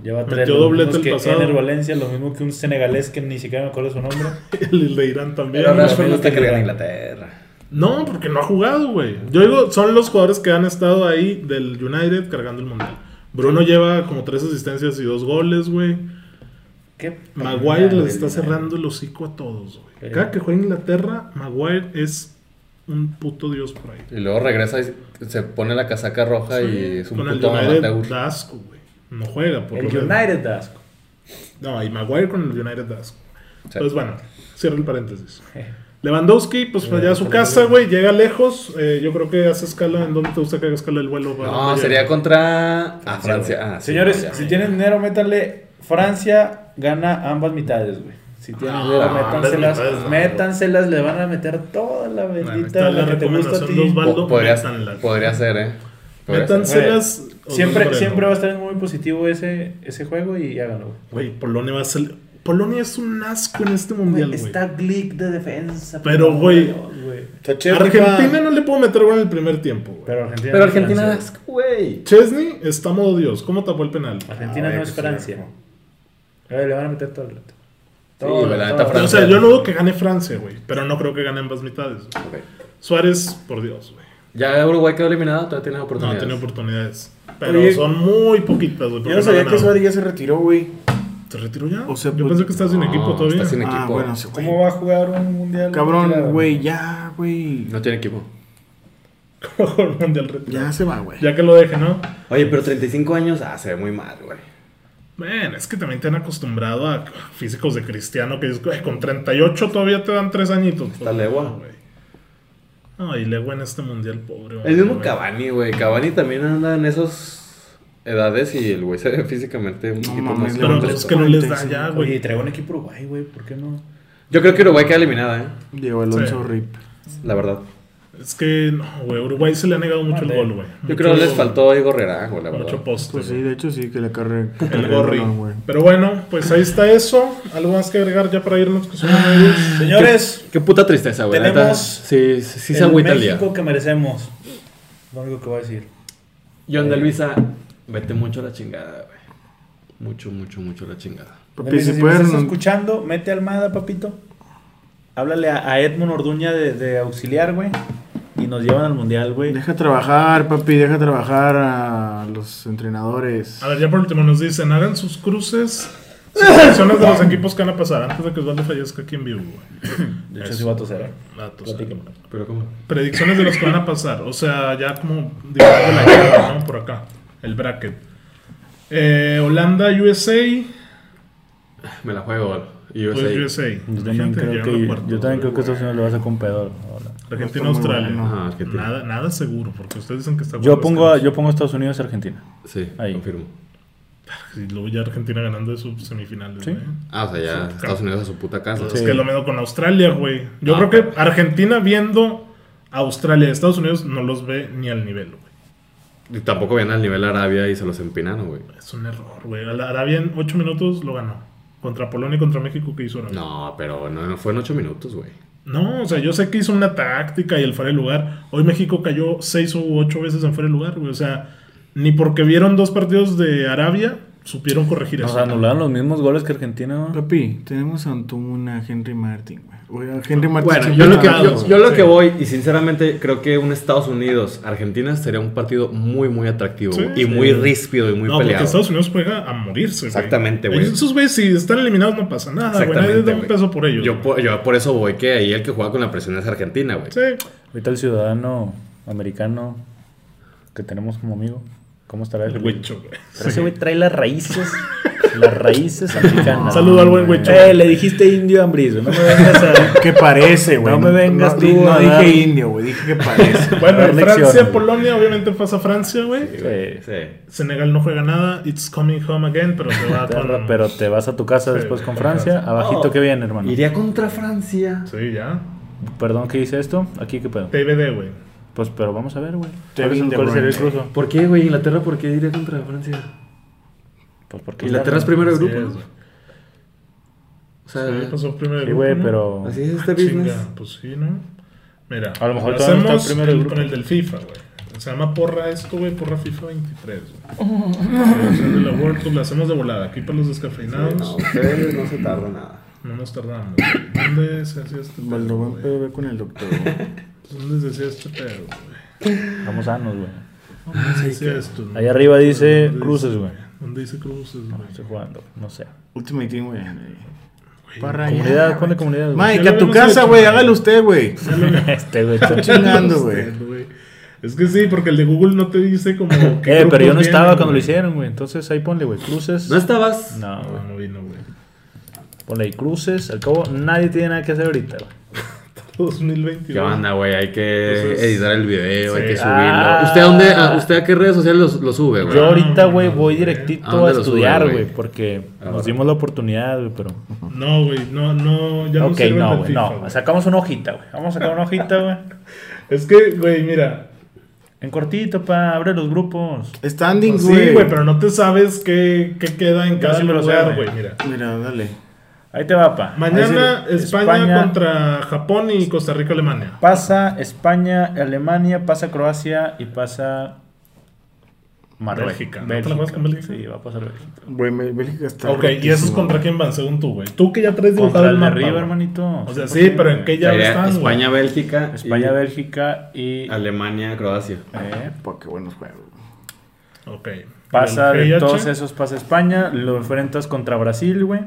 Speaker 2: Lleva tres.
Speaker 1: Metió
Speaker 2: lo
Speaker 1: doblete
Speaker 2: mismo
Speaker 1: el
Speaker 2: que
Speaker 1: pasado.
Speaker 2: Ener Valencia, lo mismo que un senegalés que ni siquiera me acuerdo su nombre.
Speaker 1: El de Irán también.
Speaker 4: Pero
Speaker 1: güey.
Speaker 4: Rashford no
Speaker 2: menos
Speaker 4: está
Speaker 2: que
Speaker 4: que le gana
Speaker 2: Irán.
Speaker 4: Inglaterra.
Speaker 1: No, porque no ha jugado, güey. Yo digo, son los jugadores que han estado ahí del United cargando el mundial. Bruno lleva como tres asistencias y dos goles, güey.
Speaker 2: ¿Qué?
Speaker 1: Maguire
Speaker 2: le
Speaker 1: les está cerrando el hocico a todos, güey. Cada que juega Inglaterra, Maguire es un puto dios por ahí.
Speaker 4: Y luego regresa y se pone la casaca roja Ah, y es un
Speaker 1: Con el
Speaker 4: puto
Speaker 1: United
Speaker 4: amateur.
Speaker 1: da asco, güey. No juega, por
Speaker 2: El
Speaker 1: lo menos.
Speaker 2: United Asco.
Speaker 1: No, y Maguire con el United da asco.
Speaker 4: Sí.
Speaker 1: Entonces, bueno, cierro el paréntesis. Lewandowski, pues
Speaker 4: Eh,
Speaker 1: para allá a su casa, güey, llega lejos. Eh, yo creo que hace escala. ¿En dónde te gusta que haga escala el vuelo? para
Speaker 4: No,
Speaker 1: dónde
Speaker 4: sería
Speaker 1: llega?
Speaker 4: contra ah, Francia. Ah, sí,
Speaker 2: Señores,
Speaker 4: ya.
Speaker 2: si tienen dinero, métanle. Francia gana ambas mitades, güey. Si tienen
Speaker 1: No,
Speaker 2: dinero,
Speaker 1: Ah, ambas
Speaker 2: métanselas.
Speaker 1: mitades no.
Speaker 2: métanselas, le van a meter toda la
Speaker 1: Bueno,
Speaker 2: bendita.
Speaker 1: está la
Speaker 2: la que te gusta a
Speaker 1: recomendación de
Speaker 2: ti.
Speaker 1: Osvaldo.
Speaker 4: Po- podría,
Speaker 1: métanla.
Speaker 4: podría ser, ¿eh? Podría ser.
Speaker 1: Métanselas. o
Speaker 2: Siempre,
Speaker 1: no,
Speaker 2: siempre
Speaker 1: no.
Speaker 2: va a estar muy positivo ese, ese juego y háganlo, güey.
Speaker 1: Güey, Polonia va a salir. Polonia es un asco en este mundial, güey.
Speaker 2: Está Glick de defensa.
Speaker 1: Pero,
Speaker 2: por
Speaker 1: güey.
Speaker 2: favor, güey.
Speaker 6: Está Chesney,
Speaker 1: Argentina
Speaker 6: pa-
Speaker 1: no le puedo meter gol en el primer tiempo, güey.
Speaker 2: Pero Argentina. no
Speaker 4: Pero
Speaker 2: es
Speaker 4: Argentina da
Speaker 2: Francia.
Speaker 4: asco, güey.
Speaker 1: Chesney está modo Dios. ¿Cómo tapó el penal?
Speaker 2: Argentina
Speaker 6: Ah,
Speaker 2: no
Speaker 6: vaya
Speaker 2: es
Speaker 6: que
Speaker 2: Francia.
Speaker 6: sí,
Speaker 2: Eh, le van a meter todo el rato.
Speaker 4: Sí, güey, la neta,
Speaker 1: O
Speaker 4: Francia.
Speaker 1: sea, yo no dudo que gane Francia, güey. Pero no creo que gane ambas mitades. güey.
Speaker 4: Ok.
Speaker 1: Suárez, por Dios, güey.
Speaker 4: Ya Uruguay quedó eliminado, todavía tienes
Speaker 1: No,
Speaker 4: oportunidades.
Speaker 1: tiene oportunidades. Pero
Speaker 6: Oye,
Speaker 1: son muy poquitas, güey.
Speaker 6: Yo
Speaker 1: porque
Speaker 6: no sabía
Speaker 1: ha
Speaker 6: que
Speaker 1: ganado.
Speaker 6: Suárez ya se retiró, güey.
Speaker 1: ¿Te retiró ya?
Speaker 3: O sea,
Speaker 1: yo
Speaker 3: pues-
Speaker 1: pensé que estás sin equipo
Speaker 4: No,
Speaker 1: todavía.
Speaker 4: Está sin equipo.
Speaker 3: Ah, bueno, sí, güey.
Speaker 7: ¿Cómo va a jugar un mundial?
Speaker 3: Cabrón, güey, ya, güey.
Speaker 4: No tiene equipo.
Speaker 1: Por Mundial retirado.
Speaker 3: Ya se va, güey.
Speaker 1: Ya que lo deje, ¿no?
Speaker 4: Oye, pero 35 años, ah, se ve muy mal, güey.
Speaker 1: Bueno, es que también te han acostumbrado a físicos de cristiano que dices, "Güey, con 38 todavía te dan 3 añitos.
Speaker 4: Está legua.
Speaker 1: no, güey. No, y legua en este mundial, pobre.
Speaker 4: El
Speaker 1: hombre,
Speaker 4: mismo
Speaker 1: güey.
Speaker 4: Cavani, güey. Cavani también anda en esas edades y el güey se ve físicamente un poquito
Speaker 3: mames,
Speaker 4: más
Speaker 1: Pero
Speaker 3: León
Speaker 4: completo.
Speaker 1: pues, es que no les da ya,
Speaker 2: Oye,
Speaker 1: güey.
Speaker 2: traigo un equipo Uruguay, güey. ¿Por qué no?
Speaker 4: Yo creo que Uruguay queda eliminada, ¿eh?
Speaker 3: Diego Alonso
Speaker 1: Sí.
Speaker 3: Rip.
Speaker 4: La verdad.
Speaker 1: Es que, no, güey, Uruguay se le ha negado mucho el
Speaker 2: Vale.
Speaker 1: gol, güey.
Speaker 4: Yo creo que les faltó Igor Herrera, güey, la verdad.
Speaker 1: Mucho poste.
Speaker 3: Pues sí,
Speaker 1: güey.
Speaker 3: de hecho sí, que le carré.
Speaker 1: el gorri.
Speaker 3: No, güey.
Speaker 1: Pero bueno, pues ahí está eso. ¿Algo más que agregar ya para irnos? Que son nueve días?
Speaker 2: Señores,
Speaker 4: Qué puta tristeza, güey.
Speaker 2: Tenemos
Speaker 4: neta. Sí, sí, sí se
Speaker 2: el
Speaker 4: agüita el día.
Speaker 2: México que merecemos. Lo único que voy a decir.
Speaker 4: John de Luisa, vete mucho a la chingada, güey. Mucho, mucho, mucho a la chingada.
Speaker 3: Papi,
Speaker 2: Dale,
Speaker 3: si
Speaker 2: si me
Speaker 3: pueden,
Speaker 2: estás
Speaker 3: no-
Speaker 2: escuchando, mete Almada, papito. Háblale a, a Edmund Orduña de, de auxiliar, güey. Y nos llevan al mundial, güey.
Speaker 3: Deja trabajar, papi, deja trabajar a los entrenadores.
Speaker 1: A ver, ya por último nos dicen, hagan sus cruces. Sus selecciones de los equipos que van a pasar antes de que Osvaldo fallezca aquí en vivo, güey.
Speaker 2: De hecho, sí va a toser. ¿eh?
Speaker 1: Ah, tú sabes.
Speaker 2: Platícame.
Speaker 4: Pero cómo.
Speaker 1: Predicciones de los que van a pasar. O sea, ya como digamos la llave, ¿no? Por acá. El bracket. Eh, Holanda, USA.
Speaker 4: Me la juego, güey. Y yo
Speaker 1: Pues
Speaker 4: sé-
Speaker 1: USA.
Speaker 2: Yo también
Speaker 1: Gente
Speaker 2: creo
Speaker 1: llegando
Speaker 2: que,
Speaker 1: a cuartos,
Speaker 2: yo también creo
Speaker 1: güey.
Speaker 2: que Estados Unidos le va a sacar un pedo. Hola.
Speaker 1: Argentina,
Speaker 3: Está muy
Speaker 1: Australia.
Speaker 3: bueno.
Speaker 4: Ajá, Argentina.
Speaker 1: Nada, nada seguro, porque ustedes dicen que está
Speaker 2: Yo
Speaker 1: bueno,
Speaker 2: pongo, a,
Speaker 1: es que
Speaker 2: yo pongo a Estados Unidos y Argentina.
Speaker 4: Sí,
Speaker 2: Ahí.
Speaker 4: confirmo.
Speaker 1: no. Y luego ya Argentina ganando de sus semifinales,
Speaker 2: Sí.
Speaker 1: güey.
Speaker 4: Ah, o sea, ya
Speaker 1: Sí,
Speaker 4: Estados Unidos a su puta casa.
Speaker 1: Es que lo mismo con Australia, güey. Yo
Speaker 4: Ah.
Speaker 1: creo que Argentina viendo a Australia y Estados Unidos no los ve ni al nivel, güey.
Speaker 4: Y tampoco vienen al nivel Arabia y se los empinan, güey.
Speaker 1: Es un error, güey. A la Arabia en 8 minutos lo ganó. Contra Polonia y contra México que hizo Arabia.
Speaker 4: No, pero no, no fue en ocho minutos, güey.
Speaker 1: No, o sea, yo sé que hizo una táctica y el fuera de lugar. Hoy México cayó seis u ocho veces en fuera de lugar, güey. O sea, ni porque vieron dos partidos de Arabia supieron corregir
Speaker 2: Nos
Speaker 1: eso.
Speaker 2: anularon los mismos goles que Argentina. ¿no?
Speaker 3: Papi, tenemos a Antuna, Henry Martin, güey. Oiga, Henry Martin.
Speaker 4: Bueno,
Speaker 3: se-
Speaker 4: yo lo que,
Speaker 1: empinado,
Speaker 4: yo, yo lo
Speaker 1: sí.
Speaker 4: que voy, y sinceramente creo que un Estados Unidos, Argentina sería un partido muy, muy atractivo
Speaker 1: Sí,
Speaker 4: güey,
Speaker 1: sí.
Speaker 4: y muy ríspido y muy
Speaker 1: no, porque
Speaker 4: peleado.
Speaker 1: Estados Unidos juega a morirse, güey.
Speaker 4: Exactamente, güey.
Speaker 1: Ellos- Esos güeyes, si están eliminados, no pasa nada, güey. Nadie
Speaker 4: Exactamente.
Speaker 1: da un
Speaker 4: güey.
Speaker 1: peso por ellos.
Speaker 4: Yo,
Speaker 1: güey.
Speaker 4: por- yo por eso voy que ahí el que juega con la presión es Argentina, güey.
Speaker 1: Sí.
Speaker 2: Ahorita el ciudadano americano que tenemos como amigo. ¿Cómo estará
Speaker 1: El
Speaker 2: el
Speaker 1: huicho, güey.
Speaker 2: Pero ese güey trae las raíces. las raíces americanas.
Speaker 1: Saludo al buen
Speaker 2: güey.
Speaker 1: huicho.
Speaker 2: Eh, le dijiste indio Ambriz, güey, No me vengas a.
Speaker 3: Que parece, güey.
Speaker 2: No me vengas
Speaker 3: no,
Speaker 2: tú
Speaker 3: di- No
Speaker 2: a
Speaker 3: dije
Speaker 2: dar-
Speaker 3: indio, güey. Dije que parece.
Speaker 1: Bueno,
Speaker 2: Dar lecciones,
Speaker 1: Francia,
Speaker 2: güey.
Speaker 1: Polonia, obviamente pasa Francia, güey.
Speaker 2: Sí.
Speaker 4: Sí.
Speaker 1: Senegal no juega nada. It's coming home again, pero se va con...
Speaker 2: Terra, Ah, Pero te vas a tu casa
Speaker 1: Sí,
Speaker 2: después con
Speaker 1: con
Speaker 2: Francia.
Speaker 1: Francia.
Speaker 2: Abajito que viene, hermano.
Speaker 4: Iría contra Francia.
Speaker 1: Sí, ya.
Speaker 2: Perdón que hice esto. Aquí qué pedo.
Speaker 1: TBD, güey.
Speaker 2: Pues, pero vamos a ver, güey.
Speaker 3: Te
Speaker 2: ¿Cuál, es
Speaker 3: vi
Speaker 2: el-
Speaker 3: de
Speaker 2: cuál sería el
Speaker 3: Bruyne.
Speaker 2: cruzo?
Speaker 4: ¿Por qué, güey? Inglaterra, ¿por qué iría contra Francia?
Speaker 2: Pues porque.
Speaker 4: Inglaterra es primero de
Speaker 1: Así
Speaker 4: grupo,
Speaker 1: es,
Speaker 4: ¿no?
Speaker 1: güey.
Speaker 4: O sea,
Speaker 1: Sí, pasó primero de
Speaker 2: Sí,
Speaker 1: grupo,
Speaker 2: güey,
Speaker 1: ¿no?
Speaker 2: pero.
Speaker 4: así es este
Speaker 1: Ah, chinga,
Speaker 4: business.
Speaker 1: Pues sí, ¿no? Mira,
Speaker 2: A lo mejor todavía no está
Speaker 1: hacemos
Speaker 2: el primero
Speaker 1: el-
Speaker 2: del grupo.
Speaker 1: con el del FIFA, güey. Se llama porra esto, güey, porra FIFA 23, güey. Selección de la World Cup, la pues hacemos de volada. Aquí para los descafeinados,
Speaker 4: No, ustedes no se tarda nada.
Speaker 1: no nos tardamos. güey. ¿Dónde se hacía este pedo,
Speaker 3: Valdobán,
Speaker 1: güey?
Speaker 3: pero ve con el doctor.
Speaker 1: ¿Dónde se hacía este pedo, güey?
Speaker 2: Vamos sanos, güey.
Speaker 1: ¿Dónde se hacía esto? no?
Speaker 2: Ahí arriba dice
Speaker 1: ¿Dónde
Speaker 2: cruces,
Speaker 1: dice-
Speaker 2: güey.
Speaker 1: ¿Dónde dice cruces,
Speaker 2: No,
Speaker 1: güey?
Speaker 2: estoy jugando, no sé.
Speaker 3: Ultimate Team, güey. Para
Speaker 2: Comunidad,
Speaker 3: allá.
Speaker 2: ¿cuál de comunidad? güey?
Speaker 3: Mike,
Speaker 1: Ya
Speaker 3: a
Speaker 1: lo
Speaker 3: tu
Speaker 1: hemos
Speaker 3: casa,
Speaker 1: hecho.
Speaker 3: güey, hágalo usted, güey.
Speaker 2: Este, güey.
Speaker 3: Está chingando, güey.
Speaker 1: Es que sí, porque el de Google no te dice como. qué
Speaker 2: Eh, pero yo no
Speaker 1: grupos
Speaker 2: estaba
Speaker 1: vienen,
Speaker 2: cuando lo
Speaker 1: güey.
Speaker 2: hicieron, güey. Entonces ahí ponle, güey, cruces.
Speaker 4: ¿No estabas?
Speaker 2: No, güey.
Speaker 1: No, no vino, güey.
Speaker 2: Ponle ahí cruces. Al cabo, nadie tiene nada que hacer ahorita, güey.
Speaker 1: 2022.
Speaker 4: ¿Qué onda, güey? Hay que
Speaker 1: Entonces-
Speaker 4: editar el video, hay
Speaker 1: Sí.
Speaker 4: que subirlo.
Speaker 2: Ah.
Speaker 4: ¿Usted, a dónde, a- ¿Usted a qué redes sociales lo, lo sube, güey?
Speaker 2: Yo ahorita, güey,
Speaker 1: no,
Speaker 2: voy
Speaker 1: güey.
Speaker 4: Ah, ¿A
Speaker 2: directito
Speaker 4: dónde
Speaker 2: a
Speaker 4: lo sube,
Speaker 2: estudiar,
Speaker 4: güey? Ah,
Speaker 2: güey, porque
Speaker 4: bueno.
Speaker 2: nos dimos la oportunidad, güey, pero...
Speaker 1: No, güey, no, no, ya no
Speaker 2: ok,
Speaker 1: sirven
Speaker 2: no,
Speaker 1: del
Speaker 2: güey,
Speaker 1: FIFA,
Speaker 2: no.
Speaker 1: güey.
Speaker 2: Sacamos una hojita, güey. Vamos a sacar una hojita, güey.
Speaker 1: Es que, güey, mira.
Speaker 2: En cortito, pa, abre los grupos.
Speaker 3: Standing,
Speaker 1: pues sí, güey, pero no te sabes qué, qué queda en
Speaker 2: Yo
Speaker 1: cada
Speaker 2: sí me lo sé,
Speaker 1: lugar,
Speaker 2: güey.
Speaker 1: güey. Mira.
Speaker 3: Mira, dale.
Speaker 2: Ahí te va, pa.
Speaker 1: Mañana
Speaker 2: Ahí sí,
Speaker 1: España, contra Japón y Costa Rica Alemania.
Speaker 2: Pasa España, Alemania, pasa Croacia y pasa... Marruecos.
Speaker 1: Bélgica, ¿no te la
Speaker 2: Bélgica.
Speaker 1: juegas con Bélgica?
Speaker 2: Sí, va a pasar Bélgica.
Speaker 3: Güey, me- Bélgica está.
Speaker 1: Ok, ¿y esos
Speaker 3: rotísimo,
Speaker 1: contra quién van, según tú, güey? Tú que ya traes dibujado
Speaker 2: Contra
Speaker 1: el
Speaker 2: el de
Speaker 1: mapa,
Speaker 2: arriba,
Speaker 1: güey.
Speaker 2: hermanito.
Speaker 1: O sea,
Speaker 2: ¿por
Speaker 1: sí,
Speaker 2: qué,
Speaker 1: pero ¿en
Speaker 2: güey?
Speaker 1: qué llave
Speaker 4: Sería
Speaker 1: están, güey?
Speaker 4: España, Bélgica. y
Speaker 2: España, Bélgica y...
Speaker 4: Alemania, Croacia.
Speaker 2: Eh,
Speaker 3: güey. Porque buenos juegos.
Speaker 1: Ok.
Speaker 2: Pasa
Speaker 1: ¿Y el
Speaker 2: de
Speaker 1: GH?
Speaker 2: todos esos, pasa España, lo enfrentas contra Brasil, güey.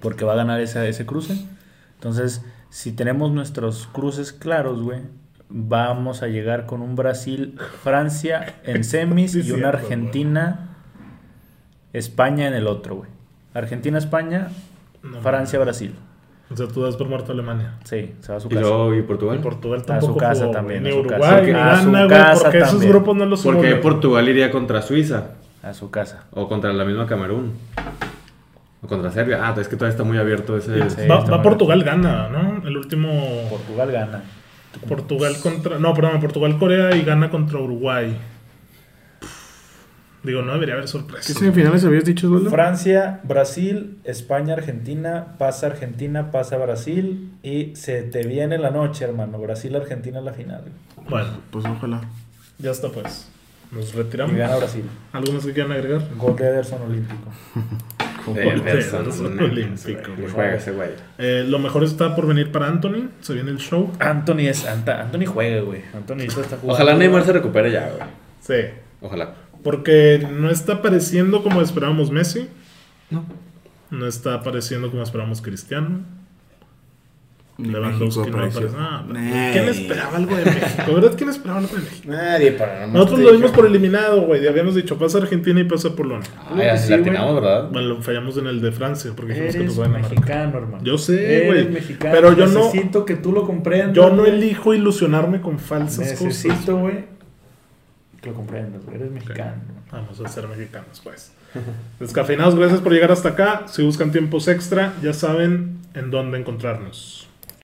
Speaker 2: Porque va a ganar ese, ese cruce. Entonces, si tenemos nuestros cruces claros, güey, vamos a llegar con un Brasil-Francia en semis
Speaker 1: Sí,
Speaker 2: y una
Speaker 1: cierto,
Speaker 2: Argentina-España en el otro, güey. Argentina-España,
Speaker 1: No,
Speaker 2: Francia-Brasil.
Speaker 1: O sea, tú das por muerto a Alemania.
Speaker 2: Sí, se va a su
Speaker 4: Y
Speaker 2: casa.
Speaker 4: luego, ¿y Portugal?
Speaker 1: Portugal
Speaker 2: A su
Speaker 1: tampoco
Speaker 2: casa
Speaker 1: jugó,
Speaker 2: también.
Speaker 1: güey.
Speaker 2: a
Speaker 1: Ni
Speaker 2: su casa.
Speaker 1: Uruguay, ni
Speaker 2: A su
Speaker 1: Ghana, güey,
Speaker 2: casa
Speaker 1: porque esos
Speaker 2: también.
Speaker 1: grupos no los suben.
Speaker 4: Porque Portugal iría contra Suiza
Speaker 2: A su casa.
Speaker 4: o contra la misma Camerún. O contra Serbia. Ah, es que todavía está muy abierto ese.
Speaker 2: Sí.
Speaker 1: Va,
Speaker 2: está
Speaker 1: va
Speaker 2: mal.
Speaker 1: Portugal, gana, ¿no? El último.
Speaker 2: Portugal gana.
Speaker 1: Portugal contra. No, perdón, Portugal, Corea y gana contra Uruguay. Digo, no debería haber
Speaker 3: ¿Qué
Speaker 1: sorpresa.
Speaker 3: semifinales habías dicho, Osvaldo?
Speaker 2: Francia, Brasil, España, Argentina, pasa Argentina, pasa Brasil y se te viene la noche, hermano. Brasil, Argentina en la final. güey.
Speaker 1: Bueno,
Speaker 3: Pues ojalá.
Speaker 1: ya está, pues. Nos
Speaker 2: Y
Speaker 1: retiramos.
Speaker 2: gana Brasil.
Speaker 1: ¿Algo más que quieran agregar?
Speaker 2: Gol de Ederson Olímpico.
Speaker 4: Eh, Ederson,
Speaker 1: Ederson
Speaker 4: no,
Speaker 1: Olímpico,
Speaker 4: güey, Juega ese güey.
Speaker 1: Eh, lo mejor está por venir para Anthony. Se viene el show.
Speaker 2: Anthony es Anta- Anthony juega, güey. Anthony ahorita está jugando.
Speaker 4: Ojalá Neymar se recupere ya, güey.
Speaker 1: Sí.
Speaker 4: Ojalá.
Speaker 1: Porque no está apareciendo como esperábamos Messi.
Speaker 4: No.
Speaker 1: No está apareciendo como esperábamos Cristiano.
Speaker 3: Ni
Speaker 1: Lewandowski
Speaker 3: México
Speaker 1: no
Speaker 3: apareció.
Speaker 1: aparece. Ah,
Speaker 3: Ney.
Speaker 1: ¿Quién esperaba algo de México? ¿De verdad quién esperaba algo de México?
Speaker 6: Nadie para nada más
Speaker 1: Nosotros
Speaker 6: te
Speaker 1: lo
Speaker 6: dije,
Speaker 1: vimos por eliminado, güey. Habíamos dicho, pasa Argentina y pasa Polonia.
Speaker 4: Ah, ya se la atinamos, ¿verdad?
Speaker 1: Bueno, lo fallamos en el de Francia porque dijimos que
Speaker 2: Eres
Speaker 1: pasaba Dinamarca.
Speaker 2: mexicano, hermano.
Speaker 1: Yo sé,
Speaker 2: Eres
Speaker 1: güey.
Speaker 2: mexicano.
Speaker 1: Pero yo no,
Speaker 2: Necesito que tú lo comprendas.
Speaker 1: yo no
Speaker 2: güey.
Speaker 1: elijo ilusionarme con falsas cosas.
Speaker 2: Necesito, güey, que lo comprendas, güey. Eres mexicano. güey.
Speaker 1: Vamos a ser mexicanos, pues. Descafeinados, gracias por llegar hasta acá. Si buscan tiempos extra, ya saben en dónde encontrarnos.